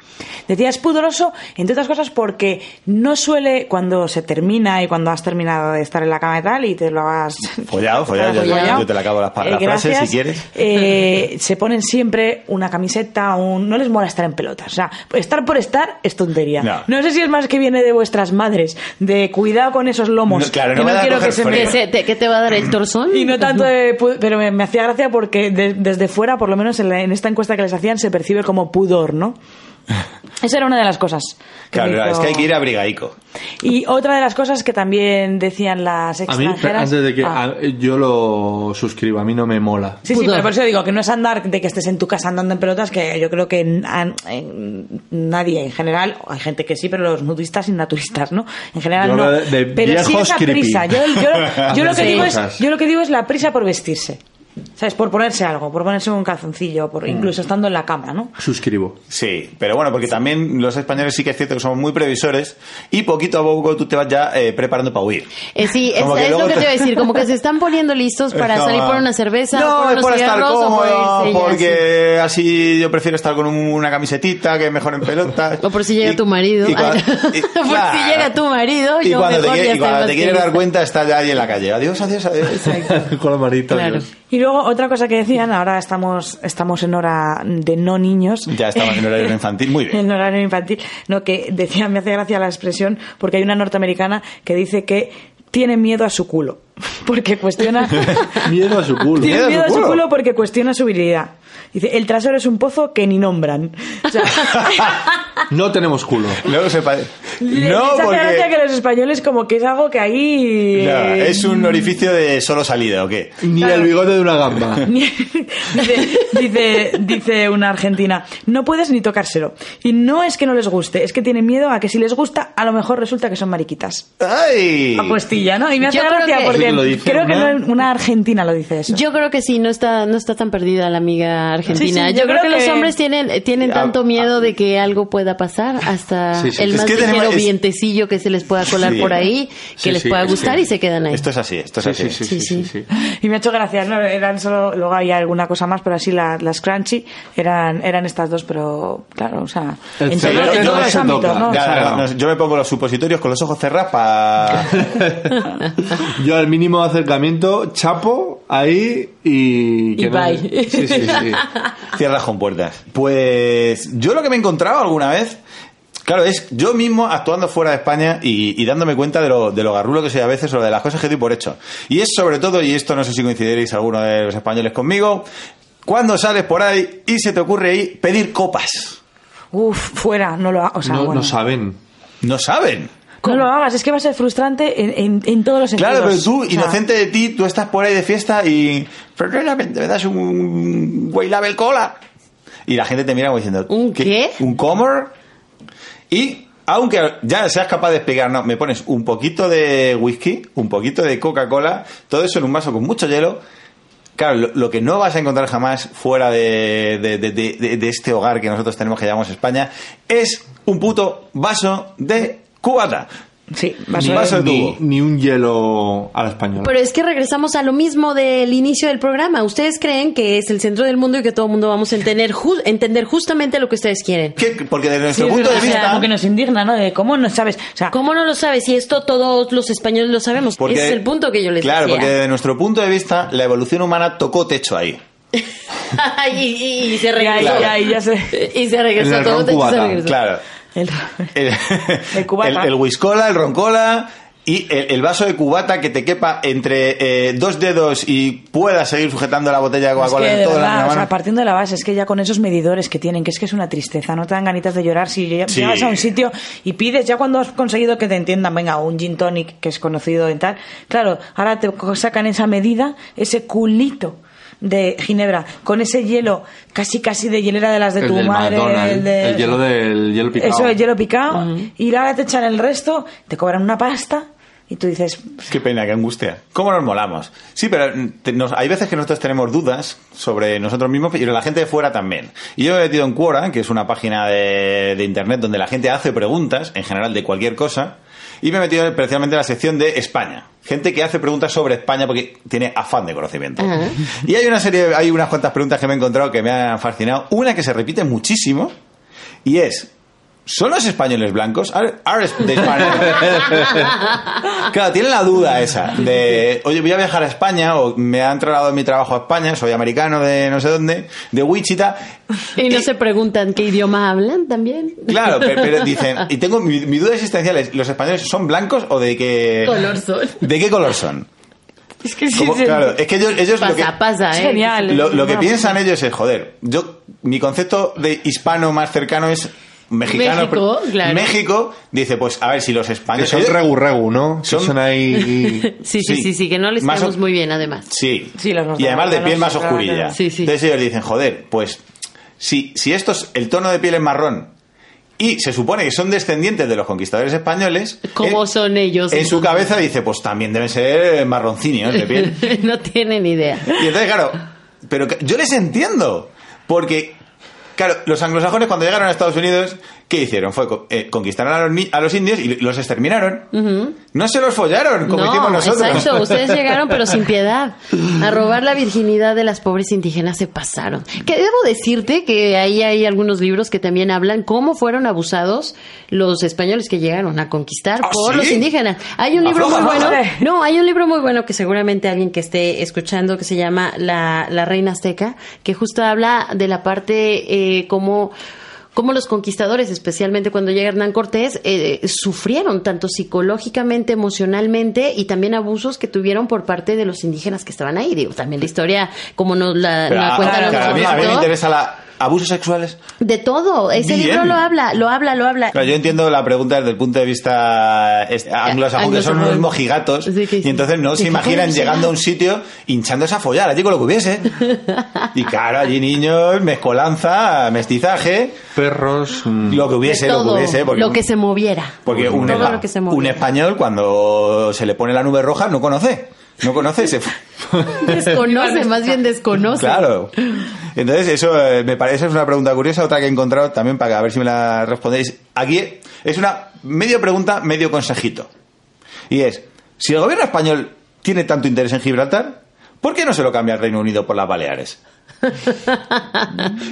Speaker 5: Decía, es pudoroso, entre otras cosas, porque no suele, cuando se termina y cuando has terminado de estar en la cama y tal, y te lo has...
Speaker 3: Follado, follado,
Speaker 5: te lo has
Speaker 6: yo-
Speaker 5: follado,
Speaker 6: yo
Speaker 3: te la acabo las pa- las frases,
Speaker 5: gracias.
Speaker 3: si quieres.
Speaker 5: Eh, se ponen siempre una camiseta, un... no les mola estar en pelotas. O sea, estar por estar es tontería.
Speaker 3: No.
Speaker 5: No, sé si es más que viene de vuestras madres, de cuidado con esos lomos.
Speaker 3: No, claro, no
Speaker 5: que
Speaker 3: van a
Speaker 5: quiero
Speaker 3: coger
Speaker 5: que se
Speaker 3: frío.
Speaker 5: me...
Speaker 6: ¿Qué, se- te, qué te va a dar el torzón?
Speaker 5: Y no tanto de pu- pero me, me hacía gracia porque de- desde fuera, por lo menos en, la- en esta encuesta que les hacían, se percibe como pudor, ¿no? Esa era una de las cosas. que
Speaker 3: Claro,
Speaker 5: me
Speaker 3: es
Speaker 5: hizo-
Speaker 3: que hay que ir abrigaico.
Speaker 5: Y otra de las cosas que también decían las
Speaker 4: A mí,
Speaker 5: extranjeras.
Speaker 4: antes de que
Speaker 5: Ah.
Speaker 4: a- yo lo suscriba, a mí no me mola.
Speaker 5: Sí, sí,
Speaker 6: Pudor.
Speaker 5: pero por eso digo que no es andar de que estés en tu casa andando en pelotas, que yo creo que n- an- en- nadie en general, hay gente que sí, pero los nudistas y naturistas, ¿no? En general
Speaker 4: Yo
Speaker 5: no.
Speaker 4: hablo de- de
Speaker 5: pero sí
Speaker 4: viejos
Speaker 5: esa
Speaker 4: creepy.
Speaker 5: prisa. Yo, yo- yo lo que
Speaker 4: Sí.
Speaker 5: digo es,
Speaker 4: Cosas.
Speaker 5: yo lo que digo es la prisa por vestirse. ¿Sabes? Por ponerse algo, por ponerse un calzoncillo, por,
Speaker 4: Mm.
Speaker 5: incluso estando en la cama, ¿no?
Speaker 4: Suscribo.
Speaker 3: Sí, pero bueno, porque también los españoles sí que es cierto que somos muy previsores y poquito a poco tú te vas ya eh, preparando para huir.
Speaker 6: Eh, sí, es,
Speaker 3: Como que
Speaker 6: es
Speaker 3: luego
Speaker 6: lo que
Speaker 3: te-
Speaker 6: te iba a decir, como que se están poniendo listos para
Speaker 3: Es como,
Speaker 6: salir por una cerveza,
Speaker 3: No,
Speaker 6: por
Speaker 3: es
Speaker 6: unos
Speaker 3: por estar
Speaker 6: cigarros pues, o por
Speaker 3: cómodo,
Speaker 6: irse ya, sí.
Speaker 3: porque así yo prefiero estar con un- una camisetita que mejor en pelotas.
Speaker 6: O por si llega
Speaker 3: Y-
Speaker 6: tu marido.
Speaker 3: y cua- y-
Speaker 6: por
Speaker 3: claro.
Speaker 6: si llega tu marido,
Speaker 3: Y
Speaker 6: yo
Speaker 3: cuando te,
Speaker 6: mejor
Speaker 3: quiere-
Speaker 6: ya
Speaker 3: y cuando
Speaker 6: estoy
Speaker 3: te
Speaker 6: más
Speaker 3: quieres
Speaker 6: que
Speaker 3: dar
Speaker 6: lista.
Speaker 3: cuenta, está ya ahí en la calle. Adiós, adiós, adiós.
Speaker 4: Con la manita.
Speaker 6: Claro.
Speaker 4: Dios.
Speaker 5: Y luego otra cosa que decían, ahora estamos, estamos en hora de no niños.
Speaker 3: Ya estamos en horario infantil, muy bien.
Speaker 5: En horario infantil. No, que decía, me hace gracia la expresión, porque hay una norteamericana que dice que tiene miedo a su culo. Porque cuestiona.
Speaker 4: Miedo a su culo.
Speaker 3: Miedo
Speaker 5: Tiene
Speaker 3: a su
Speaker 5: miedo a su
Speaker 3: culo.
Speaker 5: culo porque cuestiona su virilidad. Dice, el trasero es un pozo que ni nombran. O sea,
Speaker 4: No tenemos culo.
Speaker 3: Luego se pa-
Speaker 5: les
Speaker 3: No,
Speaker 5: hace gracia
Speaker 3: porque
Speaker 5: que los españoles como que es algo que ahí... eh,
Speaker 3: Claro, es un orificio de solo salida, ¿o qué?
Speaker 4: Ni el bigote de una gamba.
Speaker 5: dice, dice, dice una argentina, no puedes ni tocárselo. Y no es que no les guste, es que tienen miedo a que si les gusta, a lo mejor resulta que son mariquitas.
Speaker 3: ¡Ay!
Speaker 5: A puestilla, Ah, pues ¿no? Y me hace
Speaker 6: Yo creo
Speaker 5: gracia
Speaker 6: que-
Speaker 4: Sí, lo
Speaker 5: porque
Speaker 4: dice
Speaker 5: creo que
Speaker 4: una-
Speaker 5: no- una argentina lo dice eso.
Speaker 6: Yo creo que sí, no está, no está tan perdida la amiga argentina.
Speaker 5: Sí, sí,
Speaker 6: yo, creo, que, los hombres tienen, eh, tienen
Speaker 3: Ah,
Speaker 6: tanto
Speaker 3: ah.
Speaker 6: miedo de que algo pueda pasar hasta
Speaker 4: Sí, sí.
Speaker 6: el
Speaker 4: Es
Speaker 6: más
Speaker 3: que tenemos-
Speaker 6: ligero
Speaker 3: es-
Speaker 6: vientecillo que se les pueda colar
Speaker 3: Sí.
Speaker 6: por ahí, que
Speaker 4: Sí,
Speaker 6: les
Speaker 4: sí,
Speaker 6: pueda
Speaker 4: es
Speaker 6: gustar
Speaker 4: que-
Speaker 6: y se quedan ahí.
Speaker 3: Esto es así, esto es
Speaker 4: Sí,
Speaker 3: así.
Speaker 4: sí, sí,
Speaker 6: Sí,
Speaker 4: sí, sí,
Speaker 6: sí.
Speaker 4: sí.
Speaker 5: Y me ha hecho gracia, ¿no? Eran solo, luego había alguna cosa más, pero así la- las crunchy eran, eran estas dos, pero claro, o sea,
Speaker 4: El
Speaker 5: en, todo-
Speaker 4: cerebro
Speaker 5: en
Speaker 4: no
Speaker 5: todos los
Speaker 4: se
Speaker 5: ámbitos,
Speaker 4: toca.
Speaker 5: ¿no?
Speaker 3: Ya,
Speaker 4: Claro.
Speaker 3: no, no, yo me pongo los supositorios con los ojos cerrados para...
Speaker 4: Yo al mínimo acercamiento, chapo, ahí y... que
Speaker 5: Y bye.
Speaker 4: Sí, sí, sí.
Speaker 3: Cierras con puertas. Pues yo lo que me he encontrado alguna vez, claro, es yo mismo actuando fuera de España y, y dándome cuenta de lo, de lo garrulo que soy a veces o de las cosas que doy por hecho. Y es sobre todo, y esto no sé si coincidiréis alguno de los españoles conmigo, cuando sales por ahí y se te ocurre ahí pedir copas.
Speaker 5: Uf, fuera, no lo hagas. O sea,
Speaker 4: No,
Speaker 5: bueno.
Speaker 4: no saben.
Speaker 3: No saben.
Speaker 5: No lo hagas, es que va a ser frustrante en, en- en todos los sentidos.
Speaker 3: Claro, pero tú,
Speaker 5: O sea,
Speaker 3: inocente de ti, tú estás por ahí de fiesta y... "Perdóname, ¿Me das un güey label cola? Y la gente te mira como diciendo...
Speaker 6: ¿Un qué?
Speaker 3: ¿Un comer? Y, aunque ya seas capaz de explicar, no, me pones un poquito de whisky, un poquito de Coca-Cola, todo eso en un vaso con mucho hielo... Claro, lo, lo que no vas a encontrar jamás fuera de, de- de- de- de- de este hogar que nosotros tenemos que llamamos España es un puto vaso de cubata.
Speaker 5: Sí, va a
Speaker 3: Vaso
Speaker 5: ser-
Speaker 3: Ni- de
Speaker 4: ni,
Speaker 3: tubo.
Speaker 4: ni un hielo a la española.
Speaker 6: Pero es que regresamos a lo mismo del inicio del programa. Ustedes creen que es el centro del mundo y que todo el mundo vamos a entender, ju- entender justamente lo que ustedes quieren.
Speaker 3: ¿Qué? Porque desde nuestro
Speaker 5: Sí, es
Speaker 3: punto de
Speaker 5: verdad, o sea,
Speaker 3: vista...
Speaker 5: Lo que nos indigna, ¿no? De cómo no sabes. O sea,
Speaker 6: ¿Cómo no lo sabes? Si esto todos los españoles lo sabemos. Ese es el punto que yo les
Speaker 3: Claro,
Speaker 6: decía.
Speaker 3: porque desde nuestro punto de vista, la evolución humana tocó techo ahí.
Speaker 6: y, y- y se
Speaker 5: ya,
Speaker 6: regresó.
Speaker 5: ya, ya sé.
Speaker 6: Y se regresó
Speaker 4: En el
Speaker 6: todo.
Speaker 4: ron
Speaker 6: se
Speaker 4: cubata,
Speaker 6: regresó.
Speaker 3: Claro.
Speaker 5: El-
Speaker 3: El,
Speaker 5: El cubata.
Speaker 3: El, el whiskola, el roncola y el, el vaso de cubata que te quepa entre eh, dos dedos y puedas seguir sujetando la botella de
Speaker 5: Es
Speaker 6: Pues
Speaker 5: que,
Speaker 3: Coca-Cola en
Speaker 5: de
Speaker 3: toda la
Speaker 5: verdad,
Speaker 3: misma
Speaker 5: o sea,
Speaker 3: mano.
Speaker 5: partiendo de la base, es que ya con esos medidores que tienen, que es que es una tristeza, no te dan ganitas de llorar si lle-
Speaker 3: Sí.
Speaker 5: llegas a un sitio y pides, ya cuando has conseguido que te entiendan, venga, un gin tonic que es conocido en tal, claro, ahora te co- sacan esa medida, ese culito de Ginebra, con ese hielo casi casi de hielera de las de
Speaker 4: El
Speaker 5: tu
Speaker 4: del
Speaker 5: madre,
Speaker 4: McDonald's,
Speaker 5: el, de-
Speaker 4: el hielo del hielo picado.
Speaker 5: Eso, el hielo picado, y ahora te echan el resto, te cobran una pasta y tú dices,
Speaker 3: Qué pena, qué angustia. ¿Cómo nos molamos? Sí, pero mm, te- nos- hay veces que nosotros tenemos dudas sobre nosotros mismos y la gente de fuera también. Y yo me he metido en Quora, que es una página de, de internet donde la gente hace preguntas, en general de cualquier cosa, y me he metido especialmente en la sección de España. Gente que hace preguntas sobre España porque tiene afán de conocimiento. Y hay una serie, hay unas cuantas preguntas que me he encontrado que me han fascinado. Una que se repite muchísimo y es, ¿son los españoles blancos? ¿Are, are the Spanish- claro, tienen la duda esa de, oye, voy a viajar a España o me han trasladado en mi trabajo a España, soy americano de no sé dónde, de Wichita.
Speaker 6: Y no se preguntan qué idioma hablan también.
Speaker 3: Claro, pe- pero, dicen, y tengo mi, mi duda existencial es, ¿los españoles son blancos o de qué
Speaker 6: Color son.
Speaker 3: ¿De qué color son?
Speaker 5: es que sí,
Speaker 3: Como-
Speaker 5: sí,
Speaker 3: claro, eh, es que ellos, ellos lo que-
Speaker 6: Pasa, pasa,
Speaker 5: es
Speaker 6: ¿eh?
Speaker 5: genial.
Speaker 3: Lo, lo que
Speaker 5: No.
Speaker 3: piensan ellos es, joder, yo mi concepto de hispano más cercano es mexicano.
Speaker 6: México,
Speaker 3: pero-
Speaker 6: claro.
Speaker 3: México dice, pues a ver si los
Speaker 4: Ah, Que
Speaker 3: españoles...
Speaker 4: son regu regu, ¿no? Que
Speaker 3: Son-
Speaker 4: son ahí...
Speaker 6: Sí, sí,
Speaker 3: Sí.
Speaker 6: sí, sí, que no les
Speaker 3: Más o-
Speaker 6: quedamos muy bien además.
Speaker 3: Sí,
Speaker 5: Sí, los
Speaker 3: y además de
Speaker 5: norteamericanos,
Speaker 3: piel más
Speaker 5: claro.
Speaker 3: oscurilla.
Speaker 6: Sí, sí.
Speaker 3: Entonces ellos dicen, joder, pues si, si estos, el tono de piel es marrón y se supone que son descendientes de los conquistadores españoles...
Speaker 6: ¿Cómo
Speaker 3: eh,
Speaker 6: son ellos?
Speaker 3: En su
Speaker 6: entonces?
Speaker 3: cabeza dice, pues también deben ser marroncinios de piel.
Speaker 6: no tienen idea.
Speaker 3: Y entonces, claro, pero que- yo les entiendo. Porque, claro, los anglosajones cuando llegaron a Estados Unidos, ¿qué hicieron? Fue co- eh, conquistaron a los, ni- a los indios y los exterminaron. No se los follaron, como hicimos nosotros.
Speaker 6: Exacto, ustedes llegaron pero sin piedad a robar la virginidad de las pobres indígenas se pasaron. Que debo decirte que ahí hay algunos libros que también hablan cómo fueron abusados los españoles que llegaron a conquistar
Speaker 3: ¿Ah,
Speaker 6: por
Speaker 3: sí?
Speaker 6: los indígenas. Hay un libro
Speaker 3: Afloja,
Speaker 6: muy bueno.
Speaker 5: afloja.
Speaker 6: No, hay un libro muy bueno que seguramente alguien que esté escuchando que se llama La, La Reina Azteca, que justo habla de la parte eh, como cómo los conquistadores, especialmente cuando llega Hernán Cortés, eh, sufrieron tanto psicológicamente, emocionalmente y también abusos que tuvieron por parte de los indígenas que estaban ahí. Digo, también la historia, como nos la,
Speaker 3: Pero
Speaker 6: la
Speaker 3: a,
Speaker 6: cuentan los
Speaker 3: claro, a mí, a mí me
Speaker 6: conquistadores,
Speaker 3: interesa la... ¿Abusos sexuales?
Speaker 6: de todo. Ese
Speaker 3: Bien.
Speaker 6: libro lo habla, lo habla, lo habla.
Speaker 3: Claro, yo entiendo la pregunta desde el punto de vista este, anglosajón, que son unos
Speaker 6: anglosajón.
Speaker 3: mojigatos,
Speaker 6: Eh, Sí, que
Speaker 3: y
Speaker 6: sí.
Speaker 3: entonces no se
Speaker 6: ¿Qué
Speaker 3: imaginan
Speaker 6: coño será?
Speaker 3: llegando a un sitio hinchándose a follar, allí con lo que hubiese. Y claro, allí niños, mezcolanza, mestizaje,
Speaker 4: Perros... mm.
Speaker 3: lo que hubiese,
Speaker 6: De
Speaker 3: lo
Speaker 6: todo,
Speaker 3: que hubiese. Porque
Speaker 6: lo que se moviera.
Speaker 3: Porque un,
Speaker 6: Todo
Speaker 3: espa-
Speaker 6: lo que se moviera.
Speaker 3: un español cuando se le pone la nube roja no conoce. No conoce ese...
Speaker 6: Desconoce, más bien desconoce.
Speaker 3: Claro. Entonces, eso eh, me parece es una pregunta curiosa. Otra que he encontrado también para a ver si me la respondéis. Aquí es una medio pregunta, medio consejito. Y es, si el gobierno español tiene tanto interés en Gibraltar, ¿por qué no se lo cambia el Reino Unido por las Baleares?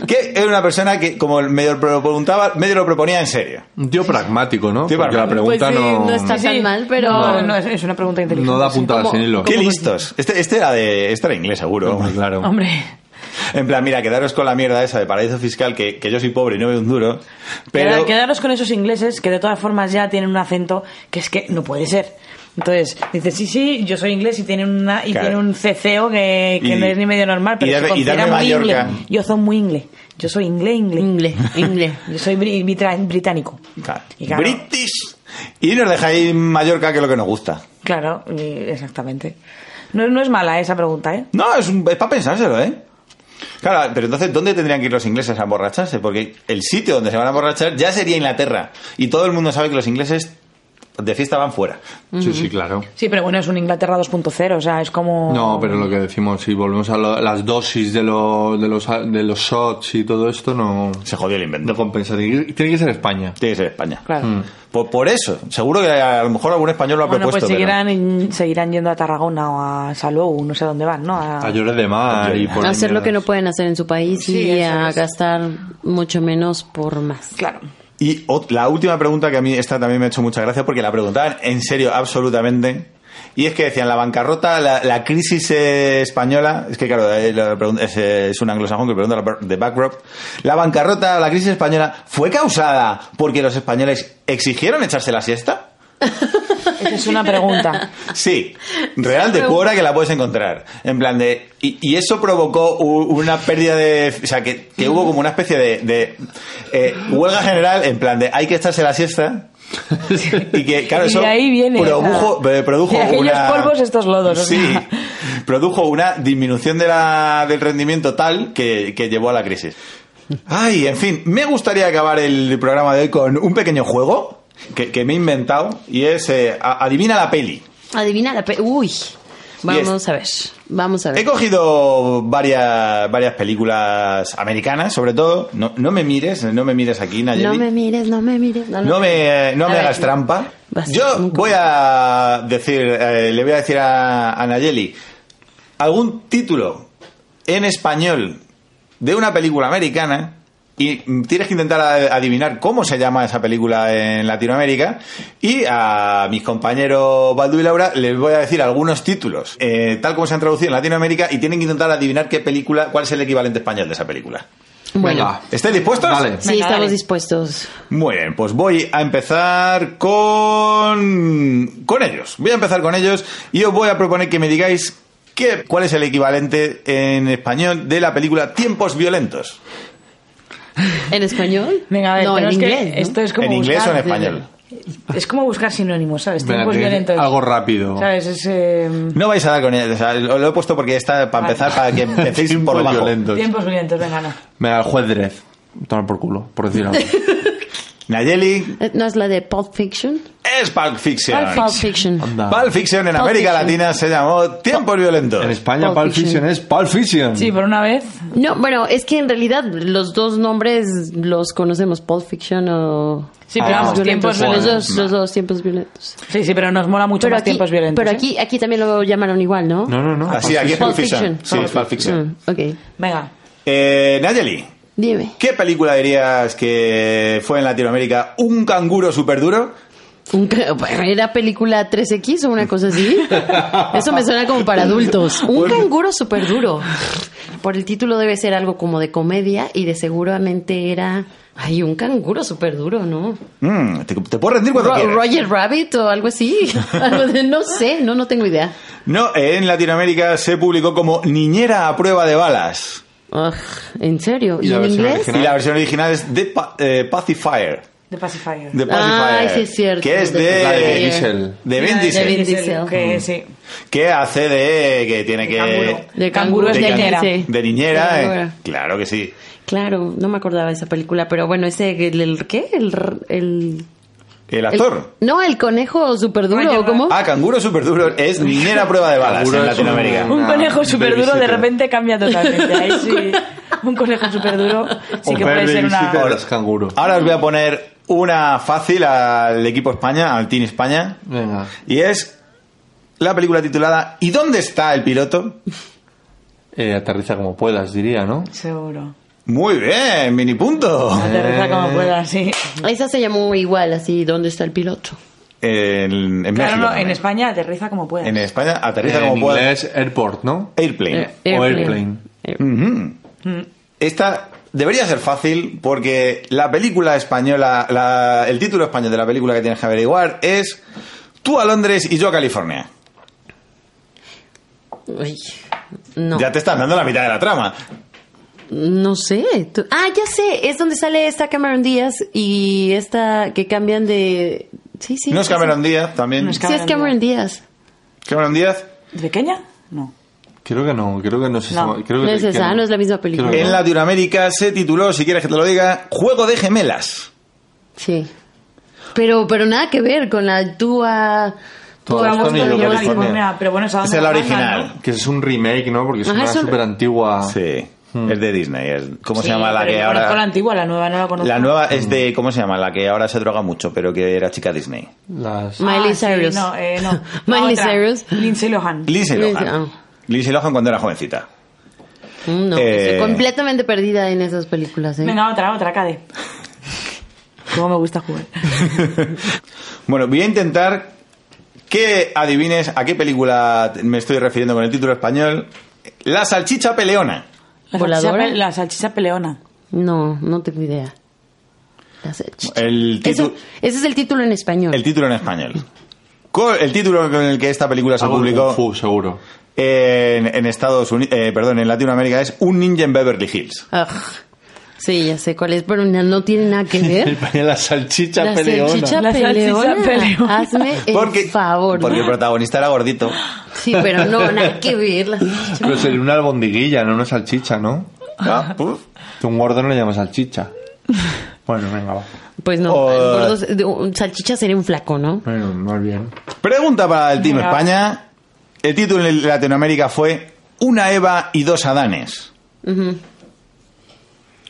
Speaker 3: que es una persona que, como medio lo preguntaba, medio lo proponía en serio.
Speaker 4: Un tío pragmático, ¿no?
Speaker 3: Tío
Speaker 4: Porque la
Speaker 3: pragmático.
Speaker 4: pregunta
Speaker 6: Pues sí,
Speaker 4: no,
Speaker 6: no está- tan mal, pero-
Speaker 5: No, no, es, es una pregunta inteligente.
Speaker 4: no da
Speaker 5: sí.
Speaker 4: puntadas sin hilo.
Speaker 3: Qué listos. Este, este era de, este era inglés, seguro.
Speaker 4: Hombre, Claro.
Speaker 5: Hombre,
Speaker 3: En plan, mira, quedaros con la mierda esa de paraíso fiscal, que, que yo soy pobre y no veo un duro.
Speaker 5: Queda-
Speaker 3: Pero
Speaker 5: quedaros con esos ingleses que de todas formas ya tienen un acento que es que no puede ser. Entonces, dices, sí, sí, yo soy inglés y tiene, una, y
Speaker 3: Claro.
Speaker 5: tiene un ceceo que, que
Speaker 3: Y-
Speaker 5: no es ni medio normal, pero
Speaker 3: y
Speaker 5: se
Speaker 3: darme- y
Speaker 5: considera
Speaker 3: darme
Speaker 5: muy inglés.
Speaker 3: Mallorca.
Speaker 5: Yo soy muy inglés. Yo soy inglés, inglés.
Speaker 6: Inglés, inglés.
Speaker 5: Yo soy bri- bitra- británico.
Speaker 3: Claro.
Speaker 5: Y claro,
Speaker 3: British. Y nos dejáis Mallorca, que es lo que nos gusta.
Speaker 5: claro, y- exactamente. No, no es mala esa pregunta, ¿eh?
Speaker 3: No, es, un- es para pensárselo, ¿eh? Claro, pero entonces, ¿dónde tendrían que ir los ingleses a emborracharse? Porque el sitio donde se van a emborrachar ya sería Inglaterra. Y todo el mundo sabe que los ingleses de fiesta van fuera.
Speaker 4: Sí, sí, claro.
Speaker 5: Sí, pero bueno, es un Inglaterra 2.0, o sea, es como...
Speaker 4: No, pero lo que decimos, si volvemos a lo- las dosis de, lo- de, los, de los shots y todo esto, no,
Speaker 3: Se jodió el
Speaker 4: no
Speaker 3: invento.
Speaker 4: compensa. Tiene que- tiene que ser España.
Speaker 3: Tiene que ser España.
Speaker 5: Claro.
Speaker 3: Por, por eso, seguro que a lo mejor algún español Mm. lo ha
Speaker 5: Bueno, pues
Speaker 3: propuesto. pero-
Speaker 5: seguirán, seguirán yendo a Tarragona o a Salou, no sé dónde van, ¿no? A-
Speaker 4: A llores de
Speaker 3: A
Speaker 4: mar
Speaker 3: llores
Speaker 4: y
Speaker 3: de
Speaker 4: por
Speaker 6: A hacer lo que no
Speaker 4: mierdas.
Speaker 6: pueden hacer en su país
Speaker 5: Sí,
Speaker 6: y
Speaker 5: eso
Speaker 6: a
Speaker 5: es.
Speaker 6: gastar mucho menos por más.
Speaker 5: Claro.
Speaker 3: Y ot- la última pregunta que a mí esta también me ha hecho mucha gracia porque la preguntaban en serio, absolutamente. Y es que decían la bancarrota, la, la crisis eh, española, es que claro, eh, la pregunta- es, eh, es un anglosajón que pregunta la per- de backdrop. La bancarrota, la crisis española, ¿fue causada porque los españoles exigieron echarse la siesta?
Speaker 5: Esa es una pregunta.
Speaker 3: Sí, real de cuora que la puedes encontrar. En plan de. Y, y eso provocó u- una pérdida de. O sea, que, que hubo como una especie de. de, eh, huelga general, en plan de hay que echarse la siesta. Y que, claro,
Speaker 5: Y
Speaker 3: eso
Speaker 5: de ahí viene,
Speaker 3: produjo,
Speaker 5: o sea,
Speaker 3: eh, produjo
Speaker 5: de aquellos
Speaker 3: una-
Speaker 5: polvos, estos lodos, o
Speaker 3: Sí.
Speaker 5: sea.
Speaker 3: produjo una disminución de la- del rendimiento tal que, que llevó a la crisis. Ay, en fin, me gustaría acabar el programa de hoy con un pequeño juego que, que me he inventado y es eh, a- Adivina la peli.
Speaker 6: Adivina la pe- Uy. Vamos a ver. Vamos a
Speaker 3: He
Speaker 6: ver.
Speaker 3: cogido varias, varias películas americanas, sobre todo. No, no me mires, no me mires aquí, Nayeli.
Speaker 6: No me mires, no me mires. No, no.
Speaker 3: No me, eh, no
Speaker 6: A
Speaker 3: me
Speaker 6: ver.
Speaker 3: hagas trampa.
Speaker 6: Vas,
Speaker 3: Yo
Speaker 6: nunca.
Speaker 3: voy a decir, eh, le voy a decir a, a Nayeli, algún título en español de una película americana y mm, tienes que intentar a- adivinar cómo se llama esa película en Latinoamérica y a mis compañeros Baldu y Laura les voy a decir algunos títulos eh, tal como se han traducido en Latinoamérica y tienen que intentar adivinar qué película cuál es el equivalente español de esa película
Speaker 6: Bueno.
Speaker 11: Venga.
Speaker 3: ¿estáis dispuestos?
Speaker 11: Vale.
Speaker 6: Sí,
Speaker 5: Venga,
Speaker 6: estamos
Speaker 5: dale.
Speaker 6: dispuestos.
Speaker 3: Muy bien, pues voy a empezar con con ellos. Voy a empezar con ellos y os voy a proponer que me digáis qué, cuál es el equivalente en español de la película Tiempos violentos.
Speaker 6: ¿En español?
Speaker 5: Venga, a ver,
Speaker 6: no,
Speaker 5: pero
Speaker 6: en
Speaker 5: es que
Speaker 6: inglés. ¿no?
Speaker 5: esto es como
Speaker 3: ¿En inglés
Speaker 5: buscar-
Speaker 3: o en español?
Speaker 5: Es como buscar sinónimos, ¿sabes?
Speaker 4: Espérate,
Speaker 5: Tiempos violentos.
Speaker 4: algo rápido.
Speaker 5: ¿Sabes? Es, eh,
Speaker 3: No vais a dar con ellos, o sea, lo, lo he puesto porque está para empezar para que empecéis por lo
Speaker 4: Tiempos
Speaker 3: bajo.
Speaker 4: violentos.
Speaker 5: Tiempos violentos, venga, no.
Speaker 4: Me da el juez Dredd. Toma por culo, por decir algo.
Speaker 3: Nayeli
Speaker 6: Eh, ¿No es la de Pulp Fiction?
Speaker 3: es Pulp Fiction.
Speaker 6: Pulp Fiction.
Speaker 4: Anda.
Speaker 3: Pulp Fiction en
Speaker 6: Pulp
Speaker 3: América
Speaker 6: Fiction.
Speaker 3: Latina se llamó Tiempos violentos.
Speaker 4: En España
Speaker 6: Pulp
Speaker 4: Pulp Fiction
Speaker 6: Fiction.
Speaker 4: es Pulp Fiction.
Speaker 5: Sí, por una vez.
Speaker 6: No, bueno, es que en realidad los dos nombres los conocemos, Pulp Fiction o...
Speaker 5: Sí, pero
Speaker 4: Ah,
Speaker 5: vamos, tiempos
Speaker 6: Los
Speaker 5: violentos.
Speaker 6: dos, los dos tiempos violentos.
Speaker 5: Sí, sí, pero nos mola mucho
Speaker 6: Pero,
Speaker 5: más
Speaker 6: aquí,
Speaker 5: tiempos violentos.
Speaker 6: pero
Speaker 5: ¿eh?
Speaker 6: aquí, aquí también lo llamaron igual, ¿no?
Speaker 4: No, no, no.
Speaker 3: Así, aquí es Pulp Fiction. Sí, es Pulp Fiction.
Speaker 6: Ah, ok,
Speaker 5: Venga.
Speaker 3: Eh, Nayeli,
Speaker 6: dime.
Speaker 3: ¿Qué película dirías que fue en Latinoamérica un canguro súper duro?
Speaker 6: Un ca- ¿Era película 3X o una cosa así? Eso me suena como para adultos. Un canguro súper duro. Por el título debe ser algo como de comedia y de seguramente era... Ay, un canguro súper duro, ¿no?
Speaker 3: Mm, te, te puedo rendir cuando
Speaker 6: Ro-
Speaker 3: quieras.
Speaker 6: Roger Rabbit o algo así. Algo de- no sé, no, no tengo idea.
Speaker 3: No, en Latinoamérica se publicó como Niñera a prueba de balas.
Speaker 6: Ugh, ¿En serio?
Speaker 11: ¿Y
Speaker 6: ¿Y,
Speaker 11: la
Speaker 6: en
Speaker 11: versión
Speaker 6: inglés?
Speaker 11: original?
Speaker 3: Y la versión original es The Pa- eh, Pacifier.
Speaker 5: The Pacifier.
Speaker 3: The
Speaker 6: Ay,
Speaker 3: Pacifier,
Speaker 6: sí es cierto,
Speaker 3: Que es
Speaker 6: The
Speaker 3: de...
Speaker 6: Pacifier.
Speaker 11: La de Diesel.
Speaker 3: de Vin
Speaker 5: Mira,
Speaker 3: Diesel,
Speaker 6: Vin
Speaker 5: Diesel,
Speaker 6: Diesel.
Speaker 5: Que sí.
Speaker 3: Que hace de... Que tiene que...
Speaker 6: De
Speaker 5: Canguro es
Speaker 3: de
Speaker 5: niñera.
Speaker 6: can- sí.
Speaker 3: De niñera.
Speaker 6: De
Speaker 3: eh.
Speaker 6: canguro.
Speaker 3: Claro que sí.
Speaker 6: Claro, no me acordaba de esa película, pero bueno, ese, el, el- ¿qué? El, el,
Speaker 3: El
Speaker 6: el-
Speaker 3: actor.
Speaker 6: no, el conejo super
Speaker 5: Roger
Speaker 6: duro, ¿cómo?
Speaker 3: Ah, canguro súper duro. Es niñera a prueba de balas
Speaker 11: Canguro
Speaker 3: en
Speaker 11: es un-
Speaker 3: Latinoamérica.
Speaker 5: Un
Speaker 11: Una
Speaker 5: conejo súper duro de
Speaker 11: babysitter.
Speaker 5: repente cambia totalmente. Ahí sí. Un conejo súper duro sí
Speaker 4: Un
Speaker 5: que puede ser una.
Speaker 4: babysitter es canguro.
Speaker 3: Ahora os voy a poner una fácil al equipo España, al Team España.
Speaker 4: Venga.
Speaker 3: Y es la película titulada ¿Y dónde está el piloto?
Speaker 4: Eh, aterriza como puedas, diría, ¿no?
Speaker 5: Seguro.
Speaker 3: Muy bien, mini punto.
Speaker 5: Aterriza como pueda, sí.
Speaker 6: Esa se llamó igual, así, ¿dónde está el piloto?
Speaker 3: En, en
Speaker 5: Claro,
Speaker 3: México
Speaker 5: no, en
Speaker 3: también.
Speaker 5: España aterriza como pueda.
Speaker 3: En España aterriza
Speaker 4: en
Speaker 3: como pueda.
Speaker 4: inglés, airport, ¿no?
Speaker 3: Airplane.
Speaker 6: Eh,
Speaker 4: O Airplane.
Speaker 6: Airplane.
Speaker 3: Esta debería ser fácil porque la película española, la- el título español de la película que tienes que averiguar es Tú a Londres y yo a California.
Speaker 6: Uy, no,
Speaker 3: Ya te estás dando la mitad de la trama.
Speaker 6: no sé. tú- ah, ya sé, es donde sale esta Cameron Díaz y esta que cambian de... Sí, sí.
Speaker 3: No es
Speaker 6: sí, sí.
Speaker 3: Cameron Díaz también.
Speaker 5: No es
Speaker 6: Sí, es Cameron Díaz.
Speaker 3: Cameron Díaz.
Speaker 5: ¿De pequeña? No.
Speaker 4: Creo que no, creo que no es
Speaker 5: No.
Speaker 4: esa- creo
Speaker 6: No
Speaker 4: que-
Speaker 6: es
Speaker 4: que
Speaker 6: esa, no es la misma película.
Speaker 4: Creo que
Speaker 3: En
Speaker 4: no.
Speaker 3: Latinoamérica se tituló, si quieres que te lo diga, Juego de Gemelas.
Speaker 6: Sí. Pero, pero nada que ver con la Dua...
Speaker 4: Tú a
Speaker 6: Dua
Speaker 4: Boston y yo
Speaker 6: Boston y
Speaker 4: a
Speaker 6: yo
Speaker 4: California.
Speaker 6: Boston.
Speaker 5: Mira, Pero bueno,
Speaker 3: Esa
Speaker 5: esa banda
Speaker 3: es la
Speaker 5: banda,
Speaker 3: original.
Speaker 5: ¿no?
Speaker 4: Que es un remake, ¿no? Porque es
Speaker 6: Ajá,
Speaker 4: una
Speaker 6: es un-
Speaker 4: súper antigua.
Speaker 3: Sí, es de Disney. Es, ¿Cómo
Speaker 5: Sí,
Speaker 3: se llama la
Speaker 5: pero
Speaker 3: que
Speaker 5: yo conozco la
Speaker 3: ahora.?
Speaker 5: antigua, la nueva no la conozco.
Speaker 3: La nueva es de. ¿Cómo se llama? La que ahora se droga mucho, pero que era chica Disney.
Speaker 4: Las...
Speaker 6: Miley
Speaker 5: Ah, sí,
Speaker 6: Cyrus.
Speaker 5: no, eh, no. La
Speaker 6: Miley
Speaker 5: otra,
Speaker 6: Cyrus.
Speaker 5: Lindsay Lohan.
Speaker 3: Lindsay
Speaker 6: Lindsay,
Speaker 3: Lohan.
Speaker 6: ah.
Speaker 3: Lindsay Lohan cuando era jovencita.
Speaker 6: Mm, No,
Speaker 3: Eh.
Speaker 6: estoy completamente perdida en esas películas. ¿eh?
Speaker 5: Venga, otra, otra, Cade. Cómo me gusta jugar.
Speaker 3: Bueno, voy a intentar que adivines a qué película me estoy refiriendo con el título español. La salchicha peleona.
Speaker 5: La salchicha,
Speaker 6: ¿Voladora?
Speaker 5: pe- la salchicha peleona.
Speaker 6: No, no tengo idea. Las-
Speaker 3: El
Speaker 6: Eso-
Speaker 3: título.
Speaker 6: ese es el título en español.
Speaker 3: El título en español. Co- El título con el que esta película se
Speaker 4: Algo de
Speaker 3: publicó.
Speaker 4: Kung Fu, seguro.
Speaker 3: eh, en, en Estados Unidos, perdón, en Latinoamérica es Un ninja en Beverly Hills.
Speaker 6: Ugh. Sí, ya sé cuál es, pero na- no tiene nada que ver.
Speaker 4: La salchicha
Speaker 6: ¿Eh? La
Speaker 4: peleona.
Speaker 6: salchicha
Speaker 5: La salchicha
Speaker 6: peleona.
Speaker 5: peleona.
Speaker 6: Hazme el
Speaker 3: Porque,
Speaker 6: favor.
Speaker 3: porque el protagonista era gordito.
Speaker 6: Sí, pero no, nada que ver. La salchicha
Speaker 4: Pero sería una albondiguilla, no una salchicha, ¿no?
Speaker 3: Ah, puf.
Speaker 4: Tú un gordo no le llamas salchicha. Bueno, venga, va.
Speaker 6: Pues no,
Speaker 3: O-
Speaker 6: el gordo es- de- un- salchicha sería un flaco, ¿no?
Speaker 4: Bueno, más bien.
Speaker 3: Pregunta para el Team
Speaker 5: Venga.
Speaker 3: España. El título en Latinoamérica fue Una Eva y dos Adanes.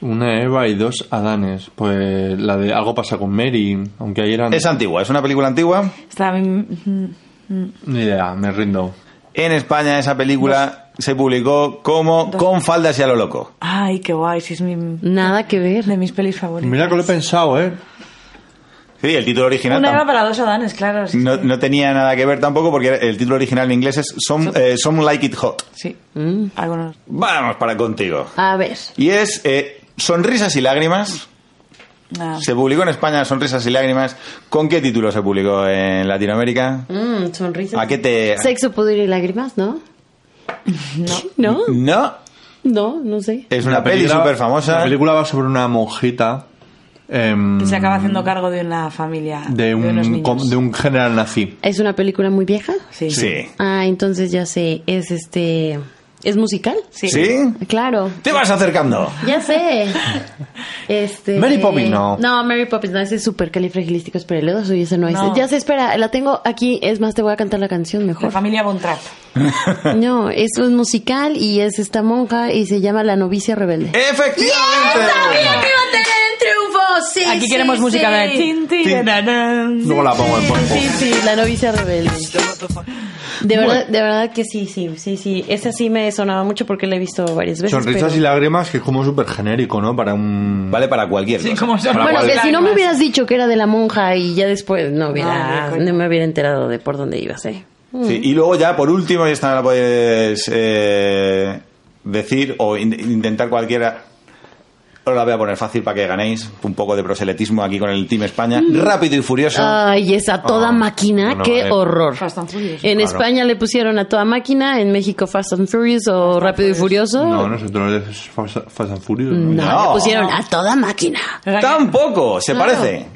Speaker 4: Una Eva y dos Adanes. Pues la de algo pasa con Mary, aunque ahí eran...
Speaker 3: Es antigua, es una película antigua.
Speaker 5: Está bien.
Speaker 4: Ni idea, me rindo.
Speaker 3: En España esa película se publicó como Con faldas y a lo loco.
Speaker 5: Ay, qué guay, sí es mi,
Speaker 6: Nada que ver.
Speaker 5: de mis pelis favoritas.
Speaker 4: Mira que lo he pensado, ¿eh?
Speaker 3: Sí, el título original
Speaker 5: Una
Speaker 3: tam-
Speaker 5: era para dos Adanes, claro. Sí,
Speaker 3: no,
Speaker 5: sí.
Speaker 3: no tenía nada que ver tampoco porque el título original en inglés es Some, eh, Some Like It Hot.
Speaker 5: Sí. Algunos.
Speaker 3: Vamos para contigo.
Speaker 6: Mm. A ver.
Speaker 3: Y es eh, Sonrisas y Lágrimas.
Speaker 5: Nada.
Speaker 3: Se publicó en España Sonrisas y Lágrimas. ¿Con qué título se publicó en Latinoamérica?
Speaker 6: Mm, sonrisas.
Speaker 3: ¿A qué te...?
Speaker 6: Sexo, pudor y lágrimas, ¿no? No. No,
Speaker 3: No,
Speaker 6: no, no sé.
Speaker 3: es una, peli
Speaker 4: película-
Speaker 3: súper famosa.
Speaker 4: La película va sobre una monjita... em,
Speaker 5: Que se acaba haciendo cargo de una familia.
Speaker 4: de
Speaker 5: unos
Speaker 4: un,
Speaker 5: niños.
Speaker 4: com- de un general nazi.
Speaker 6: ¿Es una película muy vieja?
Speaker 5: Sí.
Speaker 3: Sí.
Speaker 6: Ah, entonces ya sé. Es este. ¿Es musical?
Speaker 5: Sí.
Speaker 3: ¿Sí?
Speaker 6: Claro.
Speaker 3: Te vas acercando.
Speaker 6: Ya sé. Este,
Speaker 4: Mary Poppins, no.
Speaker 6: No, Mary Poppins, no, ese es súper califragilístico, espereledoso y ese no es.
Speaker 5: No.
Speaker 6: Ya sé, espera, la tengo aquí. Es más, te voy a cantar la canción
Speaker 5: La
Speaker 6: mejor.
Speaker 5: familia Bontrap.
Speaker 6: No, eso es musical y es esta monja y se llama La Novicia Rebelde.
Speaker 3: ¡Efectivamente!
Speaker 6: iba a tener el triunfo! Sí,
Speaker 5: Aquí queremos música de tin, tin,
Speaker 3: Tin.
Speaker 5: na, na, tin,
Speaker 3: Luego la pongo en
Speaker 5: tin,
Speaker 3: pop.
Speaker 6: Sí,
Speaker 5: tin,
Speaker 6: sí, La Novicia Rebelde. De verdad, de verdad que sí, sí, sí, sí. Esa sí me sonaba mucho porque la he visto varias veces.
Speaker 4: Sonrisas
Speaker 6: pero-
Speaker 4: y lágrimas, que es como súper genérico, ¿no? Para un...
Speaker 3: Vale para cualquier cosa.
Speaker 5: como son-
Speaker 3: Para
Speaker 6: Bueno,
Speaker 3: cual-
Speaker 6: que si no me
Speaker 5: Lágrimas.
Speaker 6: hubieras dicho que era de la monja y ya después no
Speaker 5: No,
Speaker 6: hubiera,
Speaker 5: de
Speaker 6: no,
Speaker 5: coña.
Speaker 6: me hubiera enterado de por dónde ibas, ¿eh?
Speaker 3: Sí, y luego ya por último, y esta la puedes eh, decir o in- intentar cualquiera. Os la voy a poner fácil para que ganéis un poco de proseletismo aquí con el Team España.
Speaker 6: Mm.
Speaker 3: Rápido y furioso.
Speaker 6: Ay, esa toda
Speaker 4: Ah,
Speaker 6: máquina,
Speaker 4: bueno,
Speaker 6: qué
Speaker 4: eh.
Speaker 6: horror.
Speaker 5: Fast and Furious.
Speaker 6: En España le pusieron a toda máquina, en México Fast and Furious o Rápido y Furioso.
Speaker 4: No, nosotros es Fast Fast and Furious. ¿no?
Speaker 6: No,
Speaker 3: No.
Speaker 6: le pusieron a toda máquina,
Speaker 3: Tampoco, se
Speaker 6: Claro.
Speaker 3: parece.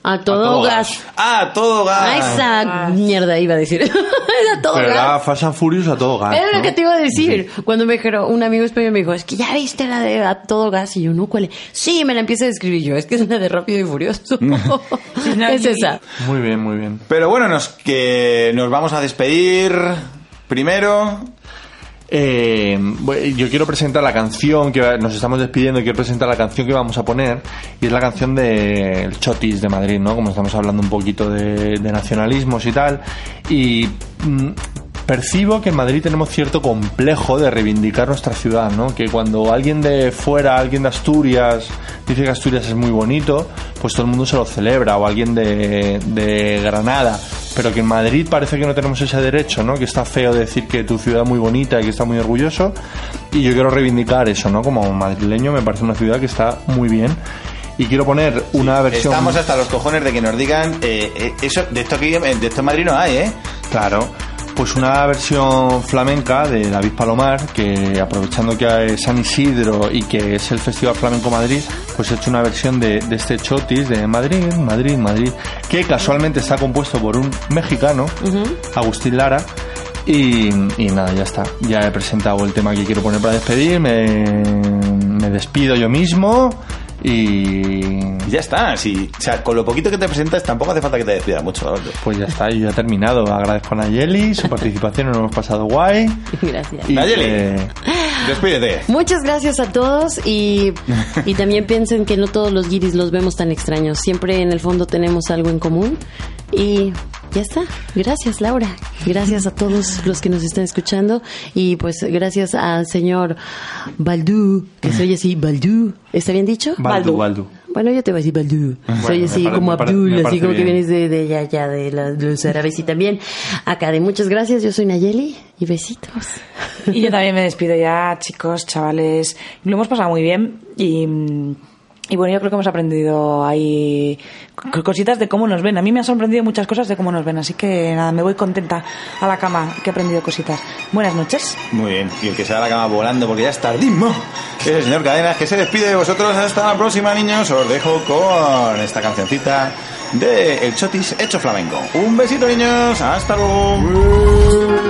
Speaker 6: a todo, gas.
Speaker 3: Ah, todo gas.
Speaker 6: A esa mierda iba a decir. Era todo
Speaker 4: Pero era
Speaker 6: gas.
Speaker 4: Fast and Furious a todo gas.
Speaker 6: Era lo
Speaker 4: ¿no?
Speaker 6: que te iba a decir. Cuando me dijeron, un amigo español me dijo, es que ya viste la de a todo gas. Y yo, no, ¿cuál es? Sí, me la empieza a describir yo. Es que es una de Rápido y Furioso. es esa.
Speaker 4: Muy bien, muy bien.
Speaker 3: Pero bueno, nos, que nos vamos a despedir primero.
Speaker 4: Eh, bueno, yo quiero presentar la canción que va- nos estamos despidiendo y quiero presentar la canción que vamos a poner y es la canción de El Chotis de Madrid, ¿no? Como estamos hablando un poquito de, de nacionalismos y tal y mm, percibo que en Madrid tenemos cierto complejo de reivindicar nuestra ciudad, ¿no? Que cuando alguien de fuera, alguien de Asturias dice que Asturias es muy bonito, pues todo el mundo se lo celebra o alguien de, de Granada pero que en Madrid parece que no tenemos ese derecho, ¿no? Que está feo decir que tu ciudad es muy bonita y que está muy orgulloso. Y yo quiero reivindicar eso, ¿no? Como madrileño me parece una ciudad que está muy bien. Y quiero poner una versión...
Speaker 3: Estamos hasta los cojones de que nos digan eh, eh, eso de esto aquí, eh, de esto en Madrid no hay, ¿eh?
Speaker 4: Claro, pues una versión flamenca de David Palomar, que aprovechando que es San Isidro y que es el Festival Flamenco Madrid, pues he hecho una versión de, de este chotis de Madrid, Madrid, Madrid, que casualmente está compuesto por un mexicano, Agustín Lara. Y, y nada, ya está. Ya he presentado el tema que quiero poner para despedir. Me, me despido yo mismo. Y
Speaker 3: Y Ya está, sí. O sea, con lo poquito que te presentas tampoco hace falta que te despida mucho. vamos.
Speaker 4: pues ya está, yo ya he terminado. Agradezco a Nayeli su participación, nos lo hemos pasado guay.
Speaker 6: Gracias.
Speaker 4: Y
Speaker 3: Nayeli.
Speaker 4: que-
Speaker 3: Despídete.
Speaker 6: Muchas gracias a todos y, y también piensen que no todos los guiris los vemos tan extraños. Siempre en el fondo tenemos algo en común y ya está. Gracias Laura, gracias a todos los que nos están escuchando y pues gracias al señor Baldú, que soy así, Baldú, ¿está bien dicho?
Speaker 4: Baldu, Baldu.
Speaker 6: Bueno, yo te voy a decir Baldú. Soy
Speaker 4: me
Speaker 6: así
Speaker 4: pare-
Speaker 6: como
Speaker 4: me pare-
Speaker 6: Abdul,
Speaker 4: me
Speaker 6: así
Speaker 4: parece
Speaker 6: como que
Speaker 4: bien.
Speaker 6: vienes de, de ya, ya, de, la- de los árabes y también acá de muchas gracias. Yo soy Nayeli y besitos.
Speaker 5: Y yo también me despido ya, chicos, chavales. Lo hemos pasado muy bien y mm, Y bueno, yo creo que hemos aprendido ahí c- cositas de cómo nos ven. A mí me han sorprendido muchas cosas de cómo nos ven, así que nada, me voy contenta a la cama, que he aprendido cositas. Buenas noches.
Speaker 3: Muy bien, y el que se da la cama volando porque ya es tardismo es el señor Cadenas que se despide de vosotros. Hasta la próxima, niños. Os dejo con esta cancioncita de El Chotis hecho flamenco. Un besito, niños. Hasta luego.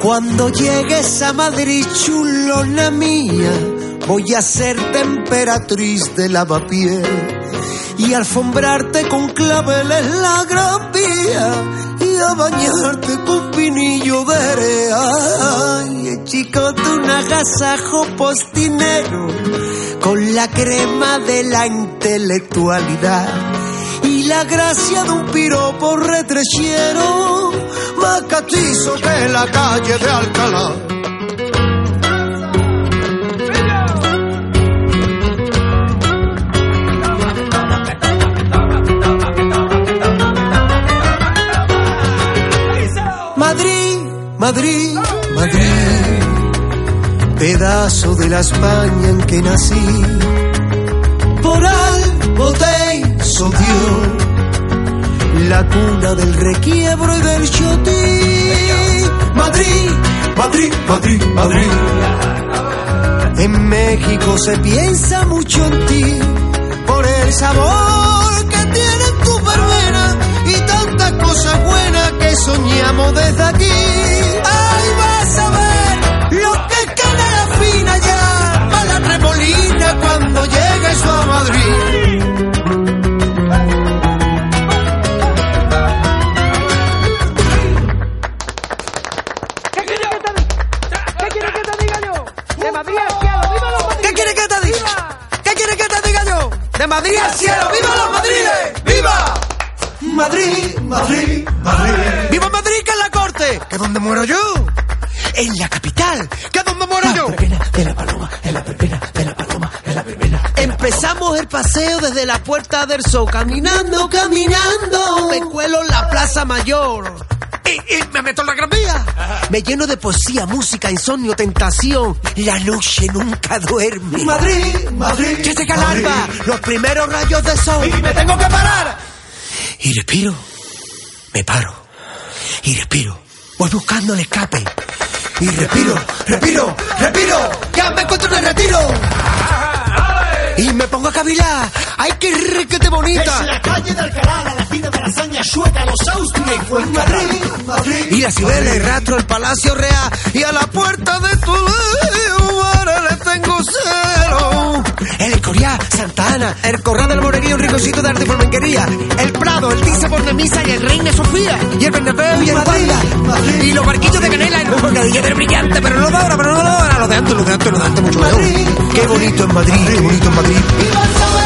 Speaker 11: Cuando llegues a Madrid, chulona mía, voy a ser temperatriz de lavapié y alfombrarte con claveles la gran vía y a bañarte con pinillo de Ay, chico, tú un agasajo postinero con la crema de la intelectualidad y la gracia de un piropo retrechero más castizo que la calle de Alcalá. Madrid, Madrid, Madrid, pedazo de la España en que nací por algo te hizo Dios la cuna del requiebro y del chotín. Madrid, Madrid, Madrid, Madrid. En México se piensa mucho en ti por el sabor que tiene tu verbena y tantas cosas buenas que soñamos desde aquí. Ay, vas a ver lo que queda la fina ya para la remolina cuando llegues tú a Madrid. ¿Qué quiere que te diga? ¿Qué quiere que te diga yo? De Madrid al cielo, ¡viva los Madriles! ¡Viva! Madrid, Madrid, Madrid. ¡Viva Madrid, que es la corte! ¿Que donde muero yo? En la capital, ¿que donde muero yo? de la paloma, en la verbena de la paloma, en la verbena. Empezamos el paseo desde la puerta del sol, caminando, caminando. Me cuelo en la plaza mayor. Y, y me meto en la gran vía. Me lleno de poesía, música, insomnio, tentación. La noche nunca duerme. Madrid, Madrid. Que llega el alba, los primeros rayos de sol. Y me tengo que parar. Y respiro. Me paro. Y respiro. Voy buscando el escape. Y respiro, respiro, respiro. Ya me encuentro en el retiro. Y me pongo a cavilar. ¡Ay, qué requete bonita! Madrid, Madrid. Y la ciudad del ratro, el Palacio Real y a la puerta de Toledo ahora le tengo cero. El Escorial, Santa Ana, el Corral del Morerío, un ricocito de arte y flamenquería, el Prado, el Tiza por Misa y el Reina Sofía, y el Bernabéu y el Baila, y los barquillos de canela, el bocadillo del brillante, pero no de ahora, pero no de ahora, lo de antes, lo de antes, lo de antes, mucho mejor. Qué bonito en Madrid, qué bonito en Madrid. ¡Viva el